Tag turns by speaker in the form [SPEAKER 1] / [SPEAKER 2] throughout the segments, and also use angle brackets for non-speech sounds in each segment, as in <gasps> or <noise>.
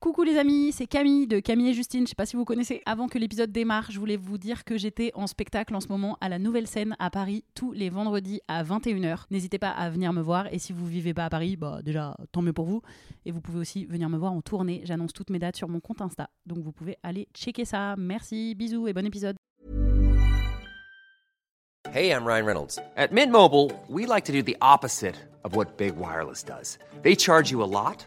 [SPEAKER 1] Coucou les amis, c'est Camille de Camille et Justine. Je sais pas si vous connaissez. Avant que l'épisode démarre, je voulais vous dire que j'étais en spectacle en ce moment à la Nouvelle Scène à Paris tous les vendredis à 21h. N'hésitez pas à venir me voir et si vous vivez pas à Paris, bah déjà tant mieux pour vous. Et vous pouvez aussi venir me voir en tournée. J'annonce toutes mes dates sur mon compte Insta, donc vous pouvez aller checker ça. Merci, bisous et bon épisode.
[SPEAKER 2] Hey, I'm Ryan Reynolds. At Mint Mobile, we like to do the opposite of what Big Wireless does. They charge you a lot,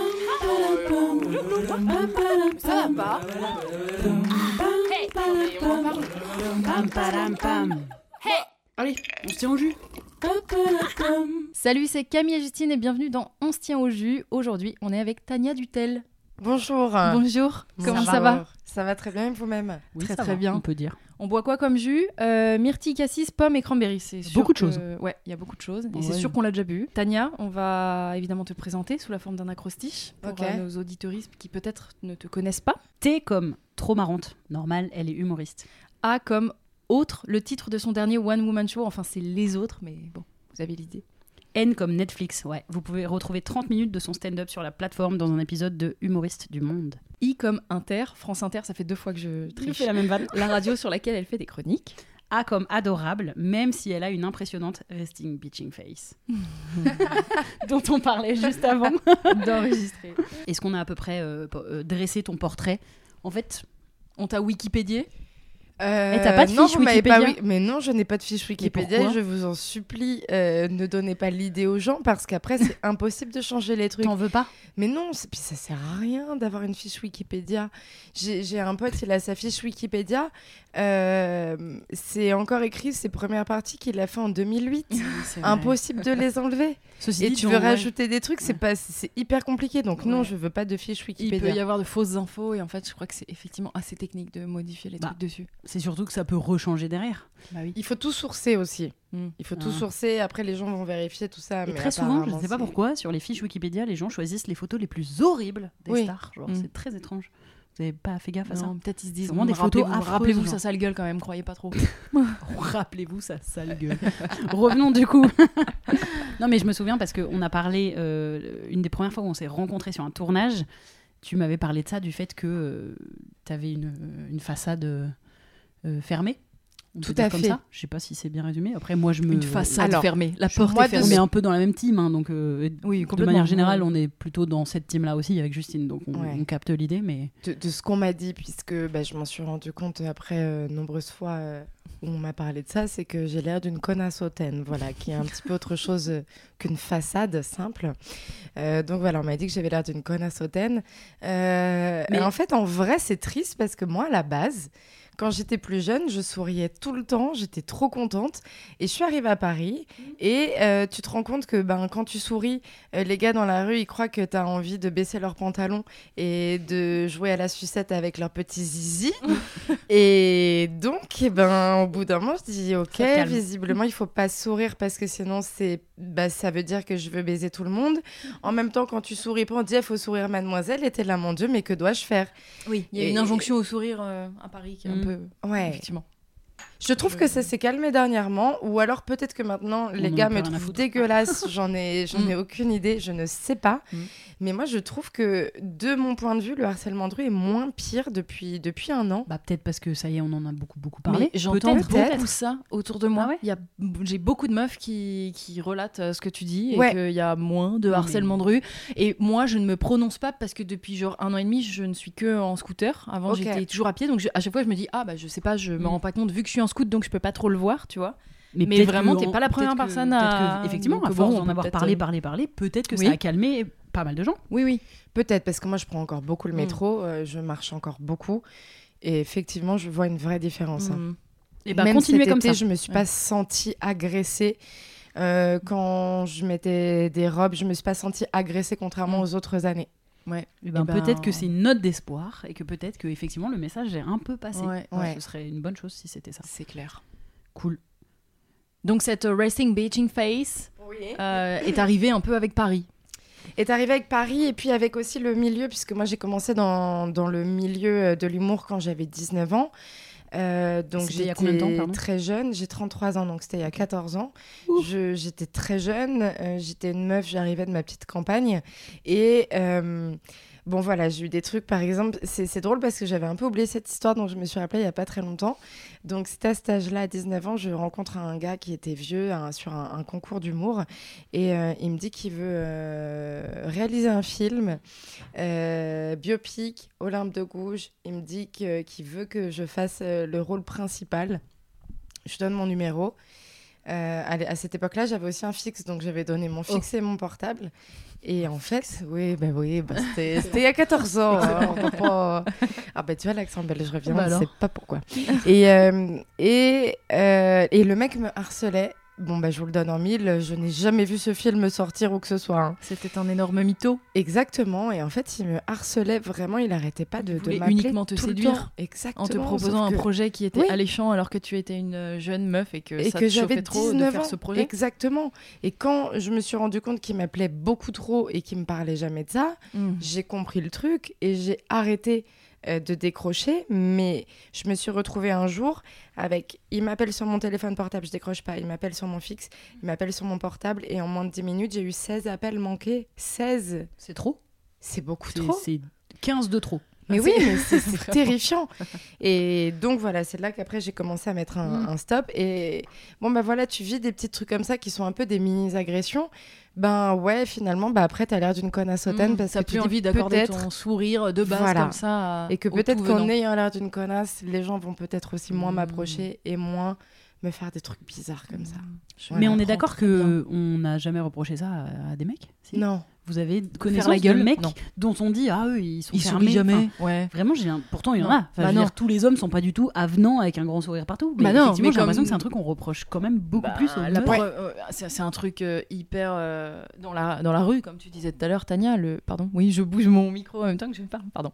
[SPEAKER 3] Ça va pas
[SPEAKER 1] Allez, on se tient au jus.
[SPEAKER 4] Salut, c'est Camille et Justine et bienvenue dans On se tient au jus. Aujourd'hui, on est avec Tania Dutel.
[SPEAKER 3] Bonjour.
[SPEAKER 4] Bonjour, comment ça va
[SPEAKER 3] Ça Ah. va très bien et vous-même
[SPEAKER 4] Très, très bien.
[SPEAKER 1] On peut dire.
[SPEAKER 4] On boit quoi comme jus Euh, Myrtille, cassis, pomme et cranberry. C'est sûr
[SPEAKER 1] Beaucoup de
[SPEAKER 4] que-
[SPEAKER 1] choses.
[SPEAKER 4] Ouais, il y a beaucoup de choses. Et
[SPEAKER 1] Ouais.
[SPEAKER 4] c'est sûr qu'on l'a déjà bu. Tania, on va évidemment te présenter sous la forme d'un acrostiche pour
[SPEAKER 3] Ok.
[SPEAKER 4] euh, nos auditoristes qui peut-être ne te connaissent pas.
[SPEAKER 1] T comme trop marrante. Normal, elle est humoriste.
[SPEAKER 4] A comme autre, le titre de son dernier One Woman Show. Enfin, c'est les autres, mais bon, vous avez l'idée.
[SPEAKER 1] N comme Netflix, ouais. Vous pouvez retrouver 30 minutes de son stand-up sur la plateforme dans un épisode de Humoriste du Monde.
[SPEAKER 4] I comme Inter, France Inter, ça fait deux fois que je triche.
[SPEAKER 1] la même vanne.
[SPEAKER 4] la radio sur laquelle elle fait des chroniques.
[SPEAKER 1] A comme adorable, même si elle a une impressionnante resting bitching face. dont on parlait juste avant.
[SPEAKER 4] d'enregistrer.
[SPEAKER 1] Est-ce qu'on a à peu près euh, po- euh, dressé ton portrait En fait,
[SPEAKER 4] On t'a Wikipédié
[SPEAKER 3] Euh,
[SPEAKER 1] Eh, t'as pas de
[SPEAKER 3] non,
[SPEAKER 1] fiche
[SPEAKER 3] vous m'avez pas-
[SPEAKER 1] Wikipédia
[SPEAKER 3] oui, Mais non, je n'ai pas de fiche Wikipédia.
[SPEAKER 1] pourquoi
[SPEAKER 3] Je vous en supplie, euh, ne donnez pas l'idée aux gens parce qu'après, c'est impossible de changer les trucs.
[SPEAKER 1] t'en veux
[SPEAKER 4] <laughs>
[SPEAKER 1] pas
[SPEAKER 3] Mais non, c'est- puis ça sert à rien d'avoir une fiche Wikipédia. J'ai j'ai un pote, il a sa fiche Wikipédia. Euh, c'est encore écrit ses premières parties qu'il a fait en 2008. Impossible de les enlever.
[SPEAKER 1] Ceci
[SPEAKER 3] Et
[SPEAKER 1] dit,
[SPEAKER 3] tu
[SPEAKER 1] dans-
[SPEAKER 3] veux
[SPEAKER 1] ouais.
[SPEAKER 3] rajouter des trucs, c'est pas, c'est c'est hyper compliqué. Donc non,
[SPEAKER 4] Ouais.
[SPEAKER 3] je veux pas de fiche
[SPEAKER 4] Il peut y
[SPEAKER 3] Wikipédia.
[SPEAKER 4] avoir de fausses infos et en fait, je crois que c'est effectivement assez technique de modifier les
[SPEAKER 1] Bah.
[SPEAKER 4] trucs dessus.
[SPEAKER 1] C'est surtout que ça peut rechanger derrière.
[SPEAKER 4] Bah oui.
[SPEAKER 3] Il faut tout sourcer aussi.
[SPEAKER 4] Mm.
[SPEAKER 3] Il faut tout
[SPEAKER 1] Ah.
[SPEAKER 3] sourcer. Après, les gens vont vérifier tout
[SPEAKER 1] Et
[SPEAKER 3] ça. Ah, mais
[SPEAKER 1] très souvent, je ne
[SPEAKER 3] apparemment,
[SPEAKER 1] sais pas
[SPEAKER 3] c'est-
[SPEAKER 1] pourquoi, sur les fiches Wikipédia, les gens choisissent les photos les plus horribles des
[SPEAKER 3] Oui.
[SPEAKER 1] stars. Genre,
[SPEAKER 4] Mm.
[SPEAKER 1] C'est très étrange. Vous n'avez pas fait gaffe à ça
[SPEAKER 4] Non, peut-être ils se disent
[SPEAKER 1] C'est vraiment des
[SPEAKER 4] des photos
[SPEAKER 1] photos affreuses,
[SPEAKER 4] rappelez-vous
[SPEAKER 1] genre.
[SPEAKER 4] sa sale gueule quand même, croyez pas trop.
[SPEAKER 1] <laughs> Rappelez-vous sa sale gueule. Revenons du coup. <laughs> non, mais je me souviens parce qu'on a parlé, euh, une des premières fois où on s'est rencontrés sur un tournage, tu m'avais parlé de ça, du fait que tu avais une, une façade euh, fermée. On peut
[SPEAKER 3] Tout
[SPEAKER 1] dire
[SPEAKER 3] à
[SPEAKER 1] comme
[SPEAKER 3] fait.
[SPEAKER 1] ça. Je sais pas si c'est bien résumé. Après, moi, je me.
[SPEAKER 4] Une façade
[SPEAKER 3] Alors,
[SPEAKER 4] fermée, la
[SPEAKER 3] je-
[SPEAKER 4] porte
[SPEAKER 3] moi,
[SPEAKER 4] est
[SPEAKER 3] de
[SPEAKER 1] On
[SPEAKER 4] fermée.
[SPEAKER 1] est un peu dans la même team, hein, donc euh, et
[SPEAKER 4] Oui,
[SPEAKER 1] de
[SPEAKER 4] complètement.
[SPEAKER 1] manière générale, on est plutôt dans cette team-là aussi avec Justine, donc on,
[SPEAKER 3] Ouais.
[SPEAKER 1] on capte l'idée, mais
[SPEAKER 3] de, de ce qu'on m'a dit, puisque bah, je m'en suis rendu compte après euh, nombreuses fois euh, où on m'a parlé de ça, c'est que j'ai l'air d'une connasse hautaine, voilà, qui est un petit peu autre chose euh, qu'une façade simple. Euh, donc voilà, on m'a dit que j'avais l'air d'une connasse hautaine. Euh,
[SPEAKER 1] Mais-
[SPEAKER 3] Et en fait, en vrai, c'est triste parce que moi, à la base, quand j'étais plus jeune, je souriais tout le temps, j'étais trop contente. Et je suis arrivée à Paris et euh, tu te rends compte que ben, quand tu souris, euh, les gars dans la rue, ils croient que tu as envie de baisser leurs pantalons et de jouer à la sucette avec leurs petits zizi. <laughs> et donc, eh ben, au bout d'un moment, je dis Ok,
[SPEAKER 1] calme.
[SPEAKER 3] visiblement, il faut pas sourire parce que sinon, c'est bah, ça veut dire que je veux baiser tout le monde. En même temps, quand tu souris pas, on dit Il faut sourire, mademoiselle. Et t'es là, mon Dieu, mais que dois-je faire
[SPEAKER 4] Oui, il y a
[SPEAKER 3] Et-
[SPEAKER 4] une injonction au sourire euh, à Paris qui est
[SPEAKER 3] hmm.
[SPEAKER 1] Mm.
[SPEAKER 4] un peu.
[SPEAKER 3] Ouais.
[SPEAKER 4] Effectivement.
[SPEAKER 3] Je trouve que ça s'est calmé dernièrement, ou alors peut-être que maintenant les
[SPEAKER 1] en a
[SPEAKER 3] gars
[SPEAKER 1] plus rien à
[SPEAKER 3] me trouvent
[SPEAKER 1] foutre. hein. Mm.
[SPEAKER 3] dégueulasse, j'en
[SPEAKER 1] <laughs>
[SPEAKER 3] ai, j'en ai aucune idée, je ne sais pas.
[SPEAKER 4] Mm.
[SPEAKER 3] Mais moi je trouve que de mon point de vue, le harcèlement de rue est moins pire depuis, depuis un an.
[SPEAKER 1] bah, peut-être parce que ça y est, on en a beaucoup, beaucoup parlé.
[SPEAKER 4] Mais J'entends
[SPEAKER 1] Peut-être,
[SPEAKER 3] peut-être.
[SPEAKER 4] beaucoup ça autour de moi.
[SPEAKER 1] Ah ouais
[SPEAKER 4] Il y a- J'ai beaucoup de meufs qui, qui relatent euh, ce que tu dis et
[SPEAKER 3] Ouais.
[SPEAKER 4] qu'il y a moins de
[SPEAKER 1] mais-
[SPEAKER 4] harcèlement de rue. Et moi, je ne me prononce pas parce que depuis genre un an et demi, je ne suis que en scooter. Avant,
[SPEAKER 3] Ok.
[SPEAKER 4] j'étais toujours à pied. Donc, je- à chaque fois, je me dis, ah bah je sais pas, je me
[SPEAKER 1] Mm.
[SPEAKER 4] rends pas compte vu que je suis en scooter, donc je peux pas trop le voir, tu vois. Mais
[SPEAKER 1] peut-être
[SPEAKER 4] vraiment,
[SPEAKER 1] que-
[SPEAKER 4] t'es pas la première
[SPEAKER 1] peut-être que-
[SPEAKER 4] personne
[SPEAKER 1] peut-être
[SPEAKER 4] à-
[SPEAKER 1] que, effectivement,
[SPEAKER 4] donc,
[SPEAKER 1] à
[SPEAKER 4] bon,
[SPEAKER 1] force
[SPEAKER 4] on
[SPEAKER 1] d'en
[SPEAKER 4] peut
[SPEAKER 1] avoir
[SPEAKER 4] peut-être,
[SPEAKER 1] parlé,
[SPEAKER 4] euh,
[SPEAKER 1] parlé, parlé, peut-être que
[SPEAKER 4] oui.
[SPEAKER 1] ça a calmé pas mal de gens.
[SPEAKER 4] Oui, oui.
[SPEAKER 3] Peut-être parce que moi je prends encore beaucoup le
[SPEAKER 4] Mm.
[SPEAKER 3] métro, euh, je marche encore beaucoup, et effectivement je vois une vraie différence. hein.
[SPEAKER 4] Mm.
[SPEAKER 1] Et bah,
[SPEAKER 3] Même
[SPEAKER 1] continuez
[SPEAKER 3] cet
[SPEAKER 1] comme
[SPEAKER 3] été,
[SPEAKER 1] ça.
[SPEAKER 3] je me suis
[SPEAKER 4] Ouais.
[SPEAKER 3] pas sentie agressée. Euh, quand je mettais des robes, je me suis pas sentie agressée contrairement
[SPEAKER 4] Mm.
[SPEAKER 3] aux autres années. Ouais.
[SPEAKER 1] Eh ben,
[SPEAKER 3] Eh ben,
[SPEAKER 1] peut-être que c'est une note d'espoir et que peut-être que effectivement le message est un peu passé.
[SPEAKER 4] Ouais,
[SPEAKER 3] ouais.
[SPEAKER 1] Ce serait une bonne chose si c'était ça.
[SPEAKER 4] C'est clair.
[SPEAKER 1] Cool.
[SPEAKER 4] Donc cette euh, Racing Beijing Face euh, est arrivée un peu avec Paris.
[SPEAKER 3] est arrivé avec Paris et puis avec aussi le milieu, puisque moi j'ai commencé dans, dans le milieu euh, de l'humour quand j'avais 19 ans. Euh, donc
[SPEAKER 4] C'était il y a combien de temps,
[SPEAKER 3] j'étais
[SPEAKER 4] pardon
[SPEAKER 3] très jeune, j'ai 33 ans, donc c'était il y a 14 ans.
[SPEAKER 1] Ouh.
[SPEAKER 3] Je- J'étais très jeune, euh, j'étais une meuf, j'arrivais de ma petite campagne. Et euh, bon voilà, j'ai eu des trucs, par exemple, c'est c'est drôle parce que j'avais un peu oublié cette histoire, donc je me suis rappelée il n'y a pas très longtemps. Donc c'était à cet âge-là, à 19 ans, je rencontre un gars qui était vieux un- sur un- un concours d'humour. Et euh, il me dit qu'il veut euh, réaliser un film euh, biopic, Olympe de Gouges. Il me dit que- qu'il veut que je fasse euh, le rôle principal. Je donne mon numéro. Euh, à, l- à cette époque-là, j'avais aussi un fixe, donc j'avais donné mon
[SPEAKER 4] Oh.
[SPEAKER 3] fixe et mon portable. Et en fait, oui, bah
[SPEAKER 4] <laughs>
[SPEAKER 3] oui bah c'était c'était il y a 14 ans. hein, on peut pas- Ah bah tu vois, l'accent belge revient,
[SPEAKER 4] Bah
[SPEAKER 3] je
[SPEAKER 4] alors.
[SPEAKER 3] sais pas pourquoi. et, euh, et, euh, et le mec me harcelait. Bon, bah, je vous le donne en mille. Je n'ai jamais vu ce film sortir ou que ce soit. hein.
[SPEAKER 4] C'était un énorme mytho.
[SPEAKER 3] Exactement. Et en fait, il me harcelait vraiment. Il arrêtait pas de,
[SPEAKER 4] Il
[SPEAKER 3] de
[SPEAKER 4] voulait
[SPEAKER 3] m'appeler
[SPEAKER 4] Ah, uniquement te
[SPEAKER 3] tout le
[SPEAKER 4] séduire
[SPEAKER 3] temps. Exactement.
[SPEAKER 4] En te
[SPEAKER 3] sauf
[SPEAKER 4] proposant un
[SPEAKER 3] que-
[SPEAKER 4] projet qui était
[SPEAKER 3] Oui.
[SPEAKER 4] alléchant alors que tu étais une euh, jeune meuf et que
[SPEAKER 3] Et
[SPEAKER 4] ça
[SPEAKER 3] que
[SPEAKER 4] te chauffait
[SPEAKER 3] j'avais
[SPEAKER 4] trop de
[SPEAKER 3] 19
[SPEAKER 4] faire
[SPEAKER 3] ans.
[SPEAKER 4] ce projet.
[SPEAKER 3] Exactement. Et quand je me suis rendu compte qu'il m'appelait beaucoup trop et qu'il me parlait jamais de ça,
[SPEAKER 4] Mm.
[SPEAKER 3] j'ai compris le truc et j'ai arrêté euh, de décrocher, mais je me suis retrouvée un jour avec il m'appelle sur mon téléphone portable, je décroche pas, il m'appelle sur mon fixe, il m'appelle sur mon portable et en moins de 10 minutes, j'ai eu 16 appels manqués. 16,
[SPEAKER 1] C'est trop.
[SPEAKER 3] c'est beaucoup
[SPEAKER 1] C'est
[SPEAKER 3] trop.
[SPEAKER 1] c'est 15 de trop.
[SPEAKER 3] Mais oui, mais
[SPEAKER 4] <laughs>
[SPEAKER 3] c'est c'est
[SPEAKER 4] Ah, Vraiment.
[SPEAKER 3] terrifiant. Et donc voilà, c'est là qu'après j'ai commencé à mettre un,
[SPEAKER 4] Mm.
[SPEAKER 3] un stop. Et bon, bah voilà, tu vis des petits trucs comme ça qui sont un peu des mini-agressions. Ben ouais, finalement, bah après, t'as l'air d'une connasse hautaine
[SPEAKER 4] Mm.
[SPEAKER 3] parce
[SPEAKER 4] T'as
[SPEAKER 3] que tu
[SPEAKER 4] plus
[SPEAKER 3] dis
[SPEAKER 4] envie d'accorder
[SPEAKER 3] peut-être-
[SPEAKER 4] ton sourire de base
[SPEAKER 3] Voilà.
[SPEAKER 4] comme ça. à-
[SPEAKER 3] Et que
[SPEAKER 4] au
[SPEAKER 3] peut-être
[SPEAKER 4] tout
[SPEAKER 3] qu'en
[SPEAKER 4] venant.
[SPEAKER 3] ayant l'air d'une connasse, les gens vont peut-être aussi moins
[SPEAKER 4] Mm.
[SPEAKER 3] m'approcher et moins me faire des trucs bizarres comme ça.
[SPEAKER 4] Je
[SPEAKER 3] bah,
[SPEAKER 1] Mais on
[SPEAKER 4] comprends
[SPEAKER 1] est d'accord
[SPEAKER 4] très bien.
[SPEAKER 1] que on n'a jamais reproché ça à, à des mecs. si
[SPEAKER 3] Non.
[SPEAKER 1] Vous avez connaissance
[SPEAKER 4] la gueule,
[SPEAKER 1] de mecs
[SPEAKER 4] non.
[SPEAKER 1] dont on dit ah eux ils sont
[SPEAKER 4] Ils
[SPEAKER 1] fermés.
[SPEAKER 4] sourient jamais.
[SPEAKER 1] Enfin,
[SPEAKER 4] ouais.
[SPEAKER 1] Vraiment, j'ai un- pourtant il y en
[SPEAKER 4] Non.
[SPEAKER 1] a. Enfin, je
[SPEAKER 4] Bah
[SPEAKER 1] veux
[SPEAKER 4] non.
[SPEAKER 1] dire, tous les hommes sont pas du tout avenants avec un grand sourire partout. Mais
[SPEAKER 4] Bah non,
[SPEAKER 1] effectivement,
[SPEAKER 4] mais
[SPEAKER 1] j'ai l'impression
[SPEAKER 4] comme-
[SPEAKER 1] que c'est un truc qu'on reproche quand même beaucoup
[SPEAKER 4] Bah,
[SPEAKER 1] plus aux
[SPEAKER 4] la
[SPEAKER 1] meufs.
[SPEAKER 4] preuve, euh, c'est c'est un truc euh, hyper euh, dans la dans la rue comme tu disais tout à l'heure Tania le pardon oui je bouge mon micro en même temps que je parle pardon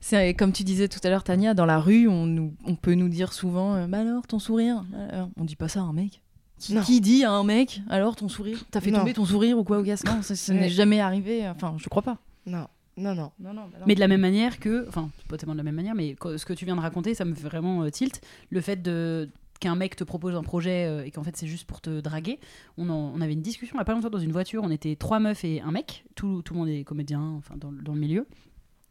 [SPEAKER 4] c'est euh, comme tu disais tout à l'heure Tania dans la rue on nous on peut nous dire souvent euh, bah alors ton sourire alors on dit pas ça à un mec qui,
[SPEAKER 3] Non.
[SPEAKER 4] qui dit à un mec alors ton sourire t'as fait
[SPEAKER 3] Non.
[SPEAKER 4] tomber ton sourire ou quoi au gars non ça, ça
[SPEAKER 3] Ouais.
[SPEAKER 4] n'est jamais arrivé enfin je crois pas
[SPEAKER 3] Non. Non, non.
[SPEAKER 4] non bah non,
[SPEAKER 1] Mais de la même manière que, enfin, c'est pas tellement de la même manière, mais co- ce que tu viens de raconter, ça me fait vraiment euh, tilt. Le fait de qu'un mec te propose un projet euh, et qu'en fait c'est juste pour te draguer. On, en- on avait une discussion il y a pas longtemps dans une voiture, on était trois meufs et un mec, tout, tout le monde est comédien, enfin dans, le- dans le milieu.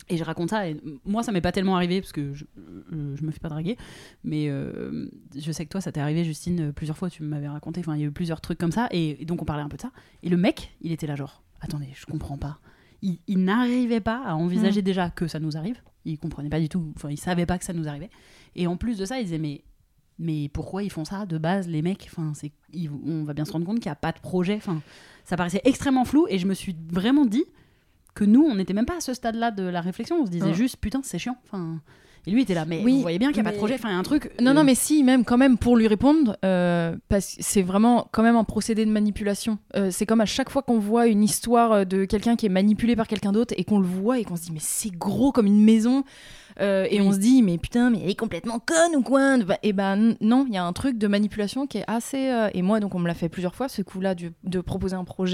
[SPEAKER 1] Et je raconte ça, et m- moi ça m'est pas tellement arrivé parce que je, euh, je me fais pas draguer, mais euh, je sais que toi ça t'est arrivé Justine euh, plusieurs fois, tu m'avais raconté, enfin il y a eu plusieurs trucs comme ça, et- et donc on parlait un peu de ça. Et le mec, il était là genre, attendez, je comprends pas il, il n'arrivait pas à
[SPEAKER 4] Mm.
[SPEAKER 1] envisager déjà que ça nous arrive. Il comprenait pas du tout. Enfin, il savait pas que ça nous arrivait. Et en plus de ça, il disait mais mais pourquoi ils font ça de base les mecs Enfin, c'est ils- on va bien se rendre compte qu'il n'y a pas de projet. Enfin, ça paraissait extrêmement flou et je me suis vraiment dit que nous, on n'était même pas à ce stade-là de la réflexion. On se disait
[SPEAKER 4] Ouais.
[SPEAKER 1] juste putain, c'est chiant. Enfin, et lui était là mais
[SPEAKER 4] Mm. Oui,
[SPEAKER 1] vous voyez bien qu'il n'y a pas de
[SPEAKER 4] mais-
[SPEAKER 1] projet. Enfin, il y a un truc.
[SPEAKER 4] Non,
[SPEAKER 1] euh,
[SPEAKER 4] non, mais si, même quand même pour lui répondre, euh, parce que c'est vraiment quand même un procédé de manipulation. Euh, c'est comme à chaque fois qu'on voit une histoire euh, de quelqu'un qui est manipulé par quelqu'un d'autre et qu'on le voit et qu'on se dit mais c'est gros comme une maison euh, et
[SPEAKER 1] Oui.
[SPEAKER 4] on se dit mais putain mais elle est complètement conne ou quoi Bah, Et ben n- non, il y a un truc de manipulation qui est assez euh, et moi donc on me l'a fait plusieurs fois ce coup-là du- de proposer un projet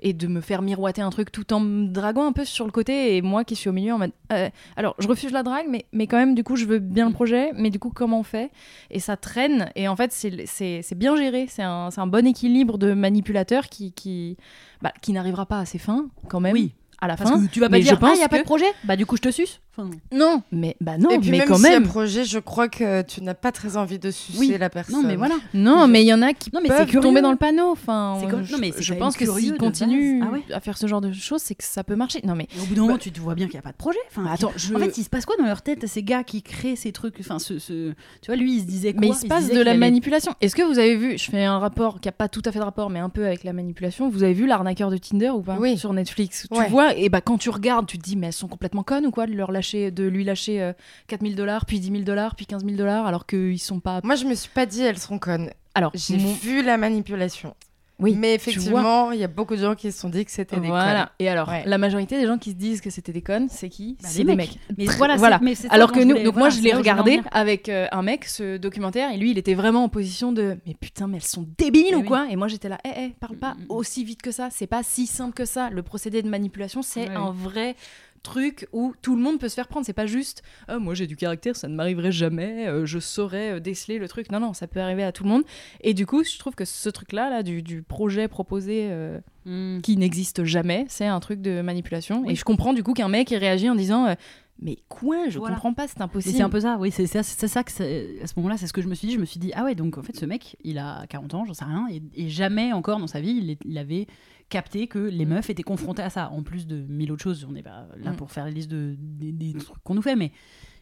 [SPEAKER 4] et, et de me faire miroiter un truc tout en me draguant un peu sur le côté et moi qui suis au milieu en mode euh, alors je refuse la drague mais, mais quand même du coup je veux bien le projet mais du coup comment on fait et ça traîne et en fait c'est- c'est c'est bien géré c'est un, c'est un bon équilibre de manipulateur qui, qui, bah, qui n'arrivera pas à ses fins quand même
[SPEAKER 1] Oui.
[SPEAKER 4] à la
[SPEAKER 1] Parce
[SPEAKER 4] fin
[SPEAKER 1] que tu vas pas
[SPEAKER 4] mais
[SPEAKER 1] dire
[SPEAKER 4] je pense
[SPEAKER 1] ah, il y a pas
[SPEAKER 4] que-
[SPEAKER 1] de projet. Bah du coup, je te suce. Enfin,
[SPEAKER 4] non mais bah non
[SPEAKER 3] et puis
[SPEAKER 4] mais
[SPEAKER 3] même
[SPEAKER 4] quand
[SPEAKER 3] s'il y a
[SPEAKER 4] même
[SPEAKER 3] projet, je crois que tu n'as pas très envie de sucer
[SPEAKER 1] Oui.
[SPEAKER 3] la personne.
[SPEAKER 1] non, mais voilà.
[SPEAKER 4] non mais il y en a qui
[SPEAKER 1] Non, mais c'est
[SPEAKER 4] peuvent
[SPEAKER 1] curieux.
[SPEAKER 4] tomber dans le panneau enfin
[SPEAKER 1] C'est comme-
[SPEAKER 4] je,
[SPEAKER 1] non, mais c'est
[SPEAKER 4] je
[SPEAKER 1] quand
[SPEAKER 4] pense
[SPEAKER 1] même
[SPEAKER 4] que
[SPEAKER 1] curieux
[SPEAKER 4] s'ils
[SPEAKER 1] de
[SPEAKER 4] continuent
[SPEAKER 1] base. Ah ouais.
[SPEAKER 4] à faire ce genre de choses c'est que ça peut marcher non mais
[SPEAKER 1] Et au bout d'un moment, tu te vois bien qu'il n'y a pas de projet. Enfin,
[SPEAKER 4] Bah, attends je
[SPEAKER 1] En fait, il se passe quoi dans leur tête, ces gars qui créent ces trucs Enfin, ce, ce- tu vois, lui, il se disait quoi
[SPEAKER 4] Mais il se passe
[SPEAKER 1] disait
[SPEAKER 4] de
[SPEAKER 1] qu'il
[SPEAKER 4] la
[SPEAKER 1] avait-
[SPEAKER 4] manipulation. Est-ce que vous avez vu, je fais un rapport qui n'a pas tout à fait de rapport, mais un peu avec la manipulation, vous avez vu l'arnaqueur de Tinder ou pas
[SPEAKER 3] Oui.
[SPEAKER 4] sur Netflix Tu
[SPEAKER 3] Ouais.
[SPEAKER 4] vois, et bah quand tu regardes, tu te dis, mais elles sont complètement connes ou quoi de, leur lâcher, de lui lâcher 4000 dollars, puis 10 000 dollars, puis 15 000 dollars, alors qu'ils sont pas.
[SPEAKER 3] Moi, je me suis pas dit elles seront connes.
[SPEAKER 4] Alors,
[SPEAKER 3] J'ai
[SPEAKER 4] mon-
[SPEAKER 3] vu la manipulation.
[SPEAKER 4] Oui,
[SPEAKER 3] Mais
[SPEAKER 4] tu vois.
[SPEAKER 3] effectivement, il y a beaucoup de gens qui se sont dit que c'était des connes.
[SPEAKER 4] Voilà. Et alors,
[SPEAKER 3] Ouais.
[SPEAKER 4] la majorité des gens qui se disent que c'était des connes, c'est qui
[SPEAKER 1] Bah,
[SPEAKER 4] C'est
[SPEAKER 1] les
[SPEAKER 4] des
[SPEAKER 1] mecs.
[SPEAKER 4] mecs.
[SPEAKER 1] Mais
[SPEAKER 4] Très-
[SPEAKER 1] voilà, c'est-
[SPEAKER 4] voilà.
[SPEAKER 1] mais c'est ça
[SPEAKER 4] Alors
[SPEAKER 1] dont
[SPEAKER 4] que
[SPEAKER 1] je
[SPEAKER 4] nous,
[SPEAKER 1] voulais-
[SPEAKER 4] donc
[SPEAKER 1] voilà,
[SPEAKER 4] moi je
[SPEAKER 1] c'est
[SPEAKER 4] l'ai
[SPEAKER 1] là où je voulais en
[SPEAKER 4] regardé
[SPEAKER 1] venir.
[SPEAKER 4] avec euh, un mec, ce documentaire, et lui il était vraiment en position de mais putain mais elles sont débiles
[SPEAKER 1] Eh
[SPEAKER 4] ou
[SPEAKER 1] oui.
[SPEAKER 4] quoi Et moi j'étais là, eh eh, parle pas
[SPEAKER 1] Mm, mm, mm.
[SPEAKER 4] aussi vite que ça, c'est pas si simple que ça. Le procédé de manipulation c'est
[SPEAKER 1] Ouais.
[SPEAKER 4] un vrai truc où tout le monde peut se faire prendre, c'est pas juste ah, moi j'ai du caractère, ça ne m'arriverait jamais, euh, je saurais euh, déceler le truc. Non non, ça peut arriver à tout le monde. Et du coup je trouve que ce truc là là du, du projet proposé euh,
[SPEAKER 1] Mm.
[SPEAKER 4] qui n'existe jamais, c'est un truc de manipulation.
[SPEAKER 1] Oui.
[SPEAKER 4] Et je comprends du coup qu'un mec ait réagi en disant euh, mais quoi, je
[SPEAKER 1] Voilà.
[SPEAKER 4] comprends pas, c'est
[SPEAKER 1] Mais
[SPEAKER 4] impossible.
[SPEAKER 1] c'est un peu ça, oui, c'est c'est- c'est ça que c'est- à ce moment-là, c'est ce que je me suis dit. Je me suis dit, ah ouais, donc en fait, ce mec, il a 40 ans, j'en sais rien, et, et jamais encore dans sa vie, il, est- il avait capté que les meufs étaient confrontées à ça. En plus de mille autres choses, on n'est pas là
[SPEAKER 4] Mm.
[SPEAKER 1] pour faire la liste de, des, des trucs qu'on nous fait, mais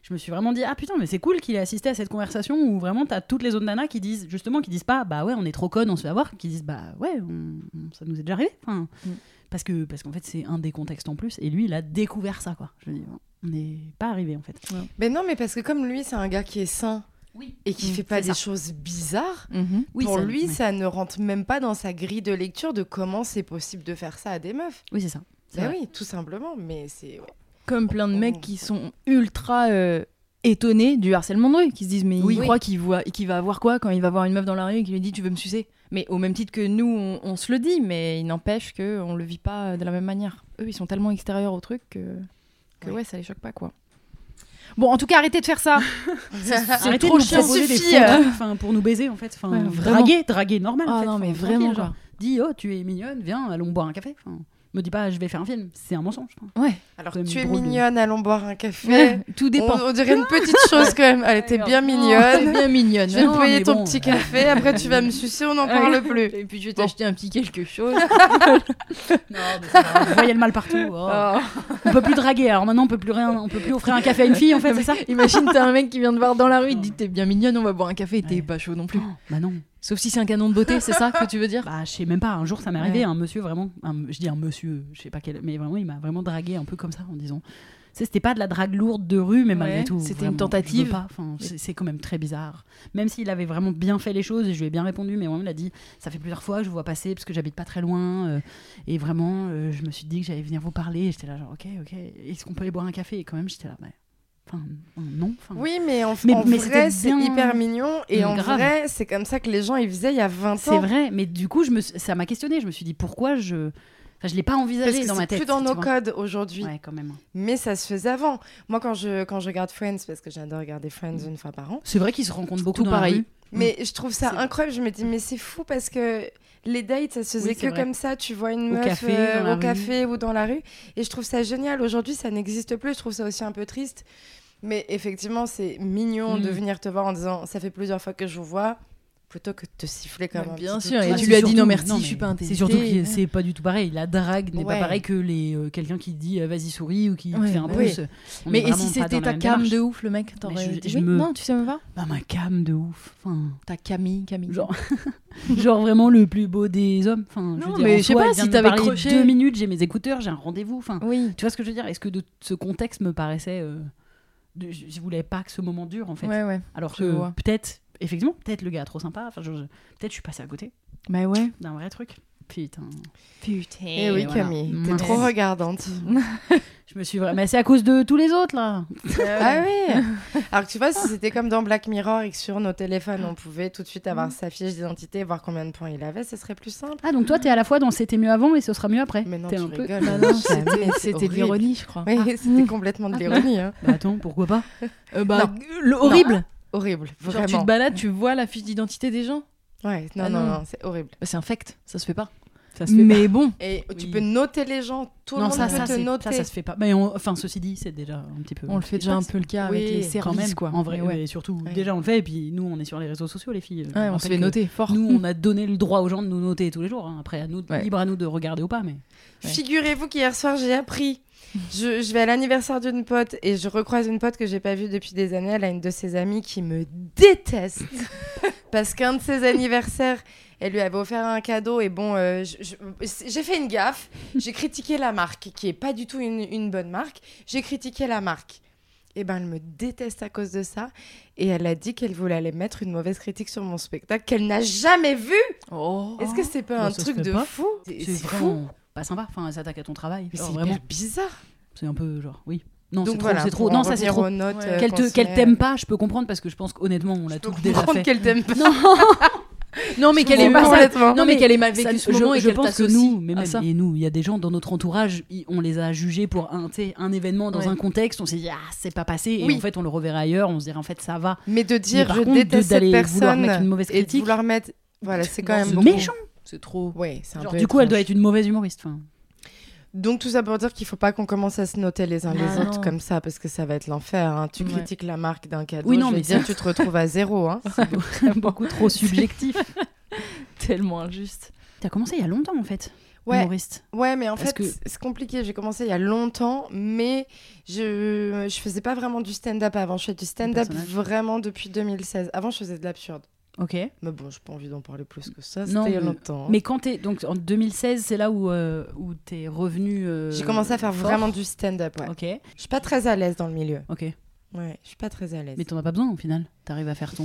[SPEAKER 1] je me suis vraiment dit, ah putain, mais c'est cool qu'il ait assisté à cette conversation où vraiment t'as toutes les autres nanas qui disent, justement, qui disent pas, bah ouais, on est trop connes, on se fait avoir, qui disent, bah ouais, on- on- ça nous est déjà arrivé. Enfin,
[SPEAKER 4] Mm.
[SPEAKER 1] Parce que parce qu'en fait, c'est un des contextes en plus, et lui, il a découvert ça, quoi. Je me dis, on n'est pas arrivé en fait.
[SPEAKER 3] Mais non, mais parce que comme lui, c'est un gars qui est sain
[SPEAKER 1] Oui.
[SPEAKER 3] et qui
[SPEAKER 1] Mm,
[SPEAKER 3] fait pas
[SPEAKER 1] c'est
[SPEAKER 3] des
[SPEAKER 1] ça.
[SPEAKER 3] choses bizarres.
[SPEAKER 4] Mhm.
[SPEAKER 1] Oui,
[SPEAKER 3] pour
[SPEAKER 1] ça-
[SPEAKER 3] lui,
[SPEAKER 1] ouais.
[SPEAKER 3] ça ne rentre même pas dans sa grille de lecture de comment c'est possible de faire ça à des meufs.
[SPEAKER 1] Oui, c'est ça. C'est
[SPEAKER 3] Bah
[SPEAKER 1] vrai.
[SPEAKER 3] oui, tout simplement. Mais c'est. ouais.
[SPEAKER 4] Comme plein de mecs qui sont ultra euh, étonnés du harcèlement de rue, qui se disent mais
[SPEAKER 3] Oui.
[SPEAKER 4] il croit qu'il voit, qu'il va avoir quoi quand il va voir une meuf dans la rue et qu'il lui dit tu veux me sucer. Mais au même titre que nous, on, on se le dit, mais il n'empêche que on le vit pas de la même manière. Eux, ils sont tellement extérieurs au truc que, que
[SPEAKER 3] Ouais.
[SPEAKER 4] ouais. ça les choque pas quoi. Bon, en tout cas, arrêtez de faire ça.
[SPEAKER 1] Ah, Arrêtez
[SPEAKER 4] trop
[SPEAKER 1] de nous
[SPEAKER 4] chiant.
[SPEAKER 1] proposer des
[SPEAKER 3] Suffit,
[SPEAKER 1] faux
[SPEAKER 3] euh.
[SPEAKER 1] trucs, <laughs> enfin, pour nous baiser en fait. Enfin,
[SPEAKER 4] Ouais, vraiment.
[SPEAKER 1] draguer, draguer normal. en
[SPEAKER 4] Ah
[SPEAKER 1] fait.
[SPEAKER 4] non,
[SPEAKER 1] Enfin,
[SPEAKER 4] mais
[SPEAKER 1] tranquille,
[SPEAKER 4] vraiment
[SPEAKER 1] genre.
[SPEAKER 4] quoi.
[SPEAKER 1] Dis oh tu es mignonne, viens allons boire un café. Enfin, me dis pas je vais faire un film, c'est un mensonge. Enfin,
[SPEAKER 4] Ouais,
[SPEAKER 3] Alors,
[SPEAKER 1] C'est
[SPEAKER 3] tu es
[SPEAKER 1] drôle de-
[SPEAKER 3] mignonne, allons boire un café.
[SPEAKER 4] tout
[SPEAKER 3] On,
[SPEAKER 4] dépend.
[SPEAKER 1] Oh.
[SPEAKER 3] on dirait une petite chose quand même. Elle était bien
[SPEAKER 4] T'es <laughs>
[SPEAKER 3] mignonne.
[SPEAKER 4] bien mignonne.
[SPEAKER 3] Je vais
[SPEAKER 1] Non,
[SPEAKER 3] te payer
[SPEAKER 1] mais
[SPEAKER 3] ton
[SPEAKER 1] bon,
[SPEAKER 3] petit
[SPEAKER 1] euh,
[SPEAKER 3] café. Après, tu vas me
[SPEAKER 4] <laughs>
[SPEAKER 3] sucer, on n'en parle plus.
[SPEAKER 4] Et puis je vais
[SPEAKER 3] Bon.
[SPEAKER 4] t'acheter un petit quelque
[SPEAKER 3] <laughs>
[SPEAKER 4] chose.
[SPEAKER 1] vous voyez le mal partout. oh. On peut plus draguer. Alors maintenant on peut plus rien, on peut plus offrir un café à une fille en fait, c'est ça
[SPEAKER 4] Imagine, t'as un mec qui vient te voir dans la rue, il te dit t'es bien mignonne, on va boire un café, et t'es
[SPEAKER 1] Ouais.
[SPEAKER 4] pas chaud non plus.
[SPEAKER 1] Oh, Bah non.
[SPEAKER 4] Sauf si c'est un canon de beauté, c'est ça que tu veux dire
[SPEAKER 1] Bah je sais même pas. Un jour ça m'est arrivé
[SPEAKER 4] Ouais.
[SPEAKER 1] un monsieur vraiment, un- je dis un monsieur, je sais pas quel, mais vraiment il m'a vraiment dragué un peu comme ça en disant. Tu sais, C'était pas de la drague lourde de rue, mais malgré
[SPEAKER 4] Ouais,
[SPEAKER 1] tout.
[SPEAKER 4] c'était
[SPEAKER 1] vraiment,
[SPEAKER 4] une tentative.
[SPEAKER 1] je veux pas. Enfin, c'est c'est quand même très bizarre. Même s'il avait vraiment bien fait les choses, et je lui ai bien répondu, mais vraiment, il a dit Ça fait plusieurs fois que je vous vois passer parce que j'habite pas très loin. euh, et vraiment, euh, je me suis dit que j'allais venir vous parler. Et j'étais là, genre, ok, ok, est-ce qu'on peut aller boire un café Et quand même, j'étais là, bah, enfin, non. enfin,
[SPEAKER 3] Oui, mais en,
[SPEAKER 1] Mais-
[SPEAKER 3] en
[SPEAKER 1] mais c'était
[SPEAKER 3] vrai, c'est
[SPEAKER 1] bien-
[SPEAKER 3] hyper mignon. Et
[SPEAKER 1] Mais
[SPEAKER 3] en
[SPEAKER 1] grave.
[SPEAKER 3] vrai, c'est comme ça que les gens ils faisaient il y a 20 ans.
[SPEAKER 1] C'est vrai, mais du coup, je me, suis- ça m'a questionné. Je me suis dit Pourquoi je. Enfin, je l'ai pas
[SPEAKER 3] Parce
[SPEAKER 1] envisagé
[SPEAKER 3] que
[SPEAKER 1] dans ma
[SPEAKER 3] c'est
[SPEAKER 1] tête.
[SPEAKER 3] plus dans
[SPEAKER 1] tu
[SPEAKER 3] nos
[SPEAKER 1] vois.
[SPEAKER 3] codes aujourd'hui.
[SPEAKER 1] Ouais, quand même. hein.
[SPEAKER 3] Mais ça se faisait avant. Moi, quand je, quand je regarde Friends, parce que j'adore regarder Friends
[SPEAKER 1] Mm.
[SPEAKER 3] une fois par an,
[SPEAKER 1] C'est vrai qu'ils se rencontrent beaucoup
[SPEAKER 4] Tout
[SPEAKER 1] dans
[SPEAKER 4] pareil.
[SPEAKER 1] la rue.
[SPEAKER 3] mais
[SPEAKER 4] Mm.
[SPEAKER 3] je trouve ça
[SPEAKER 1] C'est-
[SPEAKER 3] incroyable. Je me dis, mais c'est fou parce que les dates, ça se faisait
[SPEAKER 1] Oui, c'est
[SPEAKER 3] que
[SPEAKER 1] vrai.
[SPEAKER 3] comme ça. Tu vois une
[SPEAKER 1] Au
[SPEAKER 3] meuf
[SPEAKER 1] café,
[SPEAKER 3] euh,
[SPEAKER 1] dans la
[SPEAKER 3] au
[SPEAKER 1] rue.
[SPEAKER 3] café ou dans la rue. Et je trouve ça génial. Aujourd'hui, ça n'existe plus. Je trouve ça aussi un peu triste. Mais effectivement, c'est mignon de
[SPEAKER 1] Mm.
[SPEAKER 3] venir te voir en disant, ça fait plusieurs fois que je vous vois, plutôt que de te siffler comme un
[SPEAKER 4] Bah, Bien
[SPEAKER 3] petit
[SPEAKER 4] sûr, et
[SPEAKER 1] Ah,
[SPEAKER 4] tu
[SPEAKER 1] c'est
[SPEAKER 4] lui as dit
[SPEAKER 1] surtout-
[SPEAKER 4] non merci,
[SPEAKER 1] mais
[SPEAKER 4] je suis pas euh.
[SPEAKER 1] C'est
[SPEAKER 4] intéressée.
[SPEAKER 1] surtout que c'est pas du tout pareil. La drague n'est
[SPEAKER 3] Ouais.
[SPEAKER 1] pas pareil que les euh, quelqu'un qui dit euh, vas-y souris ou qui te
[SPEAKER 4] Ouais,
[SPEAKER 1] fait un
[SPEAKER 4] bah
[SPEAKER 1] pouce. On est
[SPEAKER 4] Mais et
[SPEAKER 1] vraiment pas
[SPEAKER 4] si
[SPEAKER 1] dans
[SPEAKER 4] c'était
[SPEAKER 1] la
[SPEAKER 4] ta
[SPEAKER 1] même
[SPEAKER 4] cam
[SPEAKER 1] démarche.
[SPEAKER 4] de ouf, le mec
[SPEAKER 1] Mais
[SPEAKER 4] T'aurais
[SPEAKER 1] je-
[SPEAKER 4] dit
[SPEAKER 1] je
[SPEAKER 4] oui
[SPEAKER 1] me-
[SPEAKER 4] Non, tu sais même pas
[SPEAKER 1] Bah ma cam de ouf. Enfin, <laughs>
[SPEAKER 4] Ta Camille, Camille.
[SPEAKER 1] genre genre vraiment le plus beau des hommes. Enfin, je
[SPEAKER 4] Non,
[SPEAKER 1] veux dire,
[SPEAKER 4] mais
[SPEAKER 1] en
[SPEAKER 4] je sais
[SPEAKER 1] soi,
[SPEAKER 4] pas,
[SPEAKER 1] elle vient de
[SPEAKER 4] si
[SPEAKER 1] me
[SPEAKER 4] t'avais
[SPEAKER 1] parler
[SPEAKER 4] croché-
[SPEAKER 1] deux minutes, j'ai mes écouteurs, j'ai un rendez-vous. Enfin,
[SPEAKER 4] Oui.
[SPEAKER 1] tu vois ce que je veux dire Est-ce que de ce contexte me paraissait euh, de- je je voulais pas que ce moment dure en fait.
[SPEAKER 4] Ouais, ouais.
[SPEAKER 1] Alors
[SPEAKER 4] je
[SPEAKER 1] que
[SPEAKER 4] vois.
[SPEAKER 1] peut-être effectivement peut-être le gars est trop sympa. Enfin, je- je- peut-être je suis passée à côté
[SPEAKER 4] Bah ouais.
[SPEAKER 1] d'un vrai truc. Putain.
[SPEAKER 4] Putain.
[SPEAKER 3] Et, Eh oui,
[SPEAKER 1] voilà.
[SPEAKER 3] Camille, t'es
[SPEAKER 1] Mince.
[SPEAKER 3] trop regardante.
[SPEAKER 1] Je me suis vraiment. Mais c'est à cause de tous les autres là.
[SPEAKER 3] Ah <laughs> oui Alors que tu vois, si c'était comme dans Black Mirror et que sur nos téléphones, on pouvait tout de suite avoir sa fiche d'identité et voir combien de points il avait, ce serait plus simple.
[SPEAKER 1] Ah, donc toi, t'es à la fois dans C'était mieux avant et ce sera mieux après.
[SPEAKER 3] Mais non,
[SPEAKER 1] T'es
[SPEAKER 3] tu
[SPEAKER 1] un peu-
[SPEAKER 3] rigoles.
[SPEAKER 4] Bah non,
[SPEAKER 3] Jamais,
[SPEAKER 4] c'était-
[SPEAKER 3] c'est
[SPEAKER 4] C'était de
[SPEAKER 3] horrible.
[SPEAKER 4] l'ironie, je crois.
[SPEAKER 3] Oui, c'était complètement de l'ironie. hein.
[SPEAKER 1] Bah attends, pourquoi pas
[SPEAKER 4] Euh, bah,
[SPEAKER 3] Non.
[SPEAKER 4] le horrible
[SPEAKER 3] Horrible,
[SPEAKER 4] Genre,
[SPEAKER 3] vraiment.
[SPEAKER 4] tu te balades, tu vois la fiche d'identité des gens.
[SPEAKER 3] Ouais, non,
[SPEAKER 4] Ah
[SPEAKER 3] non,
[SPEAKER 4] non.
[SPEAKER 3] non, c'est horrible.
[SPEAKER 4] Bah, C'est un fact, ça se fait pas.
[SPEAKER 1] Ça
[SPEAKER 4] Mais bon.
[SPEAKER 3] Et tu
[SPEAKER 1] Oui.
[SPEAKER 3] peux noter les gens, tout le
[SPEAKER 1] Non,
[SPEAKER 3] monde
[SPEAKER 1] ça,
[SPEAKER 3] peut
[SPEAKER 1] ça,
[SPEAKER 3] te
[SPEAKER 1] c'est-
[SPEAKER 3] noter.
[SPEAKER 1] ça, ça se fait pas. Mais on- enfin, ceci dit, c'est déjà un petit peu.
[SPEAKER 4] On le fait déjà un peu le cas avec
[SPEAKER 3] Oui,
[SPEAKER 4] les
[SPEAKER 1] quand même,
[SPEAKER 4] services, quoi.
[SPEAKER 1] En vrai,
[SPEAKER 4] Mais ouais.
[SPEAKER 1] et surtout,
[SPEAKER 3] Ouais.
[SPEAKER 1] déjà on le fait. Et puis nous, on est sur les réseaux sociaux, les filles.
[SPEAKER 4] Ouais,
[SPEAKER 1] Je
[SPEAKER 4] on se
[SPEAKER 1] rappelle
[SPEAKER 4] fait
[SPEAKER 1] que
[SPEAKER 4] noter fort.
[SPEAKER 1] <laughs> Nous, on a donné le droit aux gens de nous noter tous les jours. hein. Après, à nous,
[SPEAKER 4] Ouais.
[SPEAKER 1] libre à nous de regarder ou pas, mais.
[SPEAKER 4] Ouais.
[SPEAKER 3] Figurez-vous qu'hier soir, j'ai appris. Je, je vais à l'anniversaire d'une pote et je recroise une pote que j'ai pas vue depuis des années. Elle a une de ses amies qui me
[SPEAKER 4] <laughs>
[SPEAKER 3] déteste parce qu'un de ses anniversaires, elle lui avait offert un cadeau. Et bon, euh, je- je- j'ai fait une gaffe. J'ai critiqué la marque, qui est pas du tout une, une bonne marque. J'ai critiqué la marque. Et ben, elle me déteste à cause de ça. Et elle a dit qu'elle voulait aller mettre une mauvaise critique sur mon spectacle qu'elle n'a jamais vu.
[SPEAKER 4] Oh.
[SPEAKER 3] Est-ce que c'est pas
[SPEAKER 1] Bah,
[SPEAKER 3] un
[SPEAKER 1] ça se
[SPEAKER 3] truc
[SPEAKER 1] fait
[SPEAKER 3] de
[SPEAKER 1] pas.
[SPEAKER 3] fou
[SPEAKER 1] C'est hein.
[SPEAKER 3] fou.
[SPEAKER 1] vraiment pas sympa. Enfin, ça attaque à ton travail.
[SPEAKER 3] Mais
[SPEAKER 1] Genre,
[SPEAKER 3] c'est
[SPEAKER 1] Oh, vraiment,
[SPEAKER 3] hyper bizarre.
[SPEAKER 1] c'est un peu genre, oui. Non, c'est
[SPEAKER 3] Donc
[SPEAKER 1] trop.
[SPEAKER 3] voilà,
[SPEAKER 1] c'est trop.
[SPEAKER 3] pour
[SPEAKER 1] Non,
[SPEAKER 3] en
[SPEAKER 1] ça c'est
[SPEAKER 3] revenir
[SPEAKER 1] trop.
[SPEAKER 3] aux notes, euh,
[SPEAKER 1] Qu'elle te-
[SPEAKER 3] cancers.
[SPEAKER 1] qu'elle t'aime pas, je peux comprendre parce que je pense qu'honnêtement, on l'a
[SPEAKER 3] Je peux
[SPEAKER 1] tous déjà
[SPEAKER 3] comprendre
[SPEAKER 1] fait.
[SPEAKER 3] qu'elle t'aime pas.
[SPEAKER 4] Non, mais
[SPEAKER 3] Je
[SPEAKER 4] qu'elle est
[SPEAKER 3] comprends
[SPEAKER 4] mal.
[SPEAKER 3] complètement.
[SPEAKER 4] Non, mais qu'elle ait mal
[SPEAKER 1] Ça,
[SPEAKER 4] vécu ce
[SPEAKER 1] je,
[SPEAKER 4] moment et
[SPEAKER 1] je
[SPEAKER 4] qu'elle
[SPEAKER 1] pense que
[SPEAKER 4] t'associe
[SPEAKER 1] nous, mais
[SPEAKER 4] à
[SPEAKER 1] même,
[SPEAKER 4] ça.
[SPEAKER 1] et nous, il y a des gens dans notre entourage, i- on les a jugés pour un, tu sais, un événement dans
[SPEAKER 4] Ouais.
[SPEAKER 1] un contexte, on s'est dit ah c'est pas passé, et
[SPEAKER 3] Oui.
[SPEAKER 1] en fait on le reverra ailleurs, on se dira en fait ça va.
[SPEAKER 3] Mais de dire
[SPEAKER 1] par
[SPEAKER 3] je
[SPEAKER 1] contre, de-
[SPEAKER 3] déteste cette
[SPEAKER 1] d'aller vouloir
[SPEAKER 3] personne
[SPEAKER 1] mettre une mauvaise
[SPEAKER 3] et de
[SPEAKER 1] critique.
[SPEAKER 3] vouloir mettre. Voilà, c'est quand
[SPEAKER 1] Non,
[SPEAKER 3] même
[SPEAKER 1] c'est
[SPEAKER 3] beaucoup.
[SPEAKER 1] méchant. C'est trop.
[SPEAKER 3] Ouais, c'est un
[SPEAKER 1] Genre,
[SPEAKER 3] peu
[SPEAKER 1] du coup, elle doit
[SPEAKER 3] étrange.
[SPEAKER 1] être une mauvaise humoriste. Enfin,
[SPEAKER 3] Donc tout ça pour dire qu'il faut pas qu'on commence à se noter les uns les
[SPEAKER 4] Ah
[SPEAKER 3] autres
[SPEAKER 4] non.
[SPEAKER 3] comme ça parce que ça va être l'enfer. hein. Tu
[SPEAKER 4] Ouais.
[SPEAKER 3] critiques la marque d'un cadeau,
[SPEAKER 1] Oui, non,
[SPEAKER 3] je veux
[SPEAKER 1] mais
[SPEAKER 3] dire
[SPEAKER 1] ça-
[SPEAKER 3] tu te retrouves à
[SPEAKER 1] <laughs>
[SPEAKER 3] zéro. hein.
[SPEAKER 1] beaucoup trop subjectif.
[SPEAKER 4] Tellement injuste.
[SPEAKER 1] T'as commencé il y a longtemps en fait,
[SPEAKER 3] Ouais,
[SPEAKER 1] humoriste.
[SPEAKER 3] ouais, mais en
[SPEAKER 1] Parce
[SPEAKER 3] fait
[SPEAKER 1] que-
[SPEAKER 3] c'est compliqué. J'ai commencé il y a longtemps, mais je je faisais pas vraiment du stand-up avant. Je fais du stand-up
[SPEAKER 1] personnage.
[SPEAKER 3] vraiment depuis 2016. Avant je faisais de l'absurde,
[SPEAKER 1] Ok.
[SPEAKER 3] mais bon, j'ai pas envie d'en parler plus que ça.
[SPEAKER 1] Non,
[SPEAKER 3] C'était il y a
[SPEAKER 1] mais-
[SPEAKER 3] longtemps. hein.
[SPEAKER 1] Mais quand t'es donc en 2016, c'est là où euh, où t'es revenu. euh,
[SPEAKER 3] j'ai commencé à faire
[SPEAKER 1] fort.
[SPEAKER 3] vraiment du stand-up. Ouais.
[SPEAKER 1] Ok,
[SPEAKER 3] Je suis pas très à l'aise dans le milieu.
[SPEAKER 1] ok.
[SPEAKER 3] Ouais, je suis pas très à l'aise.
[SPEAKER 1] Mais t'en as pas besoin au final. T'arrives à faire ton.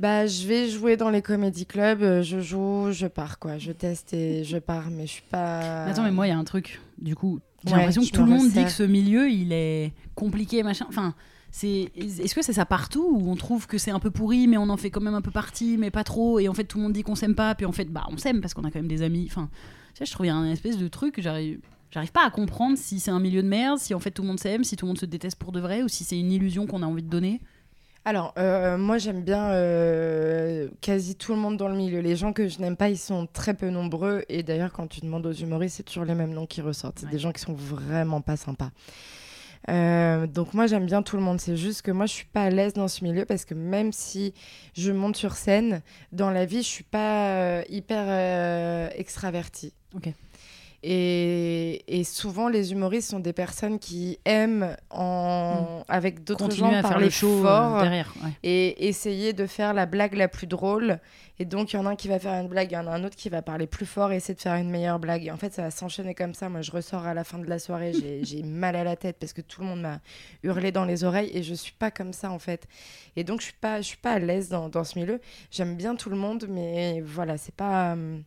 [SPEAKER 3] Bah, je vais jouer dans les comédie clubs, euh, je joue, je pars quoi, je teste et je pars, mais je suis pas.
[SPEAKER 1] Attends, mais moi il y a un truc. Du coup, j'ai
[SPEAKER 3] Ouais,
[SPEAKER 1] l'impression que
[SPEAKER 3] je
[SPEAKER 1] tout
[SPEAKER 3] me
[SPEAKER 1] le monde
[SPEAKER 3] resserre.
[SPEAKER 1] dit que ce milieu il est compliqué, machin. Enfin, c'est. Est-ce que c'est ça partout où on trouve que c'est un peu pourri, mais on en fait quand même un peu partie, mais pas trop. Et en fait, tout le monde dit qu'on s'aime pas, puis en fait, bah on s'aime parce qu'on a quand même des amis. Enfin, tu sais, je trouve il y a un espèce de truc. J'arrive. J'arrive pas à comprendre si c'est un milieu de merde, si en fait tout le monde s'aime, si tout le monde se déteste pour de vrai, ou si c'est une illusion qu'on a envie de donner.
[SPEAKER 3] Alors, euh, moi j'aime bien euh, quasi tout le monde dans le milieu. Les gens que je n'aime pas, ils sont très peu nombreux. Et d'ailleurs, quand tu demandes aux humoristes, c'est toujours les mêmes noms qui ressortent. C'est
[SPEAKER 1] Ouais.
[SPEAKER 3] des gens qui sont vraiment pas sympas. Euh, donc moi j'aime bien tout le monde, c'est juste que moi je suis pas à l'aise dans ce milieu parce que même si je monte sur scène, dans la vie je suis pas euh, hyper euh, extravertie.
[SPEAKER 1] Ok.
[SPEAKER 3] Et, et souvent les humoristes sont des personnes qui aiment en, avec d'autres gens
[SPEAKER 1] Hmm. Continuer à faire
[SPEAKER 3] parler
[SPEAKER 1] le show euh,
[SPEAKER 3] fort
[SPEAKER 1] derrière. ouais.
[SPEAKER 3] et essayer de faire la blague la plus drôle. Et donc, il y en a un qui va faire une blague, il y en a un autre qui va parler plus fort et essayer de faire une meilleure blague. Et en fait, ça va s'enchaîner comme ça. Moi, je ressors à la fin de la soirée, j'ai-
[SPEAKER 1] <laughs>
[SPEAKER 3] j'ai mal à la tête parce que tout le monde m'a hurlé dans les oreilles et je suis pas comme ça, en fait. Et donc, je suis pas, je suis pas à l'aise dans, dans ce milieu. J'aime bien tout le monde, mais voilà, c'est pas, euh,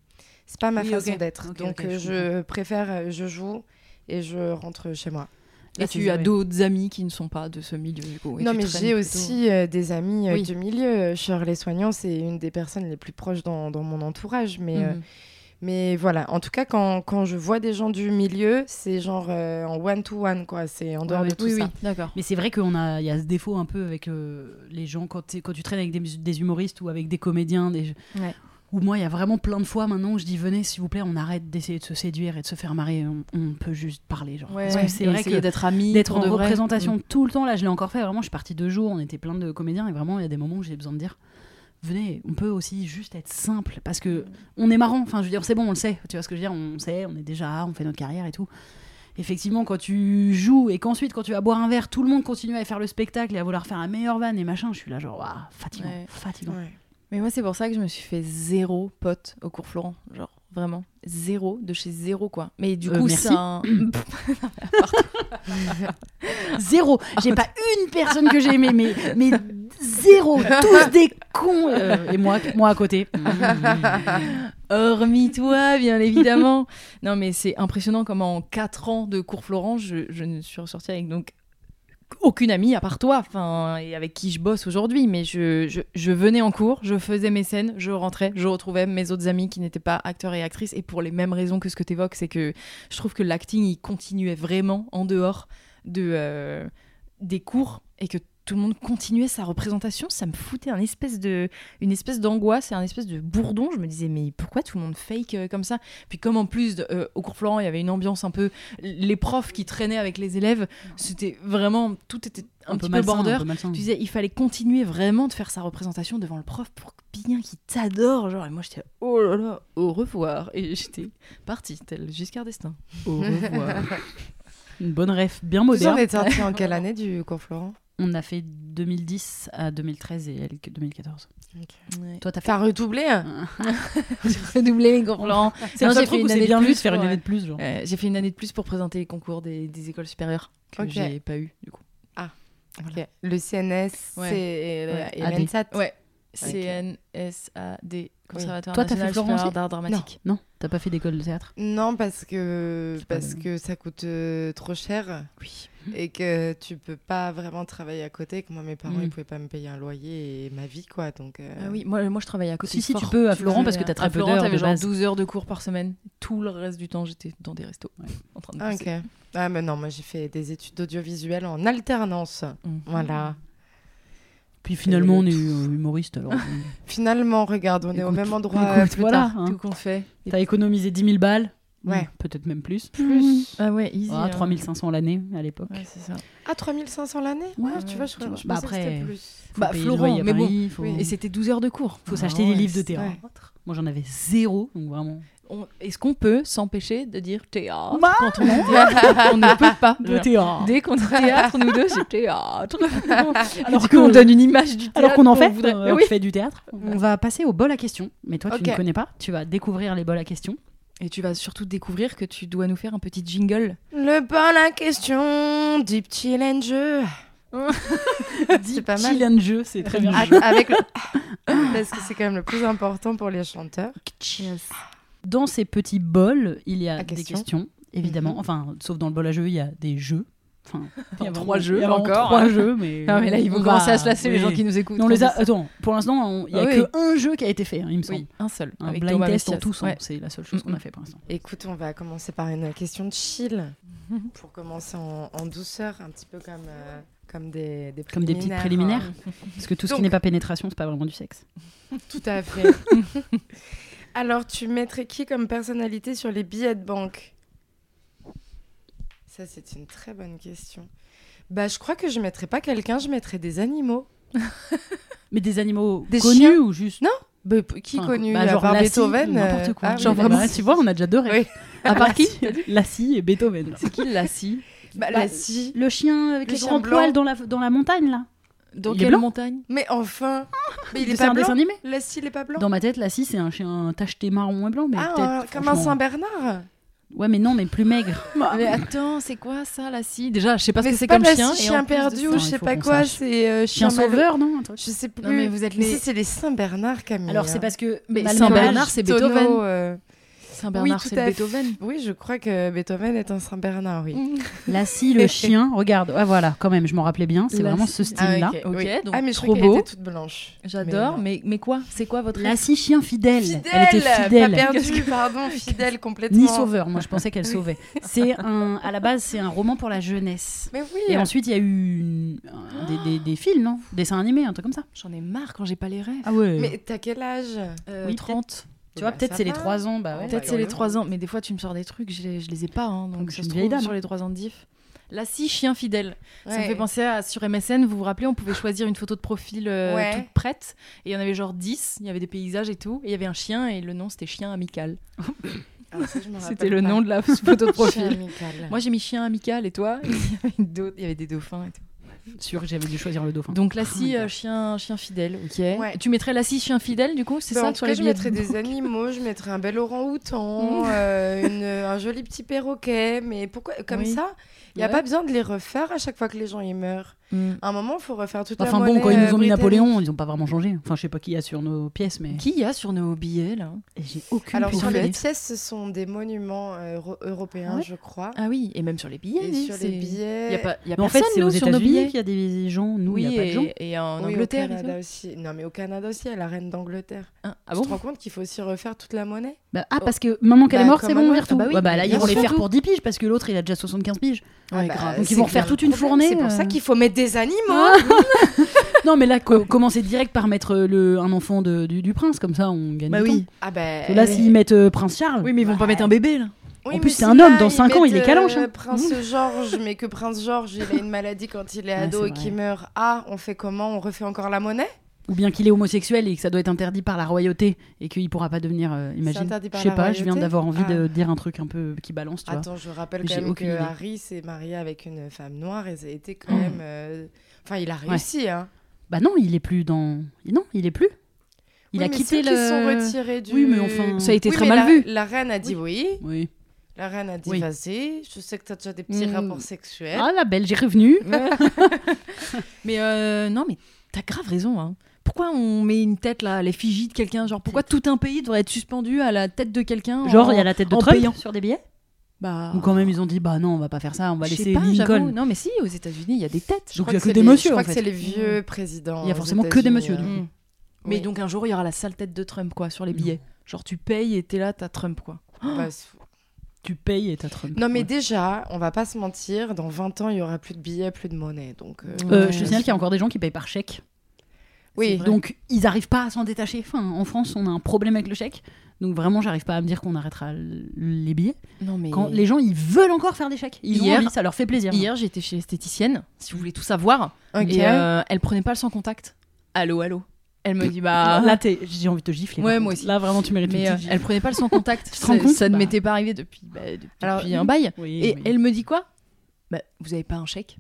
[SPEAKER 3] c'est pas ma
[SPEAKER 1] Oui,
[SPEAKER 3] façon
[SPEAKER 1] ok.
[SPEAKER 3] d'être.
[SPEAKER 1] Ok,
[SPEAKER 3] donc,
[SPEAKER 1] ok,
[SPEAKER 3] euh,
[SPEAKER 1] je
[SPEAKER 3] je, préfère, euh, je joue et je rentre chez moi.
[SPEAKER 1] Là,
[SPEAKER 4] Et tu
[SPEAKER 1] c'est-
[SPEAKER 4] as
[SPEAKER 1] ouais.
[SPEAKER 4] d'autres amis qui ne sont pas de ce milieu, du coup. et
[SPEAKER 3] Non,
[SPEAKER 4] tu
[SPEAKER 3] mais
[SPEAKER 4] traînes
[SPEAKER 3] j'ai
[SPEAKER 4] plutôt-
[SPEAKER 3] aussi euh, des amis euh,
[SPEAKER 4] Oui.
[SPEAKER 3] du milieu. Shirley Soignant, c'est une des personnes les plus proches dans, dans mon entourage. Mais, euh,
[SPEAKER 1] Mm.
[SPEAKER 4] Mhm.
[SPEAKER 3] mais voilà, en tout cas, quand, quand je vois des gens du milieu, c'est genre euh, en one-to-one, quoi. C'est en dehors
[SPEAKER 1] ouais.
[SPEAKER 3] de tout
[SPEAKER 4] Oui,
[SPEAKER 3] ça.
[SPEAKER 4] oui, d'accord.
[SPEAKER 1] Mais c'est vrai qu'il a, il y a ce défaut un peu avec euh, les gens quand, t'es- quand tu traînes avec des, mus- des humoristes ou avec des comédiens. Des,
[SPEAKER 4] Ouais.
[SPEAKER 1] Ou moi, il y a vraiment plein de fois maintenant où je dis venez, s'il vous plaît, on arrête d'essayer de se séduire et de se faire marrer. On, on peut juste parler. Genre. Parce que c'est
[SPEAKER 4] Et
[SPEAKER 1] vrai
[SPEAKER 4] essayer
[SPEAKER 1] que
[SPEAKER 4] d'être ami,
[SPEAKER 1] d'être
[SPEAKER 4] pour
[SPEAKER 1] en
[SPEAKER 4] de vrai.
[SPEAKER 1] représentation
[SPEAKER 4] Mm.
[SPEAKER 1] tout le temps, là, je l'ai encore fait. Vraiment, je suis partie deux jours, on était plein de comédiens et vraiment, il y a des moments où j'ai besoin de dire venez, on peut aussi juste être simple parce
[SPEAKER 4] Mm.
[SPEAKER 1] que on est marrant. Enfin, je veux dire, c'est bon, on le sait. Tu vois ce que je veux dire On sait, on est déjà, on fait notre carrière et tout. Effectivement, quand tu joues et qu'ensuite, quand tu vas boire un verre, tout le monde continue à faire le spectacle et à vouloir faire la meilleure vanne et machin, je suis là, genre, waouh, fatigant,
[SPEAKER 4] Ouais.
[SPEAKER 1] fatigant.
[SPEAKER 3] Ouais.
[SPEAKER 4] Mais moi, c'est pour ça que je me suis fait zéro pote au cours Florent. Genre, vraiment. Zéro, de chez zéro, quoi. Mais du
[SPEAKER 1] Euh,
[SPEAKER 4] coup,
[SPEAKER 1] merci.
[SPEAKER 4] c'est un. <laughs>
[SPEAKER 1] Zéro J'ai pas une personne que j'ai aimée, mais, mais zéro Tous des cons euh, Et moi, moi à
[SPEAKER 4] <laughs>
[SPEAKER 1] côté. Mm.
[SPEAKER 4] Hormis toi, bien évidemment. <laughs> non, mais c'est impressionnant comment en 4 ans de cours Florent, je, je ne suis ressortie avec donc aucune amie à part toi, enfin, et avec qui je bosse aujourd'hui. Mais je, je, je venais en cours, je faisais mes scènes, je rentrais, je retrouvais mes autres amis qui n'étaient pas acteurs et actrices. Et pour les mêmes raisons que ce que tu évoques, c'est que je trouve que l'acting, il continuait vraiment en dehors de, euh, des cours et que tout le monde continuait sa représentation. Ça me foutait un espèce de une espèce d'angoisse et un espèce de bourdon. Je me disais, mais pourquoi tout le monde fake euh, comme ça Puis comme en plus, euh, au cours Florent, il y avait une ambiance un peu... Les profs qui traînaient avec les élèves, c'était vraiment... Tout était un, petit peu
[SPEAKER 1] malsain, un
[SPEAKER 4] border.
[SPEAKER 1] peu malsain.
[SPEAKER 4] Tu disais, il fallait continuer vraiment de faire sa représentation devant le prof pour bien qu'il t'adore. Genre, et moi, j'étais, oh là là, au revoir. Et j'étais partie, tel Giscard d'Estaing. Au revoir.
[SPEAKER 1] Une bonne ref, bien
[SPEAKER 3] Vous en
[SPEAKER 1] moderne.
[SPEAKER 3] êtes sorti
[SPEAKER 4] <laughs>
[SPEAKER 3] en quelle année du cours Florent
[SPEAKER 1] On a fait 2010 à 2013 et elle que 2014.
[SPEAKER 4] Ouais.
[SPEAKER 1] Toi, t'as fait.
[SPEAKER 3] T'as redoublé hein
[SPEAKER 4] J'ai redoublé les cours Florent.
[SPEAKER 1] C'est un
[SPEAKER 4] Non,
[SPEAKER 1] seul
[SPEAKER 4] j'ai fait
[SPEAKER 1] truc où
[SPEAKER 4] une
[SPEAKER 1] c'est
[SPEAKER 4] année de
[SPEAKER 1] bien vu
[SPEAKER 4] plus,
[SPEAKER 1] de faire une
[SPEAKER 4] ouais.
[SPEAKER 1] année de plus. Genre.
[SPEAKER 4] Euh, j'ai fait une année de plus pour présenter les concours des, des écoles supérieures que
[SPEAKER 3] Ok.
[SPEAKER 4] j'ai pas eu du coup.
[SPEAKER 3] Ok. Le CNS
[SPEAKER 4] Ouais.
[SPEAKER 3] c'est- et,
[SPEAKER 4] Ouais.
[SPEAKER 3] et
[SPEAKER 1] AD.
[SPEAKER 3] l'ENSAT.
[SPEAKER 4] Ouais. CNSAD, Conservatoire
[SPEAKER 1] Toi, t'as fait
[SPEAKER 4] National
[SPEAKER 1] Florence
[SPEAKER 4] Supérieur
[SPEAKER 1] Lee
[SPEAKER 4] d'Art Dramatique.
[SPEAKER 1] Non, t'as pas fait d'école de théâtre.
[SPEAKER 3] Non, parce que,
[SPEAKER 1] pas
[SPEAKER 3] parce
[SPEAKER 1] le-
[SPEAKER 3] que ça coûte euh,
[SPEAKER 4] <laughs>
[SPEAKER 3] trop cher
[SPEAKER 4] Oui.
[SPEAKER 3] et que tu peux pas vraiment travailler à côté. Que moi, mes parents,
[SPEAKER 1] Mm.
[SPEAKER 3] ils pouvaient pas me payer un loyer et ma vie, quoi. Donc, euh,
[SPEAKER 4] Ah oui, moi, moi je travaillais à côté.
[SPEAKER 1] Si,
[SPEAKER 4] de
[SPEAKER 1] si, tu
[SPEAKER 4] Fort.
[SPEAKER 1] peux à Florent, parce que
[SPEAKER 4] faisais-
[SPEAKER 1] t'as très
[SPEAKER 4] à
[SPEAKER 1] peu
[SPEAKER 4] Florent,
[SPEAKER 1] d'heures
[SPEAKER 4] t'avais
[SPEAKER 1] de
[SPEAKER 4] genre
[SPEAKER 1] base.
[SPEAKER 4] 12 heures de cours par semaine. Tout le reste du temps, j'étais dans des restos. En train de
[SPEAKER 3] Ah,
[SPEAKER 4] bosser.
[SPEAKER 3] ok. Ah, mais non, moi, j'ai fait des études d'audiovisuel en alternance.
[SPEAKER 4] Mhm.
[SPEAKER 1] Hmm.
[SPEAKER 3] Voilà.
[SPEAKER 1] Puis finalement, on est euh, humoriste. Alors, euh,
[SPEAKER 3] Finalement, regarde, on est au
[SPEAKER 1] Écoute,
[SPEAKER 3] même endroit. euh,
[SPEAKER 1] écoute,
[SPEAKER 3] plus
[SPEAKER 1] voilà.
[SPEAKER 3] tard.
[SPEAKER 1] hein.
[SPEAKER 4] Tout qu'on fait.
[SPEAKER 1] T'as économisé 10 000 balles.
[SPEAKER 3] Ouais.
[SPEAKER 1] Hmm, Peut-être même plus.
[SPEAKER 3] Plus.
[SPEAKER 4] Ah ouais, easy.
[SPEAKER 1] Ah,
[SPEAKER 4] hein.
[SPEAKER 1] 3500 l'année à l'époque.
[SPEAKER 4] Ouais, c'est ça.
[SPEAKER 3] Ah, 3500 l'année
[SPEAKER 1] Ouais,
[SPEAKER 3] Ah, Tu vois, je,
[SPEAKER 1] tu vois.
[SPEAKER 3] je
[SPEAKER 1] Bah,
[SPEAKER 3] pensais que
[SPEAKER 1] après,
[SPEAKER 3] c'était plus.
[SPEAKER 1] Faut
[SPEAKER 4] Bah,
[SPEAKER 1] payer le
[SPEAKER 4] Florent,
[SPEAKER 1] loyer à
[SPEAKER 4] mais bon,
[SPEAKER 1] Paris, faut-
[SPEAKER 3] oui.
[SPEAKER 4] Et c'était 12 heures de cours.
[SPEAKER 1] Faut
[SPEAKER 4] Ah
[SPEAKER 1] s'acheter
[SPEAKER 4] ouais,
[SPEAKER 1] des livres de
[SPEAKER 4] c'est-
[SPEAKER 1] théâtre.
[SPEAKER 3] ouais.
[SPEAKER 1] Moi, j'en avais zéro, donc vraiment.
[SPEAKER 4] On- Est-ce qu'on peut s'empêcher de dire théâtre
[SPEAKER 1] Bah
[SPEAKER 4] quand on dit théâtre On ne peut pas.
[SPEAKER 1] Le théâtre.
[SPEAKER 4] Dès qu'on dit théâtre, nous deux, c'est <laughs> théâtre.
[SPEAKER 1] Alors
[SPEAKER 4] Alors
[SPEAKER 1] que-
[SPEAKER 4] qu'on donne une image du théâtre.
[SPEAKER 1] Alors qu'on en fait,
[SPEAKER 4] voudrait-
[SPEAKER 1] euh,
[SPEAKER 4] Oui.
[SPEAKER 1] tu fais du théâtre. On va passer au bol à questions. Mais toi, tu
[SPEAKER 3] Ok.
[SPEAKER 1] ne connais pas. Tu vas découvrir les bols à questions.
[SPEAKER 4] Et tu vas surtout découvrir que tu dois nous faire un petit jingle.
[SPEAKER 1] euh,
[SPEAKER 3] Le bol à question du petit
[SPEAKER 1] <laughs>
[SPEAKER 3] jeu. C'est pas mal.
[SPEAKER 1] Chillen jeu, c'est très bien. <laughs>
[SPEAKER 3] Att- Avec le- Parce que c'est quand même le plus important pour les chanteurs.
[SPEAKER 1] Dans ces petits bols, il y a
[SPEAKER 3] À
[SPEAKER 1] des
[SPEAKER 3] question.
[SPEAKER 1] questions, évidemment.
[SPEAKER 3] Mhm.
[SPEAKER 1] Enfin, sauf dans le bol à jeux, il y a des jeux. Enfin, il <laughs> y a
[SPEAKER 4] Trois
[SPEAKER 1] vraiment-
[SPEAKER 4] jeux
[SPEAKER 1] il y a vraiment
[SPEAKER 4] encore,
[SPEAKER 1] Trois
[SPEAKER 4] hein.
[SPEAKER 1] jeux, mais.
[SPEAKER 4] <laughs> Non, mais là, ils
[SPEAKER 1] on
[SPEAKER 4] vont
[SPEAKER 1] va-
[SPEAKER 4] commencer à se lasser, les euh,
[SPEAKER 1] oui.
[SPEAKER 4] gens qui nous écoutent.
[SPEAKER 1] Non, on les a.
[SPEAKER 4] Oui,
[SPEAKER 1] Attends, pour l'instant, on- il n'y a
[SPEAKER 4] Ah oui.
[SPEAKER 1] que un jeu qui a été fait, hein, il me semble.
[SPEAKER 4] un seul.
[SPEAKER 1] Un
[SPEAKER 4] avec
[SPEAKER 1] blind
[SPEAKER 4] Thomas
[SPEAKER 1] test en
[SPEAKER 4] Messias.
[SPEAKER 1] tous, hein.
[SPEAKER 4] Ouais.
[SPEAKER 1] c'est la seule chose qu'on a
[SPEAKER 4] Mhm.
[SPEAKER 1] fait pour l'instant.
[SPEAKER 3] Écoute, on va commencer par une question de chill
[SPEAKER 1] Mhm.
[SPEAKER 3] pour commencer en, en douceur, un petit peu comme, euh, comme, des, hein. des
[SPEAKER 1] Comme des petites préliminaires. Parce que tout ce qui
[SPEAKER 3] Donc-
[SPEAKER 1] n'est pas pénétration, c'est pas vraiment du sexe.
[SPEAKER 3] hein. Tout à fait. <laughs> Alors, tu mettrais qui comme personnalité sur les billets de banque Ça, c'est une très bonne question. Bah, je crois que je mettrais pas quelqu'un, je mettrais des animaux.
[SPEAKER 1] Mais des animaux
[SPEAKER 3] Des
[SPEAKER 1] connus
[SPEAKER 3] chiens
[SPEAKER 1] ou juste.
[SPEAKER 3] Bah, p- qui
[SPEAKER 1] Enfin,
[SPEAKER 3] connu
[SPEAKER 1] bah,
[SPEAKER 3] à
[SPEAKER 1] genre
[SPEAKER 3] part
[SPEAKER 1] Lassie,
[SPEAKER 3] Beethoven
[SPEAKER 1] N'importe
[SPEAKER 3] euh,
[SPEAKER 1] quoi.
[SPEAKER 3] ah oui,
[SPEAKER 1] Genre
[SPEAKER 3] bah,
[SPEAKER 1] vraiment,
[SPEAKER 3] bah,
[SPEAKER 1] tu vois, on a déjà deux rêves. À
[SPEAKER 3] <laughs>
[SPEAKER 1] part qui Lassie et Beethoven.
[SPEAKER 4] C'est qui Lassie
[SPEAKER 3] bah,
[SPEAKER 1] Bah,
[SPEAKER 3] Lassie.
[SPEAKER 1] Le chien avec
[SPEAKER 3] Le
[SPEAKER 1] les
[SPEAKER 3] chien
[SPEAKER 1] grands
[SPEAKER 3] blanc.
[SPEAKER 1] poils dans la, dans la montagne, là.
[SPEAKER 4] Dans
[SPEAKER 1] Il est
[SPEAKER 4] quelle
[SPEAKER 1] blanc
[SPEAKER 4] montagne
[SPEAKER 3] Mais enfin Mais il est
[SPEAKER 1] Ah, C'est un
[SPEAKER 3] pas
[SPEAKER 1] dessin
[SPEAKER 3] blanc
[SPEAKER 1] animé
[SPEAKER 3] Lassie, il est pas blanc
[SPEAKER 1] Dans ma tête, Lassie, c'est un chien tacheté marron et blanc. Mais
[SPEAKER 3] Ah,
[SPEAKER 1] peut-être,
[SPEAKER 3] un- comme un
[SPEAKER 1] franchement.
[SPEAKER 3] Saint-Bernard
[SPEAKER 1] Ouais, mais non, mais plus maigre.
[SPEAKER 4] Mais attends, c'est quoi ça, Lassie Déjà, je sais pas ce
[SPEAKER 3] Mais
[SPEAKER 4] que Ah. c'est
[SPEAKER 3] pas
[SPEAKER 4] comme
[SPEAKER 3] Lassie,
[SPEAKER 4] chien. et en
[SPEAKER 3] chien
[SPEAKER 4] plus de
[SPEAKER 3] perdu
[SPEAKER 4] ça-
[SPEAKER 1] ça,
[SPEAKER 3] ou
[SPEAKER 1] il
[SPEAKER 3] je sais
[SPEAKER 1] faut
[SPEAKER 3] pas
[SPEAKER 1] qu'on
[SPEAKER 3] quoi,
[SPEAKER 1] sache.
[SPEAKER 3] c'est euh,
[SPEAKER 1] Chien
[SPEAKER 3] chien malheureux.
[SPEAKER 1] sauveur, non un truc
[SPEAKER 3] Je sais plus.
[SPEAKER 4] Non, mais vous êtes
[SPEAKER 3] Mais
[SPEAKER 4] les-
[SPEAKER 3] si, c'est les Saint-Bernard, Camille.
[SPEAKER 1] Alors, c'est
[SPEAKER 3] hein.
[SPEAKER 1] parce que.
[SPEAKER 4] Mais
[SPEAKER 1] Malmage-
[SPEAKER 4] Saint-Bernard, c'est
[SPEAKER 3] Tonneau,
[SPEAKER 4] Beethoven.
[SPEAKER 3] euh,
[SPEAKER 4] Saint-Bernard,
[SPEAKER 3] oui, tout
[SPEAKER 4] c'est
[SPEAKER 3] à
[SPEAKER 4] le
[SPEAKER 3] fait.
[SPEAKER 4] Beethoven.
[SPEAKER 3] Oui, je crois que Beethoven est un Saint-Bernard, oui.
[SPEAKER 1] Lassie,
[SPEAKER 3] <laughs>
[SPEAKER 1] le chien, regarde. Ah, voilà, quand même, je m'en rappelais bien. C'est vraiment ce
[SPEAKER 4] Lassie.
[SPEAKER 1] style-là.
[SPEAKER 3] Ah, ok,
[SPEAKER 4] Ok,
[SPEAKER 3] oui.
[SPEAKER 4] donc
[SPEAKER 3] Ah, mais je
[SPEAKER 4] trop
[SPEAKER 3] crois qu'elle
[SPEAKER 4] beau.
[SPEAKER 3] était toute blanche. euh,
[SPEAKER 4] J'adore,
[SPEAKER 3] Mais,
[SPEAKER 4] mais, mais quoi C'est quoi votre
[SPEAKER 1] Lassie, chien fidèle.
[SPEAKER 3] Fidèle
[SPEAKER 1] Elle était
[SPEAKER 3] Pas
[SPEAKER 1] fidèle.
[SPEAKER 3] perdue, pardon, fidèle complètement.
[SPEAKER 1] Ni sauveur, moi je pensais qu'elle
[SPEAKER 3] <laughs>
[SPEAKER 1] sauvait. C'est un, à la base, c'est un roman pour la jeunesse.
[SPEAKER 3] Mais oui
[SPEAKER 1] Et ensuite, il y a eu une- un- des, des- des films, non Dessins animés, un truc comme ça.
[SPEAKER 4] J'en ai marre quand j'ai pas les rêves. Euh,
[SPEAKER 1] Ah ouais.
[SPEAKER 3] Mais t'as quel âge
[SPEAKER 4] Ah,
[SPEAKER 1] oui,
[SPEAKER 4] 30.
[SPEAKER 1] tu vois,
[SPEAKER 3] Bah,
[SPEAKER 1] peut-être
[SPEAKER 3] ça
[SPEAKER 1] c'est les
[SPEAKER 3] va.
[SPEAKER 1] 3 ans. Bah, ouais.
[SPEAKER 3] Ouais,
[SPEAKER 4] Peut-être
[SPEAKER 3] bah,
[SPEAKER 4] c'est les
[SPEAKER 3] oui.
[SPEAKER 4] 3 ans, mais des fois tu me sors des trucs, je les, je les ai pas, hein,
[SPEAKER 1] Donc,
[SPEAKER 4] donc
[SPEAKER 1] je suis
[SPEAKER 4] ça se
[SPEAKER 1] une
[SPEAKER 4] trouve
[SPEAKER 1] vieille dame.
[SPEAKER 4] sur les 3 ans de diff. Lassie, chien fidèle. Ça me
[SPEAKER 3] Ouais.
[SPEAKER 4] fait penser à sur MSN, vous vous rappelez, on pouvait choisir une photo de profil euh,
[SPEAKER 3] Ouais.
[SPEAKER 4] toute prête, et il y en avait genre 10, il y avait des paysages et tout, et il y avait un chien, et le nom c'était chien amical.
[SPEAKER 3] Ah, ça, je me
[SPEAKER 4] <laughs> C'était
[SPEAKER 3] rappelle
[SPEAKER 4] le
[SPEAKER 3] pas.
[SPEAKER 4] nom de la photo
[SPEAKER 3] <laughs>
[SPEAKER 4] de
[SPEAKER 3] Chien
[SPEAKER 4] profil.
[SPEAKER 3] amical.
[SPEAKER 4] Moi j'ai mis chien amical, et toi Il y avait une d'autres- il y avait des dauphins et tout.
[SPEAKER 1] Sûr Oh que j'avais dû choisir le dauphin.
[SPEAKER 4] Donc Lassie,
[SPEAKER 1] Ringard.
[SPEAKER 4] euh, chien, chien fidèle, ok.
[SPEAKER 3] Ouais.
[SPEAKER 4] Tu mettrais Lassie, chien fidèle du coup, c'est
[SPEAKER 3] Bah,
[SPEAKER 4] ça
[SPEAKER 3] en tout
[SPEAKER 4] sur
[SPEAKER 3] cas,
[SPEAKER 4] les
[SPEAKER 3] je
[SPEAKER 4] billets
[SPEAKER 3] mettrais
[SPEAKER 4] de
[SPEAKER 3] des
[SPEAKER 4] banque
[SPEAKER 3] animaux, je mettrais un bel orang-outan, euh, une- un joli petit perroquet, mais pourquoi comme
[SPEAKER 4] Oui.
[SPEAKER 3] ça Il n'y a
[SPEAKER 4] Ouais.
[SPEAKER 3] pas besoin de les refaire à chaque fois que les gens y meurent.
[SPEAKER 4] Mm.
[SPEAKER 3] À un moment, il faut refaire toute la
[SPEAKER 1] Bah, Enfin bon,
[SPEAKER 3] monnaie,
[SPEAKER 1] quand ils nous
[SPEAKER 3] euh,
[SPEAKER 1] ont mis
[SPEAKER 3] britannique.
[SPEAKER 1] Napoléon, ils ont pas vraiment changé. Enfin, je sais pas qui y a sur nos pièces, mais
[SPEAKER 4] Qui y a sur nos billets là
[SPEAKER 1] Et j'ai aucune
[SPEAKER 3] Alors
[SPEAKER 1] putain
[SPEAKER 3] sur
[SPEAKER 1] d'idée.
[SPEAKER 3] les pièces, ce sont des monuments euh, euro- européens,
[SPEAKER 4] Ah ouais
[SPEAKER 3] je crois.
[SPEAKER 4] Ah oui, et même sur les billets.
[SPEAKER 3] Et
[SPEAKER 4] oui,
[SPEAKER 3] sur
[SPEAKER 4] c'est-
[SPEAKER 3] les billets.
[SPEAKER 4] Il y a pas, il y a
[SPEAKER 1] Mais en fait,
[SPEAKER 4] personne
[SPEAKER 1] c'est aux
[SPEAKER 4] nous sur nos
[SPEAKER 1] États-Unis
[SPEAKER 4] billets.
[SPEAKER 1] qu'il y a des gens. Nous,
[SPEAKER 4] oui,
[SPEAKER 1] il y a pas de gens.
[SPEAKER 4] et, et en
[SPEAKER 3] Oui, au
[SPEAKER 4] Angleterre. et
[SPEAKER 3] Canada
[SPEAKER 4] tout.
[SPEAKER 3] aussi. Non, mais au Canada aussi, il y a la reine d'Angleterre.
[SPEAKER 4] Ah, ah
[SPEAKER 3] tu te
[SPEAKER 4] bon
[SPEAKER 3] rends compte qu'il faut aussi refaire toute la monnaie
[SPEAKER 1] Bah, ah, parce que maman qu'elle
[SPEAKER 3] Bah,
[SPEAKER 1] est morte,
[SPEAKER 3] comme
[SPEAKER 1] c'est bon, on
[SPEAKER 3] maman,
[SPEAKER 1] y retourne.
[SPEAKER 4] ah bah oui,
[SPEAKER 1] Ouais, bah, là, ils
[SPEAKER 3] mais bien
[SPEAKER 1] vont les
[SPEAKER 3] sûr.
[SPEAKER 1] faire pour 10 piges parce que l'autre, il a déjà 75 piges.
[SPEAKER 3] Ah
[SPEAKER 4] Ouais,
[SPEAKER 3] bah,
[SPEAKER 4] grave.
[SPEAKER 1] Donc, ils
[SPEAKER 3] c'est
[SPEAKER 1] vont refaire
[SPEAKER 3] grave
[SPEAKER 1] toute
[SPEAKER 3] le
[SPEAKER 1] une
[SPEAKER 3] problème,
[SPEAKER 1] journée,
[SPEAKER 3] C'est pour
[SPEAKER 1] euh. Ah.
[SPEAKER 3] ça qu'il faut mettre des animaux.
[SPEAKER 1] <laughs> non, mais là, co- commencer direct par mettre euh, le, un enfant de- du, du prince, comme ça, on gagne.
[SPEAKER 4] Bah
[SPEAKER 1] du
[SPEAKER 4] oui.
[SPEAKER 1] temps.
[SPEAKER 3] Ah bah,
[SPEAKER 1] Parce que là, s'ils mettent euh, Prince Charles.
[SPEAKER 4] Oui, mais ils vont pas mettre un bébé là.
[SPEAKER 3] Oui,
[SPEAKER 1] En
[SPEAKER 3] mais
[SPEAKER 1] plus,
[SPEAKER 3] si
[SPEAKER 1] c'est un homme,
[SPEAKER 3] là,
[SPEAKER 1] dans
[SPEAKER 3] ils
[SPEAKER 1] cinq ans, il
[SPEAKER 3] mettent,
[SPEAKER 1] est calanche, hein.
[SPEAKER 3] euh, Prince Georges, mais que Prince Georges, il a une maladie quand il est
[SPEAKER 1] Ouais,
[SPEAKER 3] ado
[SPEAKER 1] c'est
[SPEAKER 3] et
[SPEAKER 1] vrai.
[SPEAKER 3] qu'il meurt. Ah, on fait comment On refait encore la monnaie
[SPEAKER 1] Ou bien qu'il est homosexuel et que ça doit être interdit par la royauté et qu'il pourra pas devenir. euh, imagine.
[SPEAKER 3] interdit par
[SPEAKER 1] je sais
[SPEAKER 3] la
[SPEAKER 1] pas, je viens
[SPEAKER 3] royauté
[SPEAKER 1] d'avoir envie
[SPEAKER 3] Ah.
[SPEAKER 1] de dire un truc un peu qui balance, tu vois.
[SPEAKER 3] Attends, je rappelle
[SPEAKER 1] J'ai
[SPEAKER 3] quand même que
[SPEAKER 1] aucune idée.
[SPEAKER 3] Harry s'est marié avec une femme noire et ça a été quand
[SPEAKER 1] Oh.
[SPEAKER 3] même. euh, Enfin, il a réussi, hein.
[SPEAKER 1] Bah non, il est plus dans. Non, il est plus. Il
[SPEAKER 3] Oui,
[SPEAKER 1] a
[SPEAKER 3] mais
[SPEAKER 1] quitté
[SPEAKER 3] ceux
[SPEAKER 1] le.
[SPEAKER 3] Qui sont retirés du...
[SPEAKER 1] Oui, mais enfin-
[SPEAKER 4] Ça a été
[SPEAKER 3] Oui,
[SPEAKER 4] très
[SPEAKER 3] mais
[SPEAKER 4] mal
[SPEAKER 3] la,
[SPEAKER 4] vu.
[SPEAKER 3] La reine a dit oui.
[SPEAKER 1] Oui.
[SPEAKER 3] La reine a dit
[SPEAKER 1] Oui.
[SPEAKER 3] vas-y, je sais que t'as déjà des petits
[SPEAKER 4] Mm.
[SPEAKER 3] Eh. rapports sexuels.
[SPEAKER 1] Ah la belle, j'ai revenu.
[SPEAKER 4] mais euh, non, mais T'as grave raison. Hein. Pourquoi on met une tête là, à l'effigie de quelqu'un Genre, pourquoi tout un pays devrait être suspendu à la tête de
[SPEAKER 3] Oh.
[SPEAKER 4] quelqu'un
[SPEAKER 1] Genre,
[SPEAKER 4] en-
[SPEAKER 1] il y a la tête de
[SPEAKER 4] en
[SPEAKER 1] Trump
[SPEAKER 4] payant.
[SPEAKER 1] sur des billets
[SPEAKER 4] Bah,
[SPEAKER 1] Ou quand même, ils ont dit bah non, on va pas faire ça, on va
[SPEAKER 4] je sais
[SPEAKER 1] laisser
[SPEAKER 4] pas, j'avoue.
[SPEAKER 1] Lincoln.
[SPEAKER 4] Non, mais si, aux États-Unis, il y a des têtes.
[SPEAKER 3] Je
[SPEAKER 1] Donc,
[SPEAKER 3] crois
[SPEAKER 1] il y a que
[SPEAKER 3] c'est
[SPEAKER 1] des
[SPEAKER 3] les-
[SPEAKER 1] messieurs,
[SPEAKER 3] Je crois
[SPEAKER 1] en
[SPEAKER 3] que
[SPEAKER 1] fait. Mm.
[SPEAKER 3] c'est les vieux présidents.
[SPEAKER 1] Il y a
[SPEAKER 3] aux
[SPEAKER 1] forcément que des
[SPEAKER 3] États-Unis,
[SPEAKER 1] messieurs,
[SPEAKER 3] euh.
[SPEAKER 1] donc.
[SPEAKER 4] Mm. Mais donc un jour, il y aura la sale tête de Trump, quoi, sur les
[SPEAKER 1] Mm.
[SPEAKER 4] billets. Genre, tu payes et t'es là, t'as Trump, quoi.
[SPEAKER 3] Bah, c'est-
[SPEAKER 1] Tu payes et t'as Trump.
[SPEAKER 3] Non, mais
[SPEAKER 1] Ah. Ouais.
[SPEAKER 3] déjà, on va pas se mentir, dans 20 ans, il y aura plus de billets, plus de monnaie. Donc, euh,
[SPEAKER 1] Euh,
[SPEAKER 4] Ouais,
[SPEAKER 1] je te signale qu'il y a encore des gens qui payent par chèque.
[SPEAKER 3] Oui, donc,
[SPEAKER 1] Donc ils n'arrivent pas à s'en détacher. Enfin, en France, on a un problème avec le chèque. Donc vraiment, j'arrive pas à me dire qu'on arrêtera l- les billets.
[SPEAKER 4] Non, mais.
[SPEAKER 1] Quand les gens, ils veulent encore faire des chèques. Ils
[SPEAKER 4] Hier-
[SPEAKER 1] ont envie, ça leur fait plaisir.
[SPEAKER 4] Hier, j'étais chez l'esthéticienne, si vous voulez tout savoir.
[SPEAKER 3] ok. Ah
[SPEAKER 4] Et euh, elle prenait pas le sans contact. Allô, allô. Elle me dit, bah.
[SPEAKER 1] Là, t'es- j'ai envie de te gifler.
[SPEAKER 4] Ouais,
[SPEAKER 1] par
[SPEAKER 4] moi
[SPEAKER 1] contre.
[SPEAKER 4] aussi.
[SPEAKER 1] Là, vraiment, tu mérites
[SPEAKER 4] mais
[SPEAKER 1] une
[SPEAKER 4] euh,
[SPEAKER 1] petite
[SPEAKER 4] elle prenait pas le sans contact.
[SPEAKER 1] te rends
[SPEAKER 4] Ça-
[SPEAKER 1] compte
[SPEAKER 4] Ça ne
[SPEAKER 1] Bah.
[SPEAKER 4] m'était pas arrivé depuis, bah, depuis
[SPEAKER 3] Alors,
[SPEAKER 4] un bail.
[SPEAKER 1] gifle. Oui,
[SPEAKER 4] Et
[SPEAKER 1] oui.
[SPEAKER 4] elle me dit quoi Bah, vous avez pas un chèque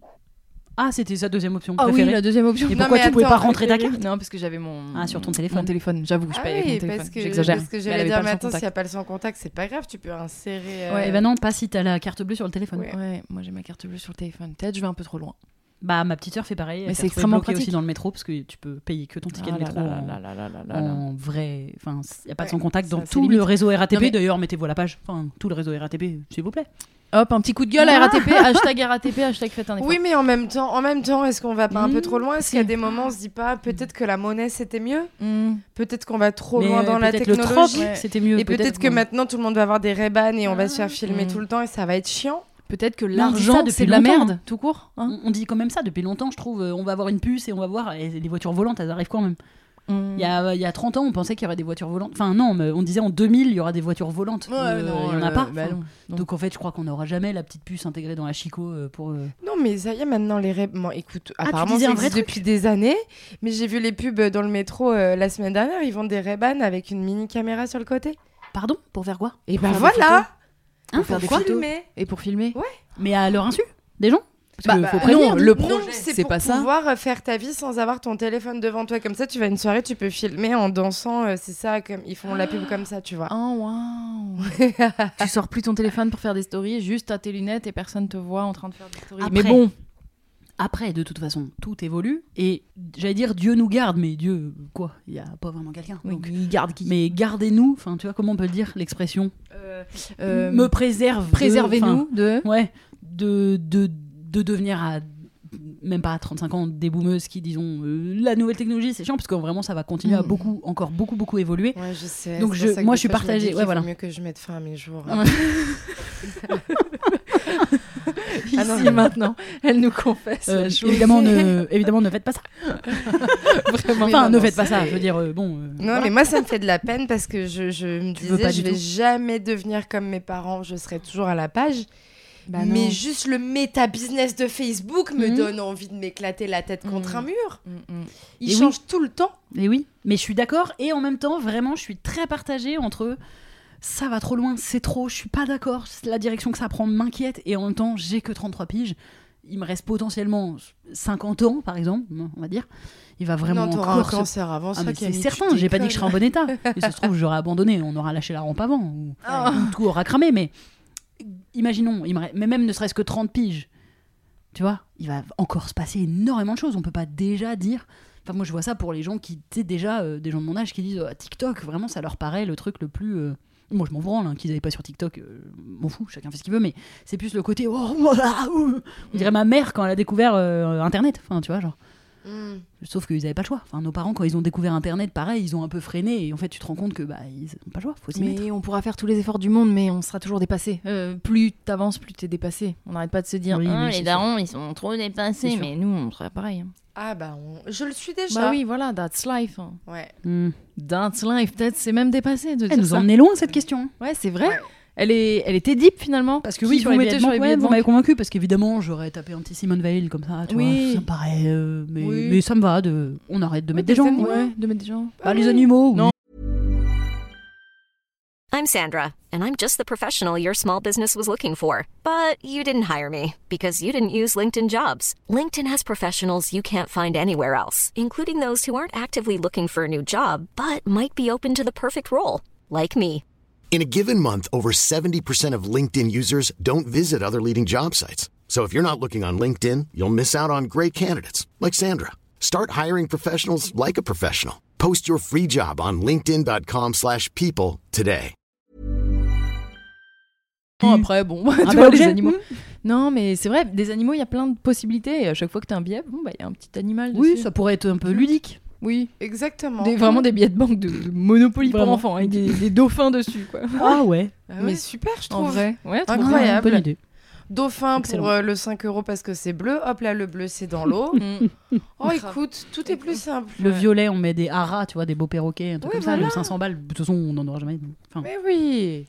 [SPEAKER 1] Ah, c'était sa deuxième option
[SPEAKER 4] Ah oui,
[SPEAKER 1] préférée.
[SPEAKER 4] la deuxième option.
[SPEAKER 1] Et
[SPEAKER 3] Non,
[SPEAKER 1] pourquoi
[SPEAKER 3] mais
[SPEAKER 1] tu pouvais
[SPEAKER 3] attends,
[SPEAKER 1] pas rentrer ta carte
[SPEAKER 4] Non, parce que j'avais mon.
[SPEAKER 1] Ah, sur ton
[SPEAKER 4] mon
[SPEAKER 1] téléphone.
[SPEAKER 4] téléphone. J'avoue, je
[SPEAKER 3] Ah
[SPEAKER 4] paye avec
[SPEAKER 3] oui,
[SPEAKER 4] mon téléphone.
[SPEAKER 3] parce que,
[SPEAKER 4] J'exagère.
[SPEAKER 3] parce que
[SPEAKER 4] Mais
[SPEAKER 3] j'allais
[SPEAKER 4] elle
[SPEAKER 3] dire,
[SPEAKER 4] avait
[SPEAKER 3] mais
[SPEAKER 4] pas le
[SPEAKER 3] attends,
[SPEAKER 4] sans
[SPEAKER 3] s'il n'y a
[SPEAKER 4] contact.
[SPEAKER 3] pas le sans contact, c'est pas grave, tu peux insérer. euh,
[SPEAKER 1] Eh ben non, pas si t'as la carte bleue sur le téléphone.
[SPEAKER 3] Ouais.
[SPEAKER 4] Ouais, moi j'ai ma carte bleue sur le téléphone. Peut-être je vais un peu trop loin.
[SPEAKER 1] Bah, ma petite sœur fait pareil.
[SPEAKER 4] Mais
[SPEAKER 1] elle
[SPEAKER 4] c'est
[SPEAKER 1] s'est retrouvée
[SPEAKER 4] extrêmement
[SPEAKER 1] bloquée aussi
[SPEAKER 4] pratique.
[SPEAKER 1] dans le métro parce que tu peux payer que ton ticket de
[SPEAKER 4] Ah là
[SPEAKER 1] métro.
[SPEAKER 4] là
[SPEAKER 1] en-
[SPEAKER 4] là là là là là là.
[SPEAKER 1] en vrai, enfin, il n'y a pas de
[SPEAKER 3] Ouais,
[SPEAKER 1] sans contact dans
[SPEAKER 3] ça, c'est
[SPEAKER 1] tout le
[SPEAKER 3] limite.
[SPEAKER 1] réseau RATP.
[SPEAKER 4] Non, mais-
[SPEAKER 1] D'ailleurs, mettez-vous à la page. Enfin, tout le réseau RATP, s'il vous plaît.
[SPEAKER 4] Hop, un petit coup de gueule à RATP, hashtag RATP, hashtag faites un effort.
[SPEAKER 3] Oui, mais en même temps, en même temps, est-ce qu'on va pas un
[SPEAKER 4] Mmh,
[SPEAKER 3] peu trop loin Est-ce qu'il y a des moments, on se dit pas peut-être que la monnaie c'était mieux
[SPEAKER 4] Hmm.
[SPEAKER 3] Peut-être qu'on va trop
[SPEAKER 4] euh,
[SPEAKER 3] loin dans la
[SPEAKER 1] peut-être le troc,
[SPEAKER 3] technologie
[SPEAKER 4] Ouais.
[SPEAKER 1] c'était mieux.
[SPEAKER 3] Et peut-être que
[SPEAKER 1] ouais.
[SPEAKER 3] maintenant tout le monde va avoir des ray et on va se faire filmer
[SPEAKER 4] Mmh.
[SPEAKER 3] tout le temps et ça va être chiant.
[SPEAKER 4] Peut-être que
[SPEAKER 1] on dit ça
[SPEAKER 4] l'argent
[SPEAKER 1] depuis
[SPEAKER 4] c'est de la
[SPEAKER 1] longtemps,
[SPEAKER 4] merde, tout court. hein.
[SPEAKER 1] on, on dit quand même ça depuis longtemps, je trouve. euh, On va avoir une puce et on va voir. Et les voitures volantes, elles arrivent quand même. Il y a, euh, il y a 30 ans, on pensait qu'il y aurait des voitures volantes. Enfin, non, mais on disait en 2000, il y aura des voitures volantes. Euh, il n'y en a pas.
[SPEAKER 4] bah
[SPEAKER 1] Enfin, Donc en fait, je crois qu'on n'aura jamais la petite puce intégrée dans la Chico euh, pour. euh,
[SPEAKER 3] Non, mais ça y est, maintenant les rêves. Bon, écoute,
[SPEAKER 4] Ah,
[SPEAKER 1] tu
[SPEAKER 3] apparemment,
[SPEAKER 1] disais
[SPEAKER 3] ça
[SPEAKER 1] un vrai
[SPEAKER 3] existe depuis des années, mais j'ai vu les pubs dans le métro euh, la semaine dernière. Ils vendent des ray avec une mini caméra sur le côté.
[SPEAKER 1] Pardon Pour faire quoi
[SPEAKER 3] Et
[SPEAKER 4] Pour
[SPEAKER 3] bah
[SPEAKER 4] faire des
[SPEAKER 3] voilà
[SPEAKER 1] Hein,
[SPEAKER 4] faire des
[SPEAKER 1] quoi
[SPEAKER 4] photos.
[SPEAKER 3] Filmer.
[SPEAKER 4] Et pour filmer
[SPEAKER 1] Bah,
[SPEAKER 3] Ouais.
[SPEAKER 1] Mais à leur insu Des gens Parce
[SPEAKER 4] Bah,
[SPEAKER 1] que
[SPEAKER 4] bah,
[SPEAKER 1] faut
[SPEAKER 4] non,
[SPEAKER 1] prévenir.
[SPEAKER 4] le
[SPEAKER 3] Non,
[SPEAKER 4] projet, c'est
[SPEAKER 3] pour
[SPEAKER 4] pas ça.
[SPEAKER 3] pouvoir euh, faire ta vie sans avoir ton téléphone devant toi. Comme ça, tu vas à une soirée, tu peux filmer en dansant. euh, c'est ça, comme ils font la pub comme ça, tu vois.
[SPEAKER 4] Oh waouh
[SPEAKER 1] <laughs>
[SPEAKER 4] Tu sors plus ton téléphone pour faire des stories, juste à tes lunettes et personne te voit en train de faire des stories.
[SPEAKER 1] Après,
[SPEAKER 4] mais bon,
[SPEAKER 1] Après, de toute façon, tout évolue. Et j'allais dire Dieu nous garde, mais Dieu, quoi Il n'y a pas vraiment quelqu'un.
[SPEAKER 4] oui,
[SPEAKER 1] donc.
[SPEAKER 4] il garde qui
[SPEAKER 1] Mais gardez-nous, enfin, tu vois, comment on peut le dire, l'expression
[SPEAKER 4] Euh,
[SPEAKER 1] Me préserve. de- enfin,
[SPEAKER 4] préservez-nous de.
[SPEAKER 1] Ouais, de, de, de devenir à même pas à 35 ans des boomeuses qui disons euh, la nouvelle technologie c'est chiant parce que vraiment ça va continuer à
[SPEAKER 3] Hmm.
[SPEAKER 4] Mm.
[SPEAKER 1] beaucoup encore beaucoup beaucoup évoluer
[SPEAKER 3] Ouais, je sais.
[SPEAKER 1] Ah. Donc
[SPEAKER 3] c'est pour
[SPEAKER 1] je-
[SPEAKER 3] ça que
[SPEAKER 1] moi,
[SPEAKER 3] des
[SPEAKER 1] je suis
[SPEAKER 3] fois, me
[SPEAKER 1] partagée,
[SPEAKER 3] dis qu'il
[SPEAKER 1] ouais, voilà.
[SPEAKER 3] vaut mieux que je mette fin à mes jours.
[SPEAKER 4] Ouais.
[SPEAKER 3] <laughs>
[SPEAKER 4] Ici
[SPEAKER 3] Ah non, mais-
[SPEAKER 4] maintenant, elle nous confesse.
[SPEAKER 1] Euh,
[SPEAKER 4] la chose.
[SPEAKER 1] évidemment
[SPEAKER 4] <laughs>
[SPEAKER 1] ne <laughs>
[SPEAKER 3] <laughs>
[SPEAKER 1] évidemment ne faites pas ça
[SPEAKER 3] Vraiment.
[SPEAKER 1] enfin ne
[SPEAKER 3] non,
[SPEAKER 1] faites pas
[SPEAKER 3] c'est-
[SPEAKER 1] ça je veux dire euh, bon euh,
[SPEAKER 3] Non,
[SPEAKER 1] voilà.
[SPEAKER 3] mais moi, ça me fait de la peine parce que je, je me
[SPEAKER 1] Tu veux
[SPEAKER 3] disais,
[SPEAKER 1] pas
[SPEAKER 3] je
[SPEAKER 1] du
[SPEAKER 3] vais
[SPEAKER 1] tout.
[SPEAKER 3] jamais devenir comme mes parents, je serai toujours à la page.
[SPEAKER 4] Bah non.
[SPEAKER 3] mais juste le méta-business de Facebook me
[SPEAKER 1] Mhm.
[SPEAKER 3] donne envie de m'éclater la tête contre
[SPEAKER 4] Mhm.
[SPEAKER 3] un mur.
[SPEAKER 4] Mm, mm.
[SPEAKER 3] Il
[SPEAKER 1] Et oui.
[SPEAKER 3] change tout le temps.
[SPEAKER 1] Mais Eh oui, mais je suis d'accord et en même temps, vraiment, je suis très partagée entre ça va trop loin, c'est trop, je suis pas d'accord, la direction que ça prend m'inquiète et en même temps, j'ai que 33 piges. Il me reste potentiellement 50 ans, par exemple, on va dire. Il va vraiment
[SPEAKER 3] non, t'auras un
[SPEAKER 1] encore. se-
[SPEAKER 3] cancer avant
[SPEAKER 1] Ah,
[SPEAKER 3] ça,
[SPEAKER 1] mais c'est
[SPEAKER 3] Camille, tu
[SPEAKER 1] certain, j'ai pas dit que je serais
[SPEAKER 3] déconnes. Oh.
[SPEAKER 1] en bon état.
[SPEAKER 3] <laughs>
[SPEAKER 1] Et ça se trouve, j'aurais abandonné, on aura lâché la rampe avant, ou,
[SPEAKER 3] Ah.
[SPEAKER 1] ou tout aura cramé, mais imaginons, il me reste- mais même ne serait-ce que 30 piges, tu vois, il va encore se passer énormément de choses. On peut pas déjà dire. Enfin, moi, je vois ça pour les gens qui, tu sais, déjà, euh, des gens de mon âge qui disent Ah, TikTok, vraiment, ça leur paraît le truc le plus. euh, Moi, je m'en branle, hein, qu'ils n'avaient pas sur TikTok, euh, m'en fous, chacun fait ce qu'il veut, mais c'est plus le côté. Oh, voilà, ouh. on dirait ma mère quand elle a découvert euh, Internet, enfin, tu vois, genre.
[SPEAKER 3] Mhm.
[SPEAKER 1] Sauf qu'ils n'avaient pas le choix. Enfin, nos parents, quand ils ont découvert Internet, pareil, ils ont un peu freiné. Et en fait, tu te rends compte que bah, ils n'ont pas le choix. Faut s'y mettre.
[SPEAKER 4] Mais on pourra faire tous les efforts du monde, mais on sera toujours dépassé. Euh, plus t'avances, plus t'es dépassé. On n'arrête pas de se dire
[SPEAKER 1] Oui,
[SPEAKER 4] Ah,
[SPEAKER 1] oui, c'est sûr.
[SPEAKER 4] les darons, ils sont trop
[SPEAKER 1] C'est
[SPEAKER 4] dépassés,
[SPEAKER 1] sûr.
[SPEAKER 4] mais nous, on sera pareil. hein.
[SPEAKER 3] Ah bah, on- je le suis déjà.
[SPEAKER 4] Bah oui, voilà, that's life. hein.
[SPEAKER 3] Ouais.
[SPEAKER 1] Hmm.
[SPEAKER 4] That's life, peut-être c'est même dépassé de
[SPEAKER 1] Elle
[SPEAKER 4] dire
[SPEAKER 1] nous
[SPEAKER 4] ça.
[SPEAKER 1] emmenait loin cette question.
[SPEAKER 4] Ouais, c'est vrai. Elle, est... Elle était deep finalement.
[SPEAKER 1] Parce que
[SPEAKER 4] Qui
[SPEAKER 1] oui, sur les
[SPEAKER 4] vous
[SPEAKER 1] billets
[SPEAKER 4] mettez
[SPEAKER 1] de
[SPEAKER 4] sur
[SPEAKER 1] banque,
[SPEAKER 4] les
[SPEAKER 1] ouais,
[SPEAKER 4] billets de
[SPEAKER 1] vous
[SPEAKER 4] banque
[SPEAKER 1] m'avez convaincu parce qu'évidemment, j'aurais tapé un petit Simone Veil comme ça, tu
[SPEAKER 4] Oui.
[SPEAKER 1] vois. Ça me paraît, euh, mais,
[SPEAKER 4] Oui.
[SPEAKER 1] mais ça me va. De... On arrête de mettre des,
[SPEAKER 3] des
[SPEAKER 1] gens.
[SPEAKER 3] animaux.
[SPEAKER 1] ouais.
[SPEAKER 4] Ouais, de mettre des gens.
[SPEAKER 1] Bah, les animaux.
[SPEAKER 4] Non.
[SPEAKER 5] I'm Sandra, and I'm just the professional your small business was looking for. But you didn't hire me because you didn't use LinkedIn jobs. LinkedIn has professionals you can't find anywhere else, including those who aren't actively looking for a new job but might be open to the perfect role, like me.
[SPEAKER 6] In a given month, over 70% of LinkedIn users don't visit other leading job sites. So if you're not looking on LinkedIn, you'll miss out on great candidates like Sandra. Start hiring professionals like a professional. Post your free job on linkedin.com/people slash people today.
[SPEAKER 4] Bon, Après, bon, tu
[SPEAKER 1] bel
[SPEAKER 4] vois, les
[SPEAKER 1] objet.
[SPEAKER 4] animaux. Ah bah Non, mais c'est vrai, des animaux, il y a plein de possibilités. Et à chaque fois que tu as un billet, bon, bah, il y a un petit animal.
[SPEAKER 1] Oui,
[SPEAKER 4] dessus.
[SPEAKER 1] ça pourrait être un peu ludique.
[SPEAKER 4] Oui,
[SPEAKER 3] Exactement.
[SPEAKER 4] Des- vraiment des billets de banque de, de Monopoly
[SPEAKER 1] Vraiment.
[SPEAKER 4] pour enfants, avec des, des dauphins dessus, quoi.
[SPEAKER 1] Ah ouais,
[SPEAKER 3] Ah
[SPEAKER 4] Mais
[SPEAKER 3] ouais, super, je
[SPEAKER 4] En
[SPEAKER 3] trouve.
[SPEAKER 4] vrai, ouais, trop bien.
[SPEAKER 3] Incroyable.
[SPEAKER 1] bonne idée.
[SPEAKER 3] Dauphin
[SPEAKER 1] Excellent.
[SPEAKER 3] pour euh, le 5 euros parce que c'est bleu. Hop là, le bleu, c'est
[SPEAKER 1] <laughs>
[SPEAKER 3] dans l'eau.
[SPEAKER 4] Mm.
[SPEAKER 3] oh, écoute, tout est plus simple.
[SPEAKER 1] Le violet, on met des haras, tu vois, des beaux perroquets, un truc
[SPEAKER 3] Oui,
[SPEAKER 1] comme ça,
[SPEAKER 3] voilà.
[SPEAKER 1] même 500 balles. De toute façon, on n'en aura jamais. Enfin,
[SPEAKER 3] Mais oui.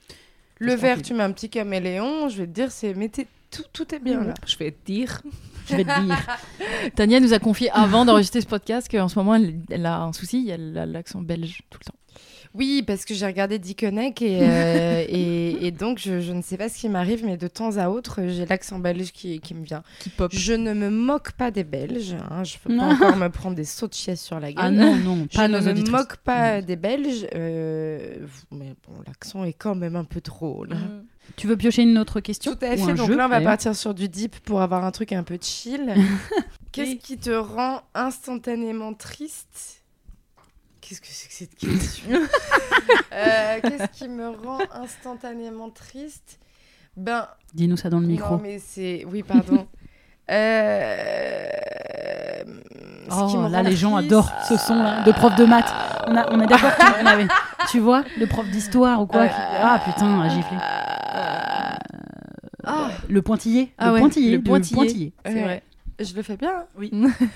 [SPEAKER 3] Le
[SPEAKER 1] C'est
[SPEAKER 3] vert,
[SPEAKER 1] tranquille.
[SPEAKER 3] tu mets un petit caméléon. Je vais te dire, c'est. Mais t'es- tout, tout est bien là.
[SPEAKER 4] Je vais te dire.
[SPEAKER 1] je vais te dire.
[SPEAKER 4] <laughs> Tania nous a confié avant d'enregistrer ce podcast qu'en ce moment, elle, elle a un souci, elle a l'accent belge tout le temps.
[SPEAKER 3] Oui, parce que j'ai regardé Dickeneck et,
[SPEAKER 1] <laughs>
[SPEAKER 3] euh, et, et donc je, je ne sais pas ce qui m'arrive, mais de temps à autre, j'ai l'accent belge qui, qui me vient.
[SPEAKER 4] Qui pop.
[SPEAKER 3] Je ne me moque pas des Belges. hein, je ne peux pas
[SPEAKER 1] <laughs>
[SPEAKER 3] encore me prendre des sauts de chiasse sur la gueule.
[SPEAKER 1] Ah non, non,
[SPEAKER 3] Je
[SPEAKER 1] pas nos
[SPEAKER 3] ne me
[SPEAKER 1] auditrices.
[SPEAKER 3] moque pas des Belges, euh, mais bon, l'accent est quand même un peu hein. trop là.
[SPEAKER 1] Tu veux piocher une autre question
[SPEAKER 3] Tout à
[SPEAKER 1] ou un
[SPEAKER 3] fait, donc
[SPEAKER 1] jeu,
[SPEAKER 3] là on va
[SPEAKER 1] d'ailleurs
[SPEAKER 3] partir sur du deep pour avoir un truc un peu
[SPEAKER 1] <laughs>
[SPEAKER 3] chill. Qu'est-ce qui te rend instantanément triste Qu'est-ce que c'est que cette question
[SPEAKER 1] <laughs>
[SPEAKER 3] Euh, Qu'est-ce qui me rend instantanément triste Ben,
[SPEAKER 1] Dis-nous ça dans le micro.
[SPEAKER 3] non, mais c'est. Oui, pardon.
[SPEAKER 1] <laughs>
[SPEAKER 3] Euh, ce qui
[SPEAKER 1] Oh,
[SPEAKER 3] me
[SPEAKER 1] là,
[SPEAKER 3] rend
[SPEAKER 1] les gens
[SPEAKER 3] triste,
[SPEAKER 1] adorent ce son-là de prof de maths. On a, on a d'accord. qu'on avait-
[SPEAKER 3] <laughs>
[SPEAKER 1] tu vois, le prof d'histoire ou quoi qui-
[SPEAKER 3] Euh,
[SPEAKER 1] Ah putain, a giflé.
[SPEAKER 4] Ah,
[SPEAKER 1] Le pointillé.
[SPEAKER 4] Ah
[SPEAKER 1] le
[SPEAKER 4] ouais,
[SPEAKER 1] pointillé.
[SPEAKER 4] le
[SPEAKER 1] le
[SPEAKER 4] pointillé.
[SPEAKER 1] pointillé.
[SPEAKER 4] c'est
[SPEAKER 3] Ouais.
[SPEAKER 4] vrai.
[SPEAKER 3] Je le fais bien. hein.
[SPEAKER 4] Oui.
[SPEAKER 3] <laughs>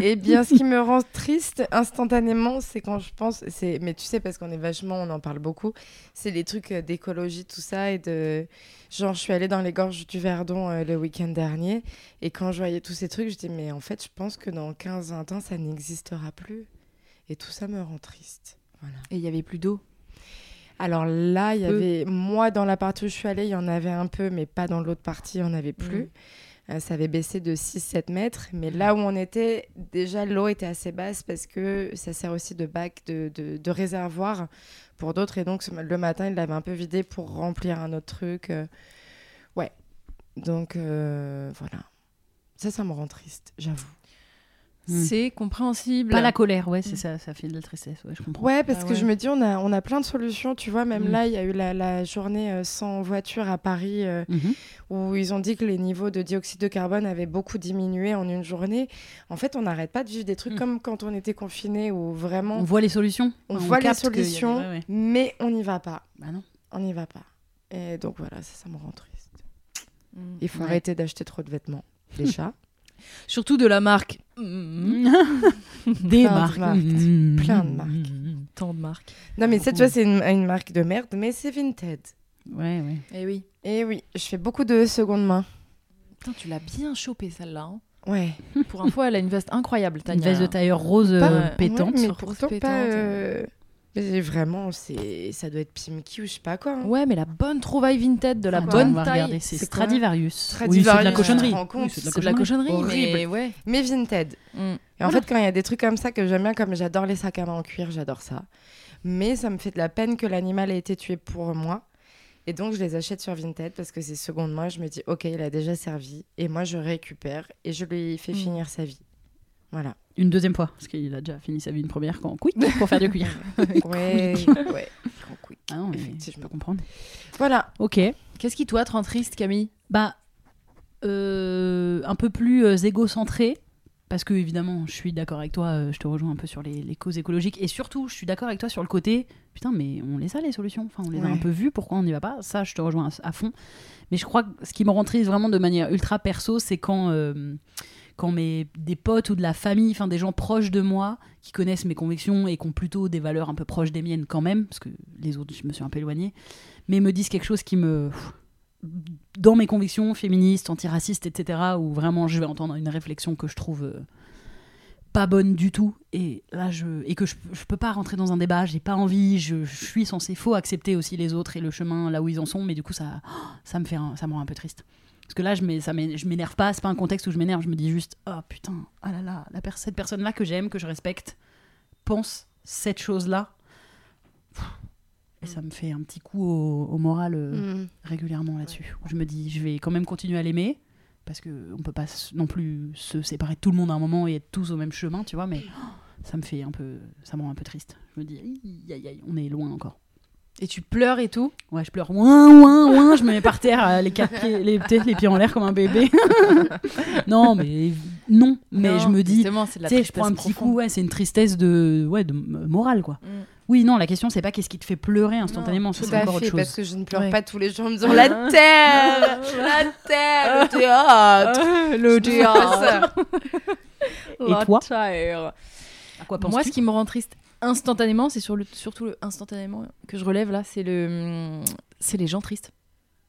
[SPEAKER 3] Eh bien, ce qui me rend triste instantanément, c'est quand je pense, c'est, mais tu sais, parce qu'on est vachement, on en parle beaucoup, c'est les trucs euh, d'écologie, tout ça, et de, genre, je suis allée dans les gorges du Verdon euh, le week-end dernier, et quand je voyais tous ces trucs, je dis, mais en fait, je pense que dans 15-20 ans, ça n'existera plus, et tout ça me rend triste. Voilà.
[SPEAKER 4] Et il y avait plus d'eau.
[SPEAKER 3] Alors là, il y
[SPEAKER 4] Peu.
[SPEAKER 3] avait, moi, dans la partie où je suis allée, il y en avait un peu, mais pas dans l'autre partie, il n'y en avait
[SPEAKER 4] Mhm.
[SPEAKER 3] plus. Euh, ça avait baissé de 6-7 mètres. Mais là où on était, déjà, l'eau était assez basse parce que ça sert aussi de bac, de, de, de réservoir pour d'autres. Et donc, ce- le matin, il l'avait un peu vidé pour remplir un autre truc. euh, Ouais. Donc, euh, voilà. Ça, ça me rend triste, j'avoue.
[SPEAKER 1] Mm.
[SPEAKER 4] C'est compréhensible.
[SPEAKER 1] Pas la colère, ouais,
[SPEAKER 3] Mm.
[SPEAKER 1] c'est ça, ça fait de la tristesse, ouais, je comprends.
[SPEAKER 3] Bah Ouais, parce
[SPEAKER 4] Ah
[SPEAKER 3] que
[SPEAKER 4] ouais.
[SPEAKER 3] je me dis, on a, on a plein de solutions. Tu vois, même
[SPEAKER 1] Mm.
[SPEAKER 3] là, il y a eu la, la journée euh, sans voiture à Paris. euh,
[SPEAKER 1] Mhm.
[SPEAKER 3] où ils ont dit que les niveaux de dioxyde de carbone avaient beaucoup diminué en une journée. En fait, on n'arrête pas de vivre des trucs
[SPEAKER 1] Mm.
[SPEAKER 3] comme quand on était confiné où
[SPEAKER 1] On
[SPEAKER 3] vraiment
[SPEAKER 1] voit les solutions.
[SPEAKER 3] on,
[SPEAKER 1] Enfin,
[SPEAKER 3] voit les
[SPEAKER 1] capte qu'il y a des-
[SPEAKER 3] solutions,
[SPEAKER 1] ouais, ouais.
[SPEAKER 3] mais on n'y va pas.
[SPEAKER 1] Bah non.
[SPEAKER 3] On n'y va pas. Et donc voilà, ça, ça me rend triste.
[SPEAKER 4] Mm.
[SPEAKER 3] Il faut
[SPEAKER 1] Ouais.
[SPEAKER 3] arrêter d'acheter trop de vêtements.
[SPEAKER 1] <laughs>
[SPEAKER 3] Déjà,
[SPEAKER 4] Surtout de la marque. Mm.
[SPEAKER 1] Des
[SPEAKER 3] <laughs> Plein de
[SPEAKER 1] marques.
[SPEAKER 3] marques.
[SPEAKER 1] Mhm.
[SPEAKER 3] Plein de marques.
[SPEAKER 1] Mhm.
[SPEAKER 4] Tant de marques.
[SPEAKER 3] non mais ça, tu vois, c'est une, une marque de merde, mais c'est Vinted.
[SPEAKER 1] Ouais, ouais.
[SPEAKER 4] Eh oui.
[SPEAKER 3] Et oui, je fais beaucoup de seconde main.
[SPEAKER 4] Putain, tu l'as bien chopée celle-là. <laughs> hein.
[SPEAKER 3] Ouais.
[SPEAKER 4] Pour info, elle a une veste incroyable, Tania.
[SPEAKER 1] Une veste de tailleur rose euh,
[SPEAKER 4] Pas-
[SPEAKER 1] pétante. hein.
[SPEAKER 3] Ouais, mais
[SPEAKER 4] sur
[SPEAKER 3] pourtant
[SPEAKER 4] Rose
[SPEAKER 3] pas.
[SPEAKER 4] Pétante.
[SPEAKER 3] euh, Mais vraiment, c'est ça doit être Pimki ou je sais pas quoi. hein.
[SPEAKER 4] Ouais, mais la bonne trouvaille vintage de la
[SPEAKER 3] Attends,
[SPEAKER 4] bonne
[SPEAKER 1] Ah, on va
[SPEAKER 4] taille.
[SPEAKER 1] regarder, c'est
[SPEAKER 3] C'est quoi
[SPEAKER 1] Stradivarius. Oui, c'est de
[SPEAKER 3] Stradivarius,
[SPEAKER 1] la
[SPEAKER 3] tu te
[SPEAKER 1] cochonnerie.
[SPEAKER 3] rends compte,
[SPEAKER 1] Oui,
[SPEAKER 4] C'est de la cochonnerie,
[SPEAKER 3] Horrible.
[SPEAKER 4] mais ouais.
[SPEAKER 3] Mais Vinted.
[SPEAKER 4] Mm.
[SPEAKER 3] Et en fait, quand il y a des trucs comme ça que j'aime bien, comme j'adore les sacs à main en cuir, j'adore ça. Mais ça me fait de la peine que l'animal ait été tué pour moi. Et donc, je les achète sur Vinted parce que c'est seconde main. Je me dis, OK, il a déjà servi. Et moi, je récupère et je lui fais
[SPEAKER 4] Mm.
[SPEAKER 3] finir sa vie. <laughs> Voilà.
[SPEAKER 1] Une deuxième fois, parce qu'il a déjà fini sa vie une première quand quick pour faire du cuir.
[SPEAKER 3] Ouais, ouais. Grand quick.
[SPEAKER 1] Ah non, mais je peux
[SPEAKER 3] Effectivement.
[SPEAKER 1] comprendre.
[SPEAKER 3] Voilà.
[SPEAKER 1] Ok.
[SPEAKER 4] Qu'est-ce qui, toi, te rend triste, Camille
[SPEAKER 1] Bah, euh, un peu plus euh, égocentré, parce que évidemment, je suis d'accord avec toi, euh, je te rejoins un peu sur les, les causes écologiques, et surtout, je suis d'accord avec toi sur le côté, putain, mais on les a les solutions, enfin, on les a
[SPEAKER 3] Ouais.
[SPEAKER 1] un peu vues, pourquoi on n'y va pas Ça, je te rejoins à, à fond. Mais je crois que ce qui me rend triste vraiment de manière ultra perso, c'est quand. euh, quand mes, des potes ou de la famille, enfin des gens proches de moi, qui connaissent mes convictions et qui ont plutôt des valeurs un peu proches des miennes quand même, parce que les autres, je me suis un peu éloignée, mais me disent quelque chose qui me, dans mes convictions féministes, antiracistes, etc., où vraiment je vais entendre une réflexion que je trouve euh, pas bonne du tout, et là je et que je, je peux pas rentrer dans un débat, j'ai pas envie, je, je suis censé faut accepter aussi les autres et le chemin là où ils en sont, mais du coup ça ça me fait un- ça me rend un peu triste. Parce que là, je m'é- ça m'é- je m'énerve pas, c'est pas un contexte où je m'énerve, je me dis juste, oh putain, ah là là, la per- cette personne-là que j'aime, que je respecte, pense cette chose-là. Et ça me fait un Mm.
[SPEAKER 3] Mm.
[SPEAKER 1] petit coup au, au moral euh, régulièrement là-dessus. où Je me dis, je vais quand même continuer à l'aimer, parce qu'on ne peut pas s- non plus se séparer de tout le monde à un moment et être tous au même chemin, tu vois, mais <gasps> oh, ça me fait un peu, ça me rend un peu triste. Je me dis, aïe, aïe, aïe, on est loin encore.
[SPEAKER 4] Et tu pleures et tout.
[SPEAKER 1] Ouais, je pleure, ouin, ouin, ouin, je me mets par terre, euh, les quatre pieds, les, peut-être les pieds en l'air comme un bébé. <laughs> non, mais non, mais
[SPEAKER 4] Non,
[SPEAKER 1] je me dis,
[SPEAKER 4] justement, c'est de la
[SPEAKER 1] tu sais, je
[SPEAKER 4] tristesse
[SPEAKER 1] prends un petit coup,
[SPEAKER 4] profonde.
[SPEAKER 1] ouais, c'est une tristesse de, ouais, de m- morale, quoi.
[SPEAKER 4] Mm.
[SPEAKER 1] Oui, non, la question, c'est pas qu'est-ce qui te fait pleurer instantanément, ça,
[SPEAKER 3] Tout
[SPEAKER 1] c'est
[SPEAKER 3] à
[SPEAKER 1] encore
[SPEAKER 3] fait,
[SPEAKER 1] autre
[SPEAKER 3] parce
[SPEAKER 1] chose.
[SPEAKER 3] que je ne pleure
[SPEAKER 4] Ouais.
[SPEAKER 3] pas tous les jours en me disant <laughs> Ah, la terre, la terre, le théâtre,
[SPEAKER 4] <laughs>
[SPEAKER 3] le théâtre.
[SPEAKER 1] Et toi À quoi
[SPEAKER 4] Moi,
[SPEAKER 1] penses-tu
[SPEAKER 4] ce qui me rend triste instantanément, c'est sur le, surtout le instantanément que je relève là, c'est le, c'est les gens tristes.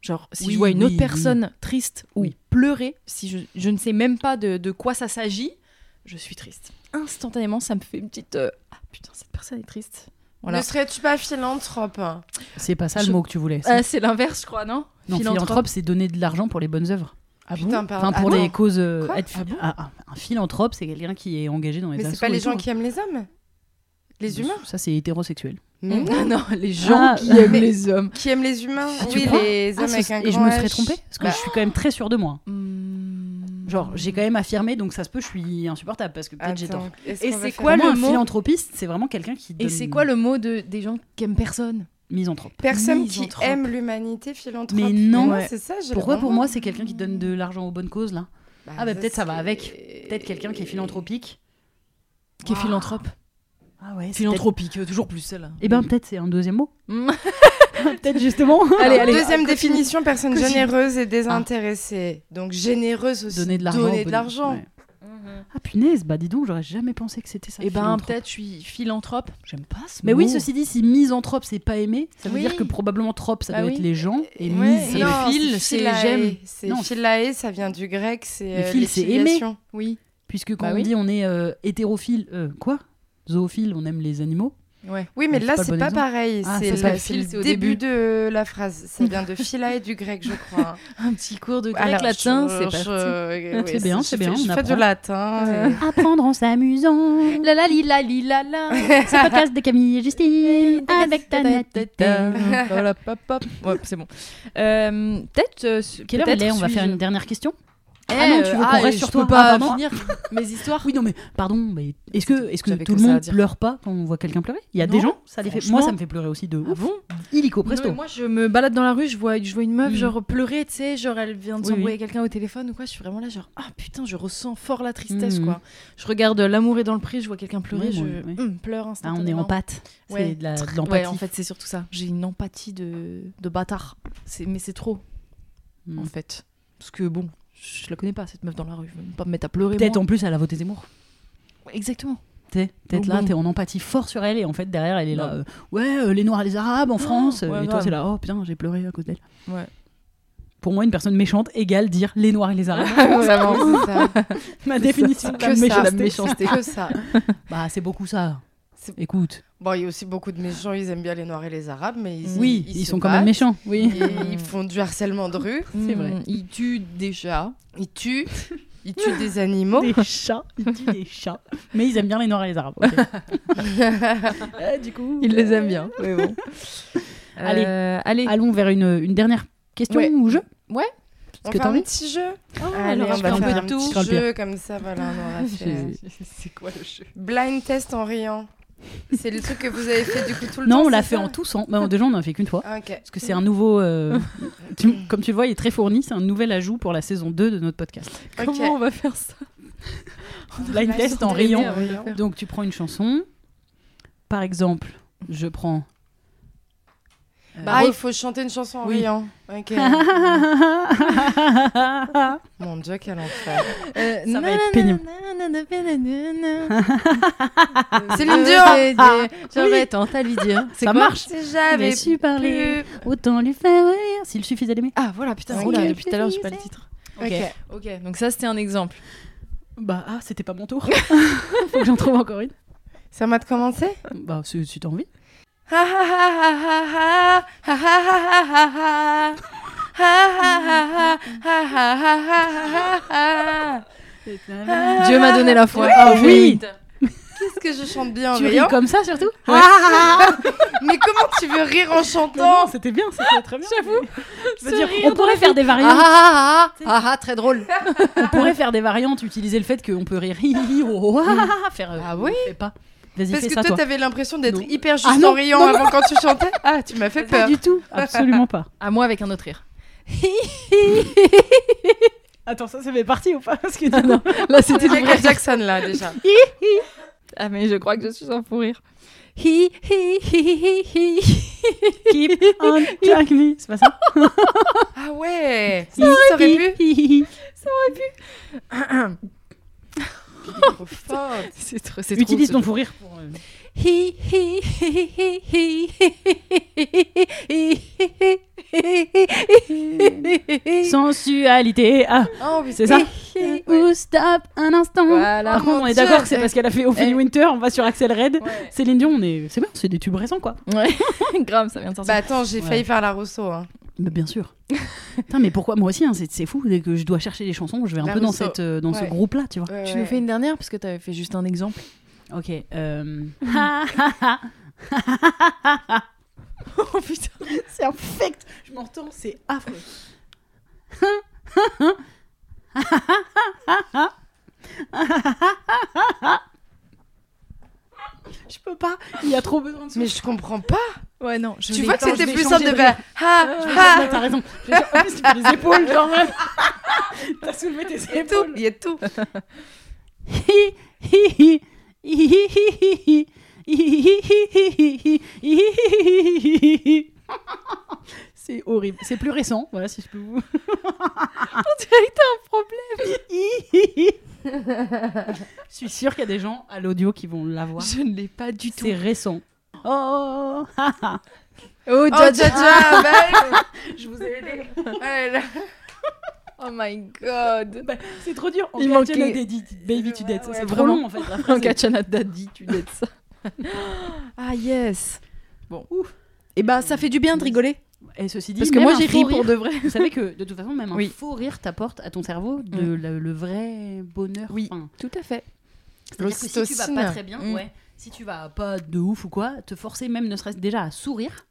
[SPEAKER 4] Genre, si
[SPEAKER 1] Oui,
[SPEAKER 4] je vois une
[SPEAKER 1] oui,
[SPEAKER 4] autre
[SPEAKER 1] oui.
[SPEAKER 4] personne triste ou
[SPEAKER 1] Oui.
[SPEAKER 4] pleurer, si je, je ne sais même pas de, de quoi ça s'agit, je suis triste. Instantanément, ça me fait une petite. euh, ah putain, cette personne est triste. Voilà. Euh,
[SPEAKER 3] Ne serais-tu pas philanthrope hein
[SPEAKER 1] C'est pas ça
[SPEAKER 4] Je-
[SPEAKER 1] le mot que tu voulais. c'est-
[SPEAKER 4] Euh, c'est l'inverse, je crois, non
[SPEAKER 1] non, philanthrope, c'est donner de l'argent pour les bonnes œuvres.
[SPEAKER 3] Putain, pardon.
[SPEAKER 1] Enfin, pour
[SPEAKER 3] Ah
[SPEAKER 1] des
[SPEAKER 3] non.
[SPEAKER 1] causes. euh,
[SPEAKER 3] Quoi
[SPEAKER 1] être
[SPEAKER 3] Ah bon
[SPEAKER 1] ah, ah, un philanthrope, c'est quelqu'un qui est engagé dans les
[SPEAKER 3] Mais
[SPEAKER 1] assos
[SPEAKER 3] c'est pas
[SPEAKER 1] et
[SPEAKER 3] les
[SPEAKER 1] tout,
[SPEAKER 3] gens
[SPEAKER 1] hein.
[SPEAKER 3] qui aiment les hommes, les humains.
[SPEAKER 1] Ça, c'est hétérosexuel.
[SPEAKER 3] Mais non.
[SPEAKER 4] Mm. <laughs> Non, non, les gens
[SPEAKER 1] Ah,
[SPEAKER 4] qui aiment
[SPEAKER 3] mais-
[SPEAKER 4] les hommes.
[SPEAKER 3] Qui aiment les humains
[SPEAKER 1] Ah, tu
[SPEAKER 3] Oui,
[SPEAKER 1] crois
[SPEAKER 3] les
[SPEAKER 1] Ah,
[SPEAKER 3] hommes
[SPEAKER 1] ce-
[SPEAKER 3] avec un
[SPEAKER 1] et je
[SPEAKER 3] grand
[SPEAKER 1] me serais
[SPEAKER 3] H.
[SPEAKER 1] trompée Parce que
[SPEAKER 3] Bah,
[SPEAKER 1] je suis quand même très sûre de moi. Genre,
[SPEAKER 4] Genre,
[SPEAKER 1] j'ai quand même affirmé, donc ça se peut, je suis insupportable parce que peut-être j'ai tort.
[SPEAKER 3] attends, est-ce
[SPEAKER 4] Et
[SPEAKER 3] qu'on va
[SPEAKER 4] c'est
[SPEAKER 3] faire-
[SPEAKER 4] quoi
[SPEAKER 1] Pour moi,
[SPEAKER 4] le
[SPEAKER 1] un
[SPEAKER 4] mot
[SPEAKER 1] philanthropiste, c'est vraiment quelqu'un qui.
[SPEAKER 4] Et
[SPEAKER 1] donne-
[SPEAKER 4] c'est quoi le mot de, des gens qui aiment personne
[SPEAKER 1] Misanthrope.
[SPEAKER 3] Personne qui
[SPEAKER 4] Misanthrope.
[SPEAKER 3] aime l'humanité philanthrope.
[SPEAKER 1] Mais non.
[SPEAKER 3] moi,
[SPEAKER 1] Ouais.
[SPEAKER 3] c'est ça. j'ai
[SPEAKER 1] Pourquoi
[SPEAKER 3] le
[SPEAKER 1] pour
[SPEAKER 3] moment.
[SPEAKER 1] moi, c'est quelqu'un qui donne de l'argent aux bonnes causes, là Ah, bah peut-être ça va
[SPEAKER 3] c'est-
[SPEAKER 1] avec.
[SPEAKER 4] Euh,
[SPEAKER 1] Peut-être quelqu'un qui est philanthropique.
[SPEAKER 4] Qui est philanthrope.
[SPEAKER 1] Ah ouais,
[SPEAKER 4] Philanthropique, euh, toujours plus celle-là. Mmh.
[SPEAKER 1] Et ben peut-être c'est un deuxième mot.
[SPEAKER 4] <laughs>
[SPEAKER 1] peut-être <laughs> justement.
[SPEAKER 4] Allez, allez.
[SPEAKER 3] Deuxième définition, personne
[SPEAKER 4] Continue.
[SPEAKER 3] généreuse et désintéressée. Donc généreuse aussi.
[SPEAKER 1] Ah. Donner de l'argent.
[SPEAKER 3] Donner
[SPEAKER 1] aux
[SPEAKER 3] de
[SPEAKER 1] bonnes-
[SPEAKER 3] l'argent.
[SPEAKER 1] ouais.
[SPEAKER 4] Mhm.
[SPEAKER 1] Ah punaise, bah dis donc, j'aurais jamais pensé que c'était
[SPEAKER 3] Eh
[SPEAKER 1] ça.
[SPEAKER 4] Et ben
[SPEAKER 1] philanthrope.
[SPEAKER 4] peut-être je suis philanthrope. J'aime pas ce
[SPEAKER 1] Mais oui,
[SPEAKER 4] mot.
[SPEAKER 1] ceci dit, si misanthrope c'est pas aimé, ça veut
[SPEAKER 4] Oui.
[SPEAKER 1] dire que probablement trope ça
[SPEAKER 4] Bah
[SPEAKER 1] doit
[SPEAKER 4] oui.
[SPEAKER 1] être les gens et
[SPEAKER 4] Ouais,
[SPEAKER 1] mise ça
[SPEAKER 4] et
[SPEAKER 1] doit
[SPEAKER 4] non.
[SPEAKER 1] être-
[SPEAKER 4] fil, c'est j'aime.
[SPEAKER 3] C'est
[SPEAKER 1] Non.
[SPEAKER 3] philae, ça vient du grec, c'est
[SPEAKER 1] Mais
[SPEAKER 3] euh,
[SPEAKER 1] phil,
[SPEAKER 3] les
[SPEAKER 1] c'est aimer.
[SPEAKER 3] filiations.
[SPEAKER 4] Oui.
[SPEAKER 1] puisque quand
[SPEAKER 4] Bah
[SPEAKER 1] on
[SPEAKER 4] oui.
[SPEAKER 1] dit on est euh, hétérophile, euh, quoi Zoophile, on aime les animaux.
[SPEAKER 4] Ouais.
[SPEAKER 3] Oui, mais
[SPEAKER 1] Mais
[SPEAKER 3] là,
[SPEAKER 1] c'est pas le
[SPEAKER 3] c'est
[SPEAKER 1] bon
[SPEAKER 3] pas,
[SPEAKER 1] exemple.
[SPEAKER 3] pareil.
[SPEAKER 1] Ah, ça,
[SPEAKER 3] c'est le,
[SPEAKER 1] c'est
[SPEAKER 4] le
[SPEAKER 3] c'est
[SPEAKER 4] fil,
[SPEAKER 3] le
[SPEAKER 4] c'est au
[SPEAKER 3] début
[SPEAKER 4] début.
[SPEAKER 3] de la phrase. Ça vient de philae du grec, je
[SPEAKER 1] <laughs>
[SPEAKER 3] crois.
[SPEAKER 4] Un petit cours de grec
[SPEAKER 3] Alors,
[SPEAKER 4] latin,
[SPEAKER 3] je-
[SPEAKER 4] c'est
[SPEAKER 3] je-
[SPEAKER 4] parti.
[SPEAKER 3] euh, oui,
[SPEAKER 1] C'est bien,
[SPEAKER 3] je
[SPEAKER 1] c'est
[SPEAKER 3] fais-
[SPEAKER 1] bien,
[SPEAKER 3] Je
[SPEAKER 1] on
[SPEAKER 3] fais du
[SPEAKER 1] apprend.
[SPEAKER 3] latin.
[SPEAKER 1] <laughs>
[SPEAKER 3] et-
[SPEAKER 1] Apprendre en s'amusant.
[SPEAKER 4] Euh. La la li la li la <laughs> la.
[SPEAKER 1] C'est le podcast de Camille et
[SPEAKER 4] <laughs>
[SPEAKER 1] Justine avec Tana.
[SPEAKER 4] Voilà, Oh pop pop. Ouais, c'est bon. Euh, peut-être. euh, ce-
[SPEAKER 1] Quelle heure
[SPEAKER 4] peut-être
[SPEAKER 1] il est On va
[SPEAKER 4] suis-je-
[SPEAKER 1] faire une dernière question.
[SPEAKER 4] Eh,
[SPEAKER 1] Ah non, tu veux qu'on
[SPEAKER 4] ah,
[SPEAKER 1] reste
[SPEAKER 4] je
[SPEAKER 1] sur
[SPEAKER 4] peux
[SPEAKER 1] toi
[SPEAKER 4] pas
[SPEAKER 1] Ah, pardon.
[SPEAKER 4] finir <laughs> mes histoires.
[SPEAKER 1] Oui, non, mais pardon, mais est-ce que, est que
[SPEAKER 4] J'avais
[SPEAKER 1] tout
[SPEAKER 4] que
[SPEAKER 1] le
[SPEAKER 4] ça à
[SPEAKER 1] monde
[SPEAKER 4] dire.
[SPEAKER 1] pleure pas quand on voit quelqu'un pleurer Il y a
[SPEAKER 4] Non,
[SPEAKER 1] des gens, ça les fait.
[SPEAKER 4] franchement.
[SPEAKER 1] Moi, ça me fait pleurer aussi de
[SPEAKER 4] Ah
[SPEAKER 1] ouf.
[SPEAKER 4] bon
[SPEAKER 1] Illico
[SPEAKER 4] Non,
[SPEAKER 1] presto.
[SPEAKER 4] mais moi, je me balade dans la rue, je vois, je vois une meuf
[SPEAKER 1] Mm.
[SPEAKER 4] genre pleurer, tu sais, genre elle vient de
[SPEAKER 1] Oui,
[SPEAKER 4] s'embrouiller avec quelqu'un au téléphone ou quoi. Je suis vraiment là, genre ah putain, je ressens fort la tristesse
[SPEAKER 1] Mm.
[SPEAKER 4] quoi. Je regarde euh, l'amour est dans le prix, je vois quelqu'un pleurer,
[SPEAKER 1] Ouais,
[SPEAKER 4] je
[SPEAKER 1] moi, ouais.
[SPEAKER 4] hum, pleure
[SPEAKER 1] Ah,
[SPEAKER 4] instantanément.
[SPEAKER 1] on est en pâte.
[SPEAKER 4] Ouais.
[SPEAKER 1] C'est de la- de
[SPEAKER 4] Ouais,
[SPEAKER 1] l'empathie.
[SPEAKER 4] en fait, c'est surtout ça. J'ai une empathie de, de bâtard. C'est mais c'est trop
[SPEAKER 1] Mm.
[SPEAKER 4] en fait, parce que bon, je la connais pas cette meuf dans la rue, je vais même pas me mettre à pleurer.
[SPEAKER 1] Peut-être
[SPEAKER 4] moi.
[SPEAKER 1] en plus, elle a voté Zemmour.
[SPEAKER 4] Exactement.
[SPEAKER 1] T'es- Peut-être
[SPEAKER 4] Donc
[SPEAKER 1] là,
[SPEAKER 4] bon.
[SPEAKER 1] t'es en empathie fort sur elle, et en fait, derrière, elle est là.
[SPEAKER 4] Ouais.
[SPEAKER 1] euh, ouais, euh, les Noirs et les Arabes en France. euh,
[SPEAKER 4] ouais,
[SPEAKER 1] et toi,
[SPEAKER 4] grave.
[SPEAKER 1] c'est là, oh putain, j'ai pleuré à cause d'elle.
[SPEAKER 4] Ouais.
[SPEAKER 1] Pour moi, une personne méchante égale dire les Noirs et les Arabes.
[SPEAKER 3] Vraiment, c'est ça.
[SPEAKER 1] <laughs> Ma définition de la
[SPEAKER 3] Que ça.
[SPEAKER 1] méchanceté.
[SPEAKER 3] Que ça.
[SPEAKER 1] <laughs> Bah, c'est beaucoup ça.
[SPEAKER 3] C'est-
[SPEAKER 1] Écoute.
[SPEAKER 3] Bon, il y a aussi beaucoup de méchants, ils aiment bien les Noirs et les Arabes, mais ils,
[SPEAKER 1] Oui,
[SPEAKER 3] ils,
[SPEAKER 1] ils
[SPEAKER 3] Mm. se
[SPEAKER 1] sont quand même
[SPEAKER 3] battent,
[SPEAKER 1] méchants. Oui.
[SPEAKER 3] et Ils font du harcèlement
[SPEAKER 1] <laughs>
[SPEAKER 3] de rue,
[SPEAKER 1] C'est vrai.
[SPEAKER 4] Mm, Il tue déjà.
[SPEAKER 3] ils tuent, ils tuent des animaux.
[SPEAKER 1] Des chats, il dit des chats. Mais ils aiment bien les Noirs et les Arabes. ok. Euh, du coup,
[SPEAKER 4] Il les aime bien. Mais bon.
[SPEAKER 1] Allez.
[SPEAKER 4] Euh, allez.
[SPEAKER 1] allons vers une, une dernière question
[SPEAKER 4] Ouais.
[SPEAKER 1] ou jeu.
[SPEAKER 3] on
[SPEAKER 1] que
[SPEAKER 3] fait
[SPEAKER 1] t'as
[SPEAKER 3] un
[SPEAKER 1] envie
[SPEAKER 3] petit jeu.
[SPEAKER 1] Allez,
[SPEAKER 3] Ah, on
[SPEAKER 1] je
[SPEAKER 3] va
[SPEAKER 1] fais un
[SPEAKER 3] faire
[SPEAKER 1] peu
[SPEAKER 3] un
[SPEAKER 1] de
[SPEAKER 3] petit
[SPEAKER 1] tout.
[SPEAKER 3] jeu comme ça, voilà, on aura fait. euh, <laughs>
[SPEAKER 4] C'est quoi le jeu
[SPEAKER 3] Blind test en riant. C'est le truc que vous avez fait du coup tout le temps.
[SPEAKER 1] Non, on l'a
[SPEAKER 3] c'est
[SPEAKER 1] fait
[SPEAKER 3] ça
[SPEAKER 1] en tous. En... Bah, déjà, on en a fait qu'une fois.
[SPEAKER 3] Ah, Ok.
[SPEAKER 1] Parce que c'est un nouveau.
[SPEAKER 4] <laughs>
[SPEAKER 1] euh, tu- comme tu le vois, il est très fourni. C'est un nouvel ajout pour la saison 2 de notre podcast.
[SPEAKER 3] Ok. Bah,
[SPEAKER 4] Comment on va faire ça
[SPEAKER 1] Blind test en
[SPEAKER 3] riant.
[SPEAKER 1] rayon. Donc, tu prends une chanson. Par exemple, je prends. euh,
[SPEAKER 3] Bah,
[SPEAKER 4] <laughs>
[SPEAKER 3] il faut chanter une chanson en
[SPEAKER 1] Ah Oui.
[SPEAKER 3] riant. Ok.
[SPEAKER 1] <laughs> Bah,
[SPEAKER 3] Mon dieu, quel enfer.
[SPEAKER 4] Euh,
[SPEAKER 1] Ça va être pénible.
[SPEAKER 4] <laughs>
[SPEAKER 3] Céline Dion.
[SPEAKER 4] Ah. J'aurais tendance à lui dire. C'est
[SPEAKER 1] Ça
[SPEAKER 4] quoi
[SPEAKER 1] marche.
[SPEAKER 3] Si j'avais
[SPEAKER 1] Mais su parler.
[SPEAKER 3] plus.
[SPEAKER 1] Autant lui faire rire s'il suffisait d'aimer.
[SPEAKER 4] Ah voilà, putain,
[SPEAKER 3] Ok.
[SPEAKER 4] oula, depuis tout à l'heure, j'ai pas le titre.
[SPEAKER 3] Ok.
[SPEAKER 4] Ok, donc ça c'était un exemple.
[SPEAKER 1] Bah, ah, c'était pas mon tour. <laughs> Faut que j'en trouve encore une.
[SPEAKER 3] Ça m'a de commencer
[SPEAKER 1] Bah, si, si t'as envie.
[SPEAKER 3] Dieu
[SPEAKER 4] Dieu m'a donné la Ah, foi.
[SPEAKER 1] Ah oui.
[SPEAKER 3] Qu'est-ce Ah, que je chante bien en
[SPEAKER 1] Tu
[SPEAKER 3] riant.
[SPEAKER 1] ris comme ça surtout
[SPEAKER 3] Mais comment tu veux rire en chantant
[SPEAKER 1] Non, c'était bien, c'était très bien. J'avoue. Je veux
[SPEAKER 4] Ce
[SPEAKER 1] dire,
[SPEAKER 4] rire
[SPEAKER 1] on pourrait faire des
[SPEAKER 4] Ah,
[SPEAKER 1] variantes.
[SPEAKER 4] ah, ah, ah, ah, très drôle.
[SPEAKER 1] On pourrait faire des variantes, utiliser le fait qu'on peut rire, hi, hi, oh, oh, ah, ah, ah, faire. euh,
[SPEAKER 3] Ah oui.
[SPEAKER 1] on fait pas. Vas-y,
[SPEAKER 3] Parce
[SPEAKER 1] fais
[SPEAKER 3] que
[SPEAKER 1] ça
[SPEAKER 3] toi,
[SPEAKER 1] toi.
[SPEAKER 3] t'avais l'impression d'être
[SPEAKER 1] Non.
[SPEAKER 3] hyper juste
[SPEAKER 1] Ah non,
[SPEAKER 3] en riant
[SPEAKER 1] non,
[SPEAKER 3] avant quand tu chantais. Ah, tu m'as fait
[SPEAKER 1] Pas
[SPEAKER 3] peur.
[SPEAKER 1] du tout, absolument pas.
[SPEAKER 4] À moi avec un autre rire.
[SPEAKER 1] Attends, ça c'est mes parties ou pas Parce que
[SPEAKER 4] non. <laughs> Là, c'était du vrai
[SPEAKER 3] Michael Jackson là déjà.
[SPEAKER 4] Ah mais je crois que je suis en fou rire. Hi hi hi hi hi.
[SPEAKER 1] keep on trucking. C'est pas ça
[SPEAKER 3] Ah ouais. Ça aurait pu.
[SPEAKER 1] Hi, hi, hi.
[SPEAKER 3] Trop forte.
[SPEAKER 4] <laughs> C'est trop. C'est
[SPEAKER 1] Utilise
[SPEAKER 4] trop,
[SPEAKER 1] ton fou rire. pour, euh,
[SPEAKER 4] Hi hi hi hi hi hi hi.
[SPEAKER 1] Sensualité. Ah,
[SPEAKER 3] Oh oui. <laughs>
[SPEAKER 1] c'est ça
[SPEAKER 4] hi.
[SPEAKER 1] Ou stop un instant.
[SPEAKER 4] Voilà.
[SPEAKER 1] Par contre,
[SPEAKER 3] mon
[SPEAKER 1] on est
[SPEAKER 3] Dieu.
[SPEAKER 1] d'accord que c'est parce qu'elle a fait Ophélie
[SPEAKER 4] Eh.
[SPEAKER 1] Winter, on va sur Axel Red.
[SPEAKER 3] Ouais.
[SPEAKER 1] Céline Dion, on est... c'est bien, c'est des tubes récents quoi.
[SPEAKER 4] Grave, ça vient de sortir.
[SPEAKER 3] Bah attends, j'ai
[SPEAKER 1] Ouais.
[SPEAKER 3] failli faire la Rousseau. hein.
[SPEAKER 1] Mais bien sûr. Putain, mais pourquoi Moi aussi, hein, c'est c'est fou. Dès que je dois chercher des chansons, je vais un
[SPEAKER 3] La
[SPEAKER 1] peu dans,
[SPEAKER 3] Rousseau.
[SPEAKER 1] cette, euh, dans ce
[SPEAKER 3] Ouais.
[SPEAKER 1] groupe-là, tu vois.
[SPEAKER 3] Ouais,
[SPEAKER 4] tu
[SPEAKER 3] ouais.
[SPEAKER 4] nous fais une dernière parce que t'avais fait juste un exemple.
[SPEAKER 1] Ok. euh,
[SPEAKER 4] Oh putain.
[SPEAKER 1] c'est infect. Je m'entends, c'est affreux. je peux pas. Il y a trop besoin de.
[SPEAKER 3] Mais je comprends pas.
[SPEAKER 4] Ouais non. Je
[SPEAKER 3] Tu
[SPEAKER 4] l'ai-
[SPEAKER 3] vois que
[SPEAKER 1] Attends, je
[SPEAKER 3] c'était
[SPEAKER 1] vais
[SPEAKER 3] plus
[SPEAKER 1] changer
[SPEAKER 3] simple de
[SPEAKER 1] de
[SPEAKER 3] faire. Ah, ah,
[SPEAKER 1] T'as raison. Je vais- En plus, tu fais les épaules, genre. même. <laughs> T'as soulevé tes
[SPEAKER 3] il y a tout,
[SPEAKER 1] épaules.
[SPEAKER 3] il y a tout. <laughs>
[SPEAKER 1] C'est horrible. C'est plus récent, voilà, si je peux
[SPEAKER 3] <laughs>
[SPEAKER 1] vous. Je suis sûre qu'il y a des gens à l'audio qui vont l'avoir.
[SPEAKER 4] Je ne l'ai pas du tout.
[SPEAKER 1] C'est récent. Oh,
[SPEAKER 4] Oh
[SPEAKER 3] Oh,
[SPEAKER 4] Jaja.
[SPEAKER 3] Jaja, bah,
[SPEAKER 1] je vous ai aidé.
[SPEAKER 3] ouais, là.
[SPEAKER 4] Oh my god.
[SPEAKER 1] C'est trop <laughs> dur.
[SPEAKER 4] Il
[SPEAKER 1] Engage
[SPEAKER 4] manquait-
[SPEAKER 1] another date, Baby, tu dettes.
[SPEAKER 4] ouais,
[SPEAKER 1] C'est trop
[SPEAKER 4] vraiment.
[SPEAKER 1] long en fait.
[SPEAKER 4] <laughs>
[SPEAKER 1] la
[SPEAKER 4] Un
[SPEAKER 1] phrase.
[SPEAKER 4] Kachana Daddy, tu dis ça. ah yes. Bon. Et bah ça fait du bien de rigoler.
[SPEAKER 1] Et ceci dit,
[SPEAKER 4] Parce que
[SPEAKER 1] même
[SPEAKER 4] moi
[SPEAKER 1] un
[SPEAKER 4] j'ai
[SPEAKER 1] faux
[SPEAKER 4] ri pour
[SPEAKER 1] rire-
[SPEAKER 4] de vrai.
[SPEAKER 1] Vous savez que de toute façon, même un
[SPEAKER 4] Oui. Mm.
[SPEAKER 1] faux rire t'apporte à ton cerveau de le, le vrai bonheur.
[SPEAKER 4] Oui.
[SPEAKER 1] Enfin,
[SPEAKER 4] Tout à fait.
[SPEAKER 1] c'est-à-dire que si tu vas
[SPEAKER 3] L'ocytocine.
[SPEAKER 1] pas très bien,
[SPEAKER 4] Mm.
[SPEAKER 1] ouais, si tu vas pas de ouf ou quoi, te forcer même ne serait-ce déjà à sourire,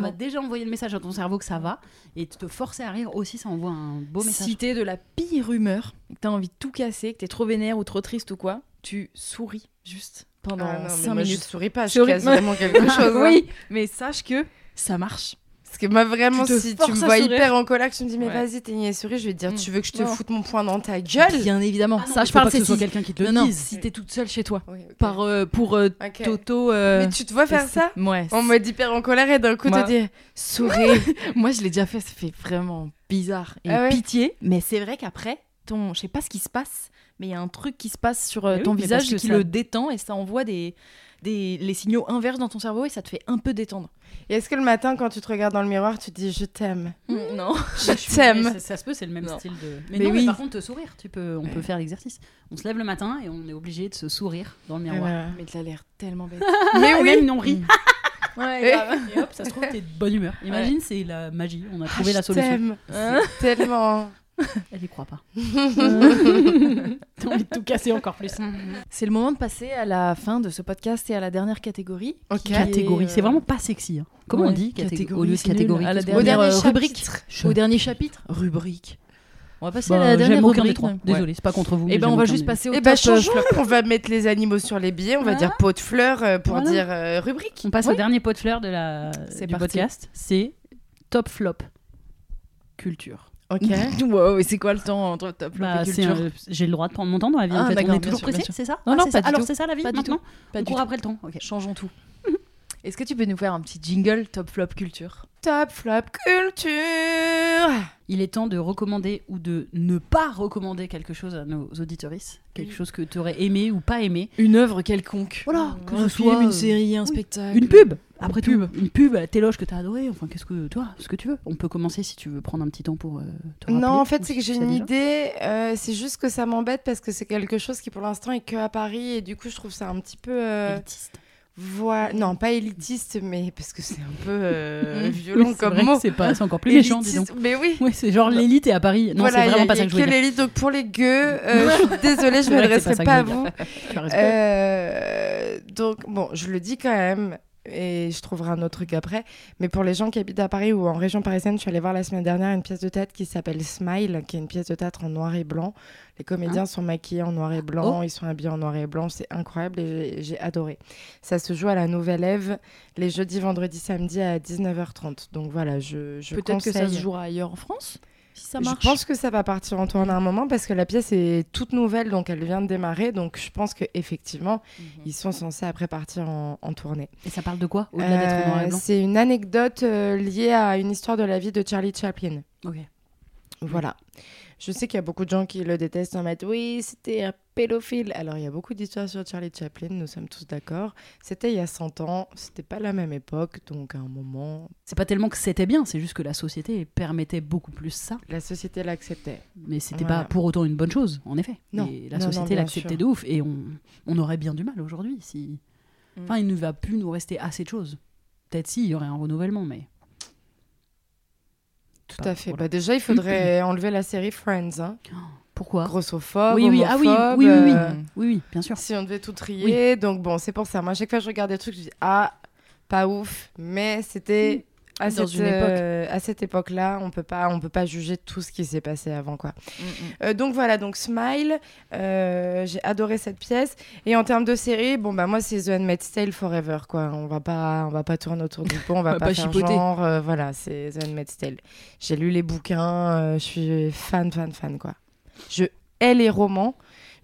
[SPEAKER 1] ça va déjà envoyer le message à ton cerveau que ça va, et te forcer à rire aussi, ça envoie un beau message.
[SPEAKER 4] Si t'es de la pire humeur, et que t'as envie de tout casser, que t'es trop vénère ou trop triste ou quoi, tu souris juste pendant
[SPEAKER 3] Ah non, mais
[SPEAKER 4] 5
[SPEAKER 3] moi, je
[SPEAKER 4] minutes.
[SPEAKER 3] souris pas, je
[SPEAKER 4] Souris-
[SPEAKER 3] casse vraiment quelque chose. hein.
[SPEAKER 4] Ah, oui, mais sache que ça marche.
[SPEAKER 3] Parce que moi, vraiment,
[SPEAKER 4] Tu te
[SPEAKER 3] si tu
[SPEAKER 4] forces
[SPEAKER 3] me
[SPEAKER 4] à
[SPEAKER 3] vois
[SPEAKER 4] sourire.
[SPEAKER 3] hyper en colère, que tu me dis, mais
[SPEAKER 4] Ouais.
[SPEAKER 3] vas-y, t'es une souris, je vais te dire,
[SPEAKER 4] Mm.
[SPEAKER 3] tu veux que je te
[SPEAKER 4] Non.
[SPEAKER 3] foute mon poing dans ta gueule
[SPEAKER 4] Bien évidemment,
[SPEAKER 1] Ah non,
[SPEAKER 4] ça
[SPEAKER 1] mais
[SPEAKER 4] je
[SPEAKER 1] faut
[SPEAKER 4] parle
[SPEAKER 1] pas que ce soit
[SPEAKER 4] si-
[SPEAKER 1] quelqu'un qui te le
[SPEAKER 4] non, non,
[SPEAKER 1] dise.
[SPEAKER 4] si t'es toute seule chez toi,
[SPEAKER 3] Oui, ok.
[SPEAKER 4] par euh, pour euh,
[SPEAKER 3] Ok.
[SPEAKER 4] Toto. euh,
[SPEAKER 3] Mais tu te vois faire ça
[SPEAKER 4] Ouais.
[SPEAKER 3] En mode hyper en colère et d'un coup,
[SPEAKER 4] Moi-
[SPEAKER 3] te dire, souris.
[SPEAKER 4] Moi, je l'ai déjà fait, ça fait vraiment bizarre et
[SPEAKER 3] Ah ouais
[SPEAKER 4] pitié. Mais c'est vrai qu'après, ton, je sais pas ce qui se passe, mais il y a un truc qui se passe sur euh,
[SPEAKER 1] Mais oui,
[SPEAKER 4] ton
[SPEAKER 1] mais
[SPEAKER 4] visage
[SPEAKER 1] parce que
[SPEAKER 4] qui
[SPEAKER 1] ça-
[SPEAKER 4] le détend et ça envoie des, des les signaux inverses dans ton cerveau et ça te fait un peu détendre.
[SPEAKER 3] et est-ce que le matin, quand tu te regardes dans le miroir, tu te dis, je t'aime
[SPEAKER 4] Mm, Non.
[SPEAKER 3] Je t'aime
[SPEAKER 1] Ça, ça se peut, c'est le même
[SPEAKER 4] Non.
[SPEAKER 1] style de. Mais,
[SPEAKER 4] Mais
[SPEAKER 1] non, mais
[SPEAKER 4] oui.
[SPEAKER 1] par contre, te sourire, tu peux, on peut faire l'exercice. On se lève le matin et on est obligé de se sourire dans le miroir.
[SPEAKER 3] Voilà.
[SPEAKER 4] Mais t'as l'air tellement
[SPEAKER 3] <laughs>
[SPEAKER 4] bête.
[SPEAKER 3] Mais
[SPEAKER 1] Et
[SPEAKER 3] oui
[SPEAKER 1] même, non, on rit.
[SPEAKER 4] ouais, grave.
[SPEAKER 1] Ah Et hop, ça se trouve, t'es de bonne humeur. Imagine, c'est la magie. On a
[SPEAKER 3] Ah,
[SPEAKER 1] trouvé la
[SPEAKER 3] je
[SPEAKER 1] solution.
[SPEAKER 3] t'aime.
[SPEAKER 4] Hein?
[SPEAKER 3] C'est Tellement.
[SPEAKER 1] Elle y croit pas. <laughs> T'as envie de tout casser encore plus.
[SPEAKER 4] C'est le moment de passer à la fin de ce podcast et à la dernière catégorie.
[SPEAKER 3] Ok.
[SPEAKER 4] qui est,
[SPEAKER 1] Catégorie. C'est
[SPEAKER 4] euh,
[SPEAKER 1] vraiment pas sexy. hein. Comment on
[SPEAKER 4] ouais,
[SPEAKER 1] dit catég-
[SPEAKER 4] catégorie,
[SPEAKER 1] au lieu de
[SPEAKER 4] c'est nul.
[SPEAKER 1] catégorie
[SPEAKER 4] À la
[SPEAKER 1] qu'est-ce qu'on
[SPEAKER 4] dernière,
[SPEAKER 1] dit
[SPEAKER 4] euh, rubrique.
[SPEAKER 3] chapitre.
[SPEAKER 4] au dernier chapitre. Rubrique. On va passer
[SPEAKER 1] Bah,
[SPEAKER 4] à la dernière
[SPEAKER 1] J'aime aucun des
[SPEAKER 4] rubrique.
[SPEAKER 1] trois.
[SPEAKER 4] ouais.
[SPEAKER 1] Désolé, c'est pas contre vous.
[SPEAKER 4] Et
[SPEAKER 1] mais
[SPEAKER 4] ben
[SPEAKER 1] j'aime
[SPEAKER 4] on va
[SPEAKER 1] aucun
[SPEAKER 4] juste
[SPEAKER 1] des-
[SPEAKER 4] passer au
[SPEAKER 3] Et
[SPEAKER 4] top,
[SPEAKER 3] bah,
[SPEAKER 4] euh,
[SPEAKER 3] changeons.
[SPEAKER 4] fleur.
[SPEAKER 3] On va mettre les animaux sur les billets, on va
[SPEAKER 1] Voilà.
[SPEAKER 3] dire pot de fleurs euh, pour
[SPEAKER 1] Voilà.
[SPEAKER 3] dire euh, rubrique.
[SPEAKER 1] On passe au
[SPEAKER 3] Ouais.
[SPEAKER 1] dernier pot de fleurs de la
[SPEAKER 4] C'est
[SPEAKER 1] du
[SPEAKER 4] parti.
[SPEAKER 1] podcast. C'est top flop culture.
[SPEAKER 3] <laughs> Ok.
[SPEAKER 4] Wow, et c'est quoi le temps entre top flop
[SPEAKER 1] Bah,
[SPEAKER 4] et
[SPEAKER 1] c'est
[SPEAKER 4] culture
[SPEAKER 1] un- J'ai le droit de prendre mon temps dans la vie.
[SPEAKER 4] Ah,
[SPEAKER 1] en fait.
[SPEAKER 4] d'accord,
[SPEAKER 1] On est
[SPEAKER 4] bien
[SPEAKER 1] toujours
[SPEAKER 4] sûr,
[SPEAKER 1] pressé,
[SPEAKER 4] bien sûr.
[SPEAKER 1] c'est ça
[SPEAKER 4] Non,
[SPEAKER 1] Ah,
[SPEAKER 4] non,
[SPEAKER 1] c'est
[SPEAKER 4] pas
[SPEAKER 1] ça-
[SPEAKER 4] du
[SPEAKER 1] Alors
[SPEAKER 4] tout.
[SPEAKER 1] c'est ça la vie
[SPEAKER 4] Pas du
[SPEAKER 1] maintenant
[SPEAKER 4] Pas
[SPEAKER 1] On
[SPEAKER 4] du
[SPEAKER 1] court
[SPEAKER 4] tout.
[SPEAKER 1] après le temps. Ok.
[SPEAKER 4] Changeons
[SPEAKER 3] <laughs>
[SPEAKER 4] tout. Est-ce que tu peux nous faire un petit jingle top flop culture
[SPEAKER 3] Top flop culture.
[SPEAKER 1] Il est temps de recommander ou de ne pas recommander quelque chose à nos auditoristes, quelque chose que tu aurais aimé ou pas aimé.
[SPEAKER 4] Une œuvre quelconque.
[SPEAKER 1] Voilà, que ce
[SPEAKER 4] un
[SPEAKER 1] soit,
[SPEAKER 4] film,
[SPEAKER 1] euh,
[SPEAKER 4] une série, un spectacle.
[SPEAKER 1] Une pub, après
[SPEAKER 4] pub.
[SPEAKER 1] tout, une pub à tes loges que t'as adoré, enfin qu'est-ce que toi, ce que tu veux. On peut commencer si tu veux prendre un petit temps pour euh, te rappeler,
[SPEAKER 3] Non, en
[SPEAKER 1] ou
[SPEAKER 3] fait, c'est
[SPEAKER 1] si
[SPEAKER 3] que j'ai
[SPEAKER 1] tu sais
[SPEAKER 3] une
[SPEAKER 1] déjà.
[SPEAKER 3] idée. euh, c'est juste que ça m'embête parce que c'est quelque chose qui, pour l'instant, est que à Paris et du coup, je trouve ça un petit peu. euh,
[SPEAKER 1] Élitiste.
[SPEAKER 3] Voilà, non, pas élitiste, mais parce que c'est un peu euh,
[SPEAKER 1] Mmh. <laughs> Oui,
[SPEAKER 3] violent
[SPEAKER 1] c'est
[SPEAKER 3] comme
[SPEAKER 1] vrai
[SPEAKER 3] mot.
[SPEAKER 1] que C'est pas- c'est encore plus méchant, disons.
[SPEAKER 3] Élitiste, Mais oui.
[SPEAKER 1] <laughs> Ouais, c'est genre l'élite est à Paris. Non, c'est
[SPEAKER 3] Voilà, il y a-
[SPEAKER 1] vraiment pas
[SPEAKER 3] il y
[SPEAKER 1] ça
[SPEAKER 3] a
[SPEAKER 1] que je voulais
[SPEAKER 3] que
[SPEAKER 1] dire.
[SPEAKER 3] l'élite, donc pour les gueux,
[SPEAKER 1] <laughs>
[SPEAKER 3] euh, je suis désolée, je
[SPEAKER 1] C'est vrai que c'est
[SPEAKER 3] m'adresserai
[SPEAKER 1] ça
[SPEAKER 3] pas,
[SPEAKER 1] que
[SPEAKER 3] à
[SPEAKER 1] je voulais
[SPEAKER 3] vous.
[SPEAKER 1] dire. Tu as raison.
[SPEAKER 3] Euh, donc, bon, je le dis quand même, et je trouverai un autre truc après. Mais pour les gens qui habitent à Paris ou en région parisienne, je suis allée voir la semaine dernière une pièce de théâtre qui s'appelle Smile, qui est une pièce de théâtre en noir et blanc.
[SPEAKER 1] Ah.
[SPEAKER 3] Les comédiens sont maquillés en noir et blanc,
[SPEAKER 1] Oh.
[SPEAKER 3] ils sont habillés en noir et blanc, c'est incroyable et j'ai- j'ai adoré. Ça se joue à la Nouvelle Ève les jeudis, vendredis, samedis à 19h30. Donc voilà, je, je
[SPEAKER 4] Peut-être que ça se
[SPEAKER 3] conseille.
[SPEAKER 4] jouera ailleurs en France, si ça
[SPEAKER 3] Je
[SPEAKER 4] marche.
[SPEAKER 3] pense que ça va partir en tournée à un moment parce que la pièce est toute nouvelle, donc elle vient de démarrer. Donc je pense qu'effectivement,
[SPEAKER 1] Mhm.
[SPEAKER 3] ils sont censés après partir en, en tournée.
[SPEAKER 1] Et ça parle de quoi Au-delà d'être en noir et
[SPEAKER 3] Euh,
[SPEAKER 1] blanc.
[SPEAKER 3] C'est une anecdote euh, liée à une histoire de la vie de Charlie Chaplin.
[SPEAKER 1] Ok.
[SPEAKER 3] Voilà. Je sais qu'il y a beaucoup de gens qui le détestent en mode oui, c'était un pédophile. Alors il y a beaucoup d'histoires sur Charlie Chaplin, nous sommes tous d'accord. C'était il y a 100 ans, c'était pas la même époque, donc à un moment,
[SPEAKER 1] C'est pas tellement que c'était bien, c'est juste que la société permettait beaucoup plus ça,
[SPEAKER 3] la société l'acceptait.
[SPEAKER 1] mais c'était
[SPEAKER 3] Voilà.
[SPEAKER 1] pas pour autant une bonne chose, en effet.
[SPEAKER 3] Non.
[SPEAKER 1] Et la
[SPEAKER 3] Non, non,
[SPEAKER 1] société
[SPEAKER 3] bien
[SPEAKER 1] l'acceptait
[SPEAKER 3] sûr.
[SPEAKER 1] de ouf, et on, on aurait bien du mal aujourd'hui si.
[SPEAKER 3] Mm.
[SPEAKER 1] Enfin, il ne va plus nous rester assez de choses. Peut-être si, il y aurait un renouvellement, mais.
[SPEAKER 3] Tout à fait.
[SPEAKER 1] <clears throat>
[SPEAKER 3] Bah, déjà, il faudrait enlever la série Friends. hein.
[SPEAKER 1] Pourquoi
[SPEAKER 3] Grossophobe,
[SPEAKER 1] Oui, oui, ah oui,
[SPEAKER 3] homophobe,
[SPEAKER 1] oui, oui, oui,
[SPEAKER 3] euh,
[SPEAKER 1] oui, oui, bien sûr.
[SPEAKER 3] Si on devait tout trier, donc bon, c'est pour ça. Moi, à chaque fois que je regarde des trucs, je dis ah, pas ouf, mais c'était à,
[SPEAKER 4] Dans
[SPEAKER 3] cette,
[SPEAKER 4] une époque.
[SPEAKER 3] euh, à cette époque-là, on peut pas, on peut pas juger tout ce qui s'est passé avant, quoi.
[SPEAKER 4] Mm, mm.
[SPEAKER 3] Euh, donc voilà, donc Smile, euh, j'ai adoré cette pièce. Et en termes de série, bon bah moi c'est The Handmaid's Tale Forever, quoi. On va pas, on va pas tourner autour du pot, on va
[SPEAKER 4] va
[SPEAKER 3] pas,
[SPEAKER 4] pas
[SPEAKER 3] faire
[SPEAKER 4] chipoter.
[SPEAKER 3] genre, euh, voilà, c'est The Handmaid's Tale. J'ai lu les bouquins, euh, je suis fan, fan, fan, quoi. Je hais les romans.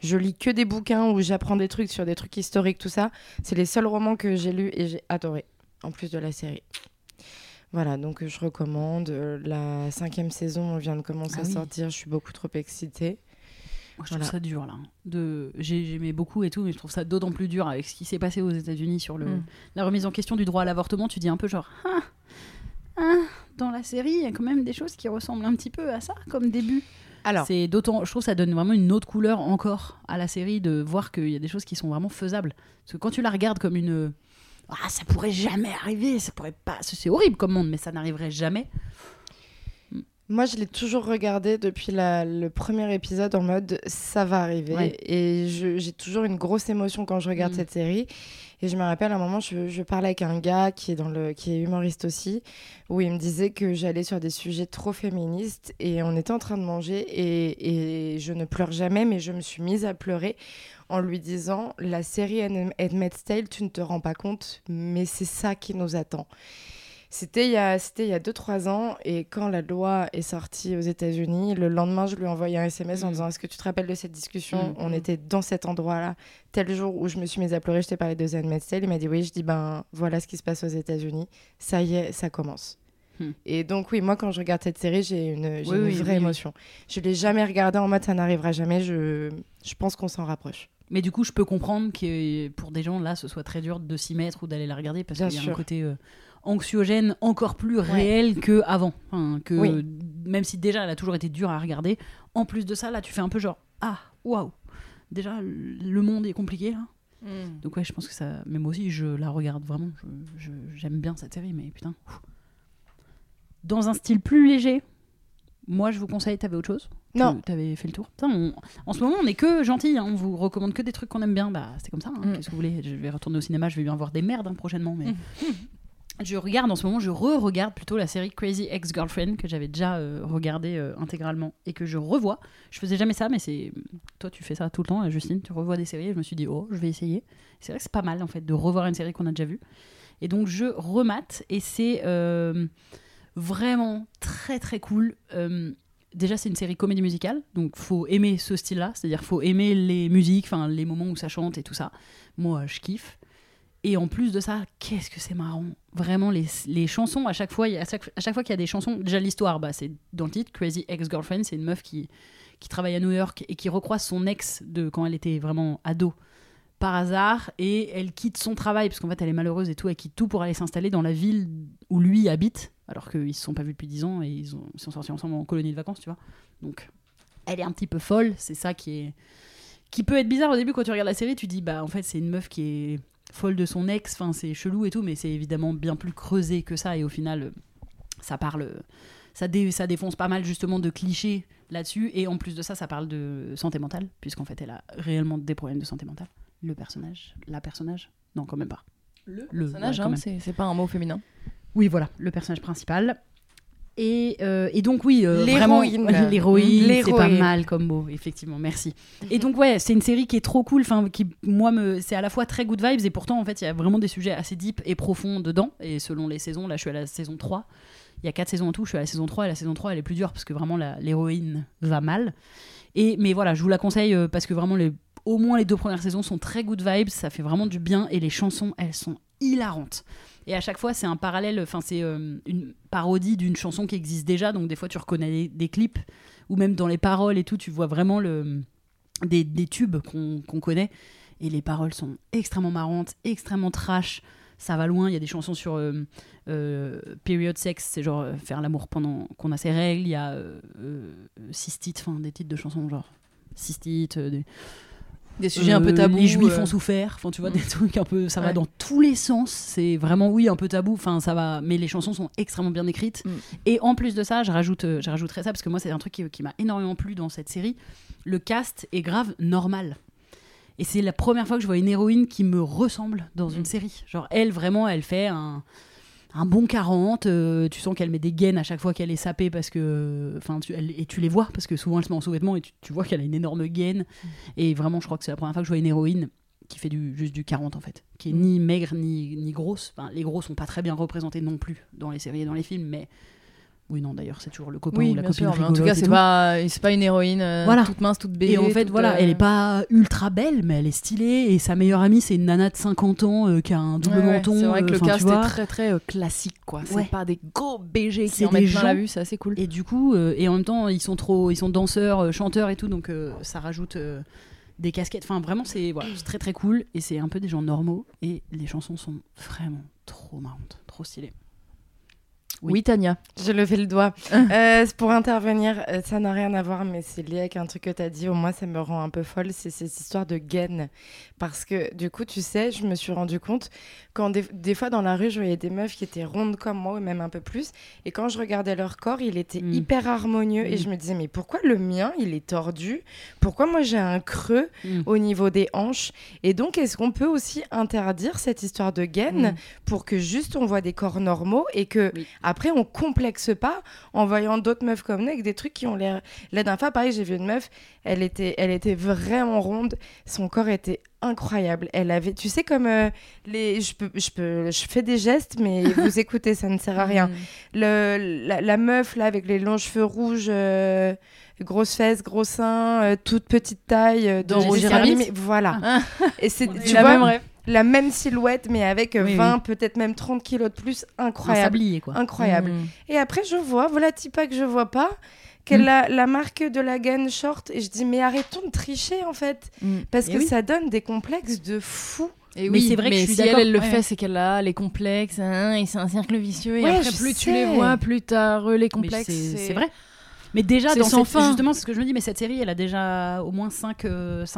[SPEAKER 3] Je lis que des bouquins où j'apprends des trucs sur des trucs historiques, tout ça. C'est les seuls romans que j'ai lus et j'ai adoré, en plus de la série. Voilà, donc euh, je recommande. Euh, La cinquième saison vient de commencer
[SPEAKER 1] Ah
[SPEAKER 3] à
[SPEAKER 1] oui.
[SPEAKER 3] sortir. Je suis beaucoup trop excitée.
[SPEAKER 1] Moi, je
[SPEAKER 3] Voilà.
[SPEAKER 1] trouve ça dur là. hein. De... j'ai- J'aimais beaucoup et tout, mais je trouve ça d'autant plus dur avec ce qui s'est passé aux États-Unis sur le...
[SPEAKER 4] Mm.
[SPEAKER 1] la remise en question du droit à l'avortement. Tu dis un peu genre, Ah, ah, dans la série, il y a quand même des choses qui ressemblent un petit peu à ça comme début.
[SPEAKER 3] Alors,
[SPEAKER 1] C'est d'autant, je trouve, ça donne vraiment une autre couleur encore à la série de voir qu'il y a des choses qui sont vraiment faisables. Parce que quand tu la regardes comme une, ah, ça pourrait jamais arriver, ça pourrait pas, c'est horrible comme monde, mais ça n'arriverait jamais.
[SPEAKER 3] moi, je l'ai toujours regardé depuis la- le premier épisode en mode ça va arriver.
[SPEAKER 1] Ouais.
[SPEAKER 3] Et je- j'ai toujours une grosse émotion quand je regarde
[SPEAKER 1] Mm.
[SPEAKER 3] cette série. Et je me rappelle à un moment, je, je parlais avec un gars qui est, dans le, qui est humoriste aussi, où il me disait que j'allais sur des sujets trop féministes. Et on était en train de manger. Et, et je ne pleure jamais, mais je me suis mise à pleurer en lui disant La série Hand- Handmaid's Tale, tu ne te rends pas compte, mais c'est ça qui nous attend. C'était il y a c'était il y a 2-3 ans et quand la loi est sortie aux États-Unis, le lendemain, je lui ai envoyé un SMS en
[SPEAKER 1] Mm.
[SPEAKER 3] disant Est-ce que tu te rappelles de cette discussion
[SPEAKER 1] Mm,
[SPEAKER 3] On
[SPEAKER 1] mm.
[SPEAKER 3] était dans cet endroit-là, tel jour où je me suis mise à pleurer, je t'ai parlé de Handmaid's Tale. Il m'a dit Oui, je dis Ben voilà ce qui se passe aux États-Unis, ça y est, ça commence.
[SPEAKER 1] Hmm.
[SPEAKER 3] Et donc, oui, moi quand je regarde cette série, j'ai une, j'ai
[SPEAKER 1] Oui,
[SPEAKER 3] une
[SPEAKER 1] oui,
[SPEAKER 3] vraie
[SPEAKER 1] oui, oui.
[SPEAKER 3] émotion. Je l'ai jamais regardée en mode ça n'arrivera jamais, je, je pense qu'on s'en rapproche.
[SPEAKER 1] Mais du coup, je peux comprendre que pour des gens là, ce soit très dur de s'y mettre ou d'aller la regarder parce
[SPEAKER 3] Bien
[SPEAKER 1] qu'il y a un
[SPEAKER 3] sûr.
[SPEAKER 1] côté euh, anxiogène encore plus réel que avant. Enfin, que
[SPEAKER 3] Oui.
[SPEAKER 1] même si déjà elle a toujours été dure à regarder, en plus de ça, là, tu fais un peu genre ah waouh. Déjà, le monde est compliqué là.
[SPEAKER 3] Hmm.
[SPEAKER 1] Donc ouais, je pense que ça. Mais moi aussi, je la regarde vraiment. Je- je- J'aime bien cette série, mais putain. ouf. Dans un style plus léger. Moi, je vous conseille. T'avais autre chose
[SPEAKER 3] Non.
[SPEAKER 1] Tu- T'avais fait le tour. Putain, on- En ce moment, on est que gentil. hein, On vous recommande que des trucs qu'on aime bien. Bah, c'est comme ça. hein,
[SPEAKER 4] Mm.
[SPEAKER 1] Qu'est-ce que vous voulez Je vais retourner au cinéma. Je vais bien voir des merdes hein, prochainement, mais. Je regarde en ce moment, je re-regarde plutôt la série Crazy Ex-Girlfriend que j'avais déjà euh, regardée euh, intégralement et que je revois. Je faisais jamais ça, mais c'est toi tu fais ça tout le temps, euh, Justine, tu revois des séries. Et je me suis dit oh, je vais essayer. C'est vrai que c'est pas mal en fait de revoir une série qu'on a déjà vue. Et donc je remate et c'est euh, vraiment très très cool. Euh, déjà c'est une série comédie musicale, donc faut aimer ce style-là, c'est-à-dire faut aimer les musiques, enfin les moments où ça chante et tout ça. Moi je kiffe. Et en plus de ça, qu'est-ce que c'est marrant Vraiment, les, les chansons, à chaque fois, il y a- à chaque, à chaque fois qu'il y a des chansons, déjà l'histoire, bah, c'est dans le titre, Crazy Ex-Girlfriend, c'est une meuf qui, qui travaille à New York et qui recroise son ex de quand elle était vraiment ado par hasard et elle quitte son travail parce qu'en fait elle est malheureuse et tout, elle quitte tout pour aller s'installer dans la ville où lui habite alors qu'ils se sont pas vus depuis 10 ans et ils, ont, ils sont sortis ensemble en colonie de vacances, tu vois. Donc elle est un petit peu folle, c'est ça qui est qui peut être bizarre au début quand tu regardes la série, tu dis bah en fait c'est une meuf qui est folle de son ex, enfin c'est chelou et tout, mais c'est évidemment bien plus creusé que ça et au final euh, ça parle, euh, ça, dé- ça défonce pas mal justement de clichés là-dessus et en plus de ça ça parle de santé mentale puisqu'en fait elle a réellement des problèmes de santé mentale. Le personnage, la personnage, non quand même pas. Le,
[SPEAKER 4] Personnage,
[SPEAKER 1] ouais, quand
[SPEAKER 4] hein,
[SPEAKER 1] même.
[SPEAKER 4] c'est c'est pas un mot féminin.
[SPEAKER 1] Oui voilà le personnage principal. Et, euh, et donc oui, euh,
[SPEAKER 3] <laughs>
[SPEAKER 1] vraiment,
[SPEAKER 3] L'héroïne.
[SPEAKER 1] l'héroïne, c'est pas
[SPEAKER 3] L'héroïne.
[SPEAKER 1] mal comme mot, effectivement, merci. Et donc ouais, c'est une série qui est trop cool, enfin qui moi me c'est à la fois très good vibes et pourtant en fait, il y a vraiment des sujets assez deep et profonds dedans et selon les saisons, là je suis à la saison 3. Il y a quatre saisons en tout, je suis à la saison 3 et la saison 3 elle est plus dure parce que vraiment la- l'héroïne va mal. Et mais voilà, je vous la conseille euh, parce que vraiment les au moins les deux premières saisons sont très good vibes, ça fait vraiment du bien et les chansons, elles sont hilarantes. Et à chaque fois, c'est un parallèle, enfin c'est euh, une parodie d'une chanson qui existe déjà, donc des fois tu reconnais des, des clips ou même dans les paroles et tout, tu vois vraiment le, des, des tubes qu'on qu'on connaît. Et les paroles sont extrêmement marrantes, extrêmement trash. Ça va loin. Il y a des chansons sur euh, euh, period sex, c'est genre euh, faire l'amour pendant qu'on a ses règles. Il y a euh, euh, cystite, enfin des titres de chansons genre cystite, euh, des-
[SPEAKER 4] Des sujets un peu
[SPEAKER 1] euh,
[SPEAKER 4] tabous.
[SPEAKER 1] Les juifs
[SPEAKER 4] euh,
[SPEAKER 1] ont souffert. Enfin, tu vois,
[SPEAKER 4] Mm.
[SPEAKER 1] des trucs un peu. Ça va
[SPEAKER 4] Ouais.
[SPEAKER 1] dans tous les sens. C'est vraiment, oui, un peu tabou. Enfin, ça va. Mais les chansons sont extrêmement bien écrites.
[SPEAKER 4] Mm.
[SPEAKER 1] Et en plus de ça, je, rajoute, euh, je rajouterai ça parce que moi, c'est un truc qui, qui m'a énormément plu dans cette série. Le cast est grave normal. Et c'est la première fois que je vois une héroïne qui me ressemble dans une
[SPEAKER 4] Mm.
[SPEAKER 1] série. Genre, elle, vraiment, elle fait un. Un bon 40, euh, tu sens qu'elle met des gaines à chaque fois qu'elle est sapée parce que. Enfin, tu, elle- et tu les vois parce que souvent elle se met en sous-vêtements et tu, tu vois qu'elle a une énorme gaine.
[SPEAKER 4] Mmh.
[SPEAKER 1] Et vraiment, je crois que c'est la première fois que je vois une héroïne qui fait du, juste du 40 en fait, qui est
[SPEAKER 4] Mmh.
[SPEAKER 1] ni maigre ni, ni grosse. Enfin, les gros sont pas très bien représentés non plus dans les séries et dans les films, mais oui non d'ailleurs c'est toujours le copain
[SPEAKER 4] Oui,
[SPEAKER 1] ou la
[SPEAKER 4] bien
[SPEAKER 1] copine
[SPEAKER 4] sûr, mais en
[SPEAKER 1] rigolote
[SPEAKER 4] tout cas,
[SPEAKER 1] et
[SPEAKER 4] c'est
[SPEAKER 1] tout.
[SPEAKER 4] pas, c'est pas une héroïne euh,
[SPEAKER 1] Voilà.
[SPEAKER 4] toute mince, toute euh, bébé.
[SPEAKER 1] Et en fait voilà, elle est pas ultra belle mais elle est stylée et sa meilleure amie c'est une nana de 50 ans euh, qui a un double menton.
[SPEAKER 4] C'est vrai que
[SPEAKER 1] euh,
[SPEAKER 4] le
[SPEAKER 1] enfin, tu
[SPEAKER 4] cast
[SPEAKER 1] vois.
[SPEAKER 4] est très très euh, classique, quoi. C'est
[SPEAKER 1] Ouais.
[SPEAKER 4] pas des gros BG
[SPEAKER 1] C'est
[SPEAKER 4] qui en mettent
[SPEAKER 1] des
[SPEAKER 4] plein la
[SPEAKER 1] gens-
[SPEAKER 4] vue, c'est assez cool.
[SPEAKER 1] Et du coup, euh, et en même temps, ils sont trop, ils sont danseurs, euh, chanteurs et tout, donc euh, ça rajoute euh, des casquettes. Enfin, vraiment, c'est voilà, c'est très très cool. Et c'est un peu des gens normaux. Et les chansons sont vraiment trop marrantes, trop stylées. Oui.
[SPEAKER 4] Oui, Tania.
[SPEAKER 3] Je levé
[SPEAKER 1] <laughs>
[SPEAKER 3] le doigt. Euh, c'est pour intervenir, euh, ça n'a rien à voir, mais c'est lié avec un truc que tu as dit. Au moins, ça me rend un peu folle. C'est cette histoire de gaine. Parce que, du coup, tu sais, je me suis rendu compte quand des, des fois dans la rue, je voyais des meufs qui étaient rondes comme moi, ou même un peu plus. Et quand je regardais leur corps, il était
[SPEAKER 1] Mm.
[SPEAKER 3] hyper harmonieux. Et
[SPEAKER 1] Mm.
[SPEAKER 3] je me disais, mais pourquoi le mien, il est tordu Pourquoi moi, j'ai un creux
[SPEAKER 1] Mm.
[SPEAKER 3] au niveau des hanches Et donc, est-ce qu'on peut aussi interdire cette histoire de gaine
[SPEAKER 1] Mm.
[SPEAKER 3] pour que juste on voit des corps normaux et que
[SPEAKER 1] Oui.
[SPEAKER 3] après on complexe pas en voyant d'autres meufs comme nous avec des trucs qui ont l'air là d'un fois pareil j'ai vu une meuf elle était elle était vraiment ronde son corps était incroyable elle avait tu sais comme euh, les je peux je peux je fais des gestes
[SPEAKER 4] <laughs>
[SPEAKER 3] mais vous écoutez ça ne sert à
[SPEAKER 4] Mm.
[SPEAKER 3] rien le la, la meuf là avec les longs cheveux rouges euh, grosses fesses gros seins euh, toute petite taille euh, de
[SPEAKER 4] Dans
[SPEAKER 1] Roger
[SPEAKER 3] Jessica
[SPEAKER 4] Rabbit
[SPEAKER 3] Rabbit, voilà
[SPEAKER 4] Ah.
[SPEAKER 3] et c'est
[SPEAKER 1] On a
[SPEAKER 3] tu
[SPEAKER 1] eu
[SPEAKER 4] la
[SPEAKER 3] vois
[SPEAKER 4] même rêve.
[SPEAKER 3] la même silhouette, mais avec euh,
[SPEAKER 1] Oui,
[SPEAKER 3] 20, peut-être même 30 kilos de plus.
[SPEAKER 1] Un
[SPEAKER 3] Incroyable.
[SPEAKER 1] sablier
[SPEAKER 4] Ah.
[SPEAKER 1] quoi.
[SPEAKER 3] Incroyable.
[SPEAKER 4] Mm.
[SPEAKER 3] Et après, je vois, voilà Tipa que je vois pas, qu'elle a la marque de la gaine short. Et je dis, mais arrêtons de tricher, en fait.
[SPEAKER 4] Mm.
[SPEAKER 3] Parce
[SPEAKER 1] Et
[SPEAKER 3] que
[SPEAKER 1] oui.
[SPEAKER 3] ça donne des complexes de fou.
[SPEAKER 4] Et
[SPEAKER 1] Mais
[SPEAKER 4] oui,
[SPEAKER 1] c'est vrai que
[SPEAKER 4] mais
[SPEAKER 1] je suis
[SPEAKER 4] si elle,
[SPEAKER 1] d'accord,
[SPEAKER 4] elle le
[SPEAKER 1] ouais.
[SPEAKER 4] fait, c'est qu'elle a les complexes, hein, et c'est un cercle vicieux. Et
[SPEAKER 3] Ouais,
[SPEAKER 4] après,
[SPEAKER 3] je
[SPEAKER 4] plus tu
[SPEAKER 3] sais.
[SPEAKER 4] les vois, plus t'as re les
[SPEAKER 1] Mais
[SPEAKER 4] complexes.
[SPEAKER 1] c'est-
[SPEAKER 4] et-
[SPEAKER 1] c'est vrai. Mais déjà,
[SPEAKER 4] C'est
[SPEAKER 1] dans
[SPEAKER 4] sans
[SPEAKER 1] cette,
[SPEAKER 4] fin.
[SPEAKER 1] justement, c'est ce que je me dis, mais cette série, elle a déjà au moins 5,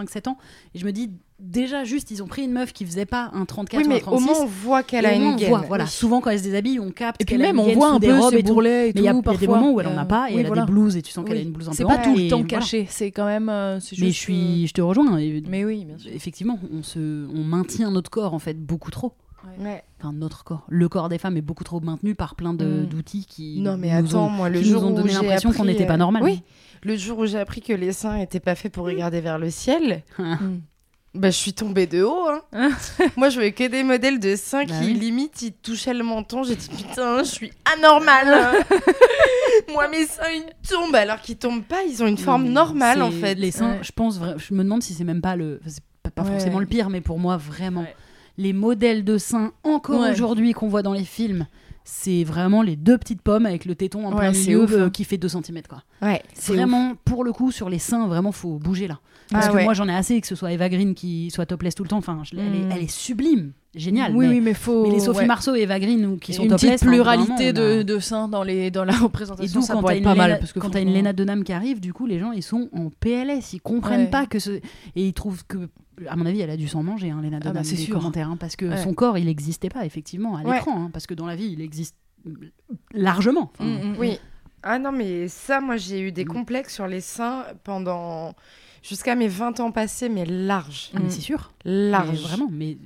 [SPEAKER 1] 7 ans. Et je me dis, déjà, juste, ils ont pris une meuf qui faisait pas un 34
[SPEAKER 3] oui,
[SPEAKER 1] ou un
[SPEAKER 3] mais
[SPEAKER 1] 36.
[SPEAKER 3] au moins, on voit qu'elle
[SPEAKER 1] et
[SPEAKER 3] a
[SPEAKER 1] au moins,
[SPEAKER 3] une
[SPEAKER 1] on
[SPEAKER 3] gaine.
[SPEAKER 1] voit, voilà.
[SPEAKER 3] Oui.
[SPEAKER 1] Souvent, quand elle se déshabille, on capte.
[SPEAKER 4] Et puis
[SPEAKER 1] qu'elle a
[SPEAKER 4] même,
[SPEAKER 1] une
[SPEAKER 4] on
[SPEAKER 1] gaine
[SPEAKER 4] voit
[SPEAKER 1] sous
[SPEAKER 4] un
[SPEAKER 1] des
[SPEAKER 4] peu
[SPEAKER 1] robes
[SPEAKER 4] ses
[SPEAKER 1] et tout.
[SPEAKER 4] bourrelets et
[SPEAKER 1] Mais
[SPEAKER 4] tout.
[SPEAKER 1] il y, a- il y a des
[SPEAKER 4] parfois.
[SPEAKER 1] moments où elle en a
[SPEAKER 4] Euh,
[SPEAKER 1] pas et
[SPEAKER 4] oui,
[SPEAKER 1] elle
[SPEAKER 4] voilà.
[SPEAKER 1] a des blouses et tu sens qu'elle
[SPEAKER 4] Oui.
[SPEAKER 1] a une blouse un peu
[SPEAKER 4] C'est pas
[SPEAKER 1] haute
[SPEAKER 4] tout
[SPEAKER 1] et
[SPEAKER 4] le temps
[SPEAKER 1] voilà.
[SPEAKER 4] caché, c'est quand même. euh, c'est
[SPEAKER 1] Mais
[SPEAKER 4] juste,
[SPEAKER 1] je, suis, je te rejoins. et-
[SPEAKER 4] euh, Mais oui, bien sûr.
[SPEAKER 1] Effectivement, on, se, on maintient notre corps en fait beaucoup trop.
[SPEAKER 3] Ouais.
[SPEAKER 1] Enfin, notre corps. Le corps des femmes est beaucoup trop maintenu par plein de-
[SPEAKER 4] Mm.
[SPEAKER 1] d'outils qui.
[SPEAKER 3] Non, mais
[SPEAKER 1] nous
[SPEAKER 3] attends,
[SPEAKER 1] ont-
[SPEAKER 3] moi, le
[SPEAKER 1] qui nous
[SPEAKER 3] jour
[SPEAKER 1] ont donné
[SPEAKER 3] où j'ai
[SPEAKER 1] l'impression qu'on
[SPEAKER 3] appris,
[SPEAKER 1] n'était pas
[SPEAKER 3] euh,
[SPEAKER 1] normal. Mm.
[SPEAKER 3] Oui. Le jour où j'ai appris que les seins n'étaient pas faits pour regarder vers le
[SPEAKER 1] <laughs>
[SPEAKER 3] ciel,
[SPEAKER 4] Mm.
[SPEAKER 3] bah, je suis tombée de haut. hein. Moi, je voyais que des modèles de seins
[SPEAKER 1] Bah
[SPEAKER 3] qui,
[SPEAKER 1] oui.
[SPEAKER 3] limite, ils touchaient le menton. J'ai dit, putain, je suis anormale.
[SPEAKER 1] <laughs>
[SPEAKER 3] Moi, mes seins, ils tombent. Alors qu'ils tombent pas, ils ont une forme
[SPEAKER 1] mais
[SPEAKER 3] normale,
[SPEAKER 1] Mm. c'est-
[SPEAKER 3] en fait.
[SPEAKER 1] Les seins,
[SPEAKER 4] Ouais.
[SPEAKER 1] je pense, vra- je me demande si c'est même pas le, c'est pas, pas
[SPEAKER 4] Ouais,
[SPEAKER 1] forcément
[SPEAKER 4] ouais.
[SPEAKER 1] le pire, mais pour moi vraiment,
[SPEAKER 4] Ouais.
[SPEAKER 1] les modèles de seins encore
[SPEAKER 4] Ouais.
[SPEAKER 1] aujourd'hui qu'on voit dans les films, c'est vraiment les deux petites pommes avec le téton en
[SPEAKER 4] Ouais,
[SPEAKER 1] plein
[SPEAKER 4] c'est
[SPEAKER 1] milieu
[SPEAKER 4] ouf,
[SPEAKER 1] euh,
[SPEAKER 4] hein.
[SPEAKER 1] qui fait 2 cm quoi.
[SPEAKER 3] Ouais.
[SPEAKER 4] C'est
[SPEAKER 1] Vraiment, pour le coup, sur les seins, vraiment faut bouger là. Parce
[SPEAKER 3] Ah
[SPEAKER 1] que
[SPEAKER 3] ouais.
[SPEAKER 1] moi j'en ai assez que ce soit Eva Green qui soit topless tout le temps. Enfin, je- elle,
[SPEAKER 4] Mm.
[SPEAKER 1] est, elle est sublime, géniale.
[SPEAKER 4] Oui,
[SPEAKER 1] mais,
[SPEAKER 4] oui, mais faut.
[SPEAKER 1] mais les Sophie
[SPEAKER 4] ouais.
[SPEAKER 1] Marceau et Eva Green ou- qui sont
[SPEAKER 4] une
[SPEAKER 1] topless,
[SPEAKER 4] petite
[SPEAKER 1] enfin, au bout d'un
[SPEAKER 4] pluralité
[SPEAKER 1] moment, on a-
[SPEAKER 4] de, de seins dans, les, dans la <laughs>
[SPEAKER 1] et
[SPEAKER 4] représentation,
[SPEAKER 1] d'où
[SPEAKER 4] ça
[SPEAKER 1] quand
[SPEAKER 4] pourrait
[SPEAKER 1] t'as
[SPEAKER 4] être
[SPEAKER 1] une,
[SPEAKER 4] pas mal.
[SPEAKER 1] Léna-
[SPEAKER 4] Parce que
[SPEAKER 1] quand t'as une
[SPEAKER 4] franchement-
[SPEAKER 1] Léna Dunham qui arrive, du coup, les gens ils sont en PLS, ils comprennent
[SPEAKER 4] Ouais.
[SPEAKER 1] pas que ce et ils trouvent que à mon avis, elle a dû s'en manger, hein, Lena Dunham,
[SPEAKER 4] bah, c'est
[SPEAKER 1] des
[SPEAKER 4] sûr.
[SPEAKER 1] commentaires, hein, parce que
[SPEAKER 4] Ouais.
[SPEAKER 1] son corps, il n'existait pas, effectivement, à
[SPEAKER 3] Ouais.
[SPEAKER 1] l'écran, hein, parce que dans la vie, il existe largement.
[SPEAKER 4] Mm,
[SPEAKER 1] Enfin,
[SPEAKER 3] Oui. Ah non, mais ça, moi, j'ai eu des
[SPEAKER 1] Mm.
[SPEAKER 3] complexes sur les seins pendant. jusqu'à mes 20 ans passés, mais large.
[SPEAKER 1] ah, mais c'est sûr.
[SPEAKER 3] Large.
[SPEAKER 1] Mais vraiment, mais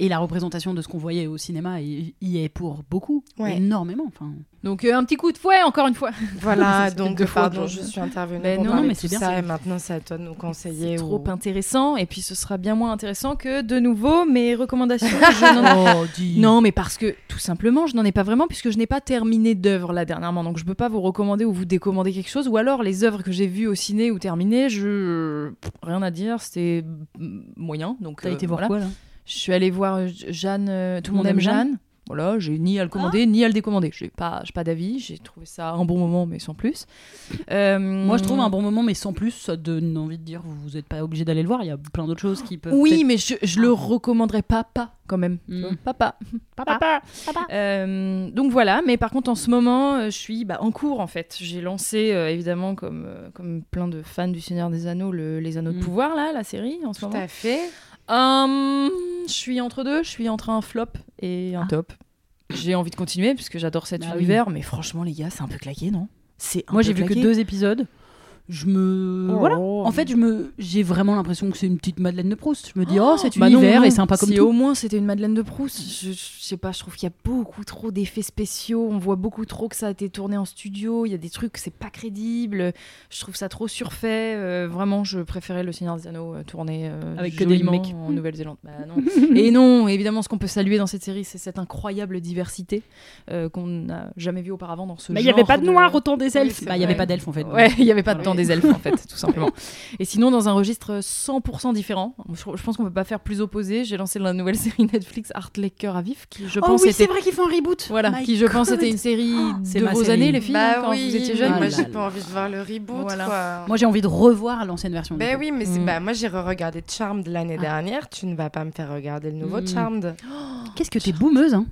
[SPEAKER 1] et la représentation de ce qu'on voyait au cinéma y y est pour beaucoup,
[SPEAKER 3] Ouais.
[SPEAKER 1] énormément. <laughs> Enfin,
[SPEAKER 4] Donc euh, un petit coup de fouet encore une fois.
[SPEAKER 3] Voilà,
[SPEAKER 4] Espèce
[SPEAKER 3] donc
[SPEAKER 4] de
[SPEAKER 3] pardon,
[SPEAKER 4] fourbe.
[SPEAKER 3] je suis intervenue.
[SPEAKER 4] Ben
[SPEAKER 3] pour
[SPEAKER 4] non,
[SPEAKER 3] parler
[SPEAKER 1] mais
[SPEAKER 3] de
[SPEAKER 1] c'est
[SPEAKER 3] tout
[SPEAKER 1] bien,
[SPEAKER 3] ça,
[SPEAKER 1] c'est-
[SPEAKER 3] et maintenant, c'est à toi de nous conseiller.
[SPEAKER 4] C'est <laughs> trop
[SPEAKER 3] ou-
[SPEAKER 4] intéressant et puis ce sera bien moins intéressant que de nouveau mes <laughs> recommandations. Je n'en- Non, mais parce que tout simplement, je n'en ai pas vraiment puisque je n'ai pas terminé d'œuvre là dernièrement, donc je peux pas vous recommander ou vous décommander quelque chose. Ou alors les œuvres que j'ai vues au ciné ou terminées, je pff, rien à dire, c'était mm, moyen. Donc
[SPEAKER 1] t'as
[SPEAKER 4] euh,
[SPEAKER 1] été voir
[SPEAKER 4] voilà.
[SPEAKER 1] quoi là
[SPEAKER 4] Je suis allée voir euh, Jeanne. euh, tout le monde aime Jeanne. Voilà, j'ai ni à le commander ni à le décommander. J'ai pas, j'ai pas d'avis. J'ai trouvé ça un bon moment, mais sans plus. Euh,
[SPEAKER 1] Moi, je trouve un bon moment, mais sans plus, ça donne envie de dire vous n'êtes pas obligé d'aller le voir. Il y a plein d'autres choses qui peuvent.
[SPEAKER 4] Oui,
[SPEAKER 1] peut-être-
[SPEAKER 4] mais je, je le recommanderais pas, pas quand même.
[SPEAKER 1] Mm.
[SPEAKER 4] Papa. <laughs> Papa. Euh, donc voilà, mais par contre en ce moment, euh, je suis bah, en cours en fait. J'ai lancé euh, évidemment comme, euh, comme plein de fans du Seigneur des Anneaux, le- les Anneaux de
[SPEAKER 1] Mm.
[SPEAKER 4] pouvoir là, la série en ce
[SPEAKER 3] Tout
[SPEAKER 4] moment.
[SPEAKER 3] à fait.
[SPEAKER 4] Hum, je suis entre deux, je suis entre un flop et un top. J'ai envie de continuer puisque j'adore cet
[SPEAKER 1] Ah. Bah oui.
[SPEAKER 4] univers, mais franchement les gars, c'est un peu claqué, non C'est un
[SPEAKER 1] Moi,
[SPEAKER 4] peu
[SPEAKER 1] j'ai vu que
[SPEAKER 4] claqué.
[SPEAKER 1] deux épisodes. Je me voilà. En fait, je me j'ai vraiment l'impression que c'est une petite Madeleine de Proust. Je me dis oh, cet <gasps>
[SPEAKER 4] Bah non,
[SPEAKER 1] univers
[SPEAKER 4] non.
[SPEAKER 1] est sympa comme
[SPEAKER 4] si
[SPEAKER 1] tout.
[SPEAKER 4] au moins c'était une Madeleine de Proust, je, je sais pas, je trouve qu'il y a beaucoup trop d'effets spéciaux, on voit beaucoup trop que ça a été tourné en studio, il y a des trucs, c'est pas crédible, je trouve ça trop surfait. euh, vraiment, je préférais Le Seigneur des Anneaux euh, tourné euh,
[SPEAKER 1] Avec que des
[SPEAKER 4] joliment
[SPEAKER 1] mecs.
[SPEAKER 4] en Nouvelle-Zélande. Bah non.
[SPEAKER 1] <laughs>
[SPEAKER 4] Et non, évidemment, ce qu'on peut saluer dans cette série, c'est cette incroyable diversité euh, qu'on n'a jamais vue auparavant dans ce
[SPEAKER 1] Bah, il n'y
[SPEAKER 4] genre
[SPEAKER 1] avait pas de noir autour des
[SPEAKER 3] Oui,
[SPEAKER 1] elfes.
[SPEAKER 3] c'est
[SPEAKER 1] bah, il n'y avait
[SPEAKER 3] vrai.
[SPEAKER 1] pas d'elfes en fait.
[SPEAKER 4] Ouais, il n'y avait pas de
[SPEAKER 3] Ouais.
[SPEAKER 4] temps des elfes en fait, tout simplement. Et sinon, dans un registre 100% différent, je je pense qu'on peut pas faire plus opposé. J'ai lancé la nouvelle <laughs> série Netflix Art Cœur à vif, qui je
[SPEAKER 1] Oh
[SPEAKER 4] pense
[SPEAKER 1] oui, c'est
[SPEAKER 4] était
[SPEAKER 1] vrai qu'ils font un reboot.
[SPEAKER 4] voilà,
[SPEAKER 1] My
[SPEAKER 4] qui je pense
[SPEAKER 1] God. Oh,
[SPEAKER 4] était une série
[SPEAKER 1] c'est
[SPEAKER 4] de
[SPEAKER 1] ma
[SPEAKER 4] vos
[SPEAKER 1] série.
[SPEAKER 4] années les filles hein,
[SPEAKER 3] bah
[SPEAKER 4] quand
[SPEAKER 3] oui,
[SPEAKER 4] vous étiez jeunes.
[SPEAKER 1] Ah
[SPEAKER 3] Moi,
[SPEAKER 1] là
[SPEAKER 3] j'ai
[SPEAKER 1] là.
[SPEAKER 3] pas envie de voir le reboot.
[SPEAKER 4] Voilà.
[SPEAKER 3] Quoi.
[SPEAKER 1] Moi, j'ai envie de revoir l'ancienne version. du
[SPEAKER 3] Ben
[SPEAKER 1] coup.
[SPEAKER 3] oui, mais c'est
[SPEAKER 4] Mm.
[SPEAKER 3] bah, moi j'ai re-regardé Charmed l'année
[SPEAKER 1] Ah.
[SPEAKER 3] dernière. Tu ne vas pas me faire regarder le nouveau
[SPEAKER 1] Mm.
[SPEAKER 3] Charmed.
[SPEAKER 1] Qu'est-ce que t'es boumeuse hein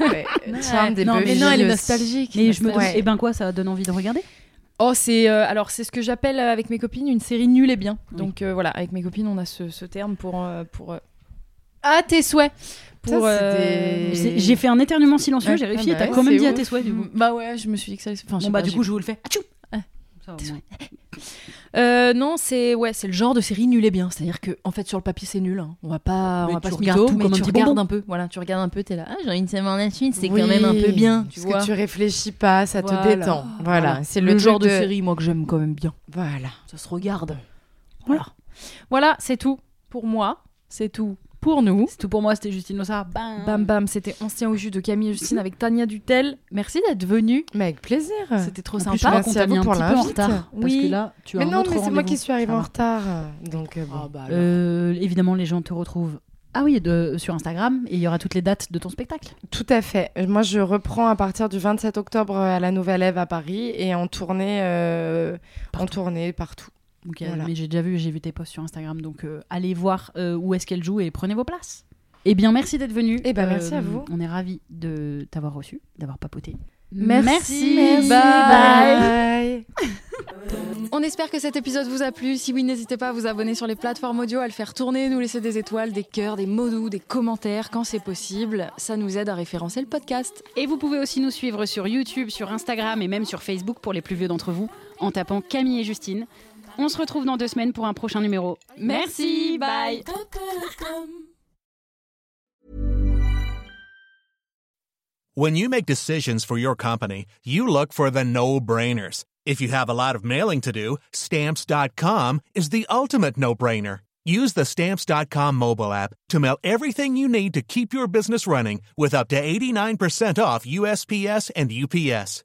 [SPEAKER 3] Ouais, Charmed et
[SPEAKER 1] Non, mais
[SPEAKER 3] Buffy
[SPEAKER 1] non, elle est
[SPEAKER 3] aussi.
[SPEAKER 1] Et je me
[SPEAKER 3] Ouais.
[SPEAKER 1] eh ben quoi, ça donne envie de regarder.
[SPEAKER 4] Oh, c'est euh, alors c'est ce que j'appelle euh, avec mes copines une série nulle et bien. Donc euh, voilà, avec mes copines, on a ce, ce terme pour euh, pour euh,
[SPEAKER 1] Ah,
[SPEAKER 4] à tes souhaits pour
[SPEAKER 3] Ça, c'est
[SPEAKER 4] euh,
[SPEAKER 3] des-
[SPEAKER 1] C'est- J'ai fait un éternuement silencieux.
[SPEAKER 4] Ouais.
[SPEAKER 1] J'ai vérifié.
[SPEAKER 3] Ah bah
[SPEAKER 1] T'as
[SPEAKER 3] ouais,
[SPEAKER 1] quand même
[SPEAKER 3] c'est
[SPEAKER 1] dit à
[SPEAKER 3] ouf.
[SPEAKER 1] tes souhaits du coup.
[SPEAKER 4] Bah ouais, je me suis dit que ça. Enfin, je sais
[SPEAKER 1] Bon bah
[SPEAKER 4] pas,
[SPEAKER 1] du
[SPEAKER 4] j'ai-
[SPEAKER 1] coup, je vous le fais. Atchou
[SPEAKER 4] Ah.
[SPEAKER 1] Ça, au moins.
[SPEAKER 4] Euh, non, c'est ouais, c'est le genre de série nul et bien. C'est-à-dire que en fait sur le papier c'est nul. hein. On va pas,
[SPEAKER 1] Mais
[SPEAKER 4] on va pas
[SPEAKER 1] tu
[SPEAKER 4] se
[SPEAKER 1] regardes
[SPEAKER 4] mytho,
[SPEAKER 1] tout
[SPEAKER 4] mais
[SPEAKER 1] comme un
[SPEAKER 4] tu
[SPEAKER 1] petit
[SPEAKER 4] regardes
[SPEAKER 1] bonbon.
[SPEAKER 4] un peu. Voilà, tu regardes un peu, t'es là. Ah, j'ai envie de savoir la suite. C'est
[SPEAKER 3] Oui,
[SPEAKER 4] quand même un peu bien, tu
[SPEAKER 3] parce
[SPEAKER 4] vois.
[SPEAKER 3] que tu réfléchis pas, ça te
[SPEAKER 4] Voilà.
[SPEAKER 3] détend. Voilà, c'est
[SPEAKER 4] le,
[SPEAKER 3] le,
[SPEAKER 4] genre de...
[SPEAKER 3] truc
[SPEAKER 4] série moi que j'aime quand même bien.
[SPEAKER 3] Voilà.
[SPEAKER 4] Ça se regarde.
[SPEAKER 1] Voilà.
[SPEAKER 4] Voilà. Voilà, c'est tout pour moi. C'est tout pour nous.
[SPEAKER 1] C'est tout pour moi. C'était Justine Lossard. Bam.
[SPEAKER 4] Bam bam, c'était Ancien au jus de Camille et Justine avec Tania Dutel. Merci d'être venue.
[SPEAKER 3] Mais avec plaisir.
[SPEAKER 4] C'était trop
[SPEAKER 1] En plus, je
[SPEAKER 4] sympa.
[SPEAKER 1] vois qu'on
[SPEAKER 3] Merci
[SPEAKER 1] t'a
[SPEAKER 3] à
[SPEAKER 1] mis
[SPEAKER 3] vous
[SPEAKER 1] un
[SPEAKER 3] pour
[SPEAKER 1] petit peu en
[SPEAKER 3] l'invite.
[SPEAKER 1] retard. Parce
[SPEAKER 4] Oui.
[SPEAKER 1] que là, tu as
[SPEAKER 3] Mais
[SPEAKER 1] un
[SPEAKER 3] non,
[SPEAKER 1] autre
[SPEAKER 3] mais c'est moi
[SPEAKER 1] rendez-vous.
[SPEAKER 3] qui suis arrivée
[SPEAKER 1] Ça
[SPEAKER 3] en
[SPEAKER 1] va.
[SPEAKER 3] retard. euh, Donc euh, bon.
[SPEAKER 1] Euh, évidemment, les gens te retrouvent. Ah oui, de, sur Instagram, et il y aura toutes les dates de ton spectacle.
[SPEAKER 3] Tout à fait. Euh, Moi, je reprends à partir du 27 octobre euh, à la Nouvelle Ève à Paris et en tournée, euh, en tournée partout.
[SPEAKER 1] Donc, euh,
[SPEAKER 3] Voilà.
[SPEAKER 1] Mais j'ai déjà vu, j'ai vu tes posts sur Instagram, donc euh, allez voir euh, où est-ce qu'elle joue et prenez vos places. Eh bien, merci d'être venu. Euh,
[SPEAKER 3] Eh ben, merci à vous.
[SPEAKER 1] On est ravis de t'avoir reçu, d'avoir papoté.
[SPEAKER 4] Merci.
[SPEAKER 1] Merci.
[SPEAKER 4] Bye.
[SPEAKER 3] Bye.
[SPEAKER 4] On espère que cet épisode vous a plu. Si oui, n'hésitez pas à vous abonner sur les plateformes audio, à le faire tourner, nous laisser des étoiles, des cœurs, des mots doux, des commentaires quand c'est possible. Ça nous aide à référencer le podcast.
[SPEAKER 1] Et vous pouvez aussi nous suivre sur YouTube, sur Instagram et même sur Facebook pour les plus vieux d'entre vous en tapant Camille et Justine. On se retrouve dans deux semaines pour un prochain numéro. Merci, bye
[SPEAKER 7] When you make decisions for your company, you look for the no brainers. If you have a lot of mailing to do, stamps.com is the ultimate no brainer. Use the stamps.com mobile app to mail everything you need to keep your business running with up to 89% off USPS and UPS.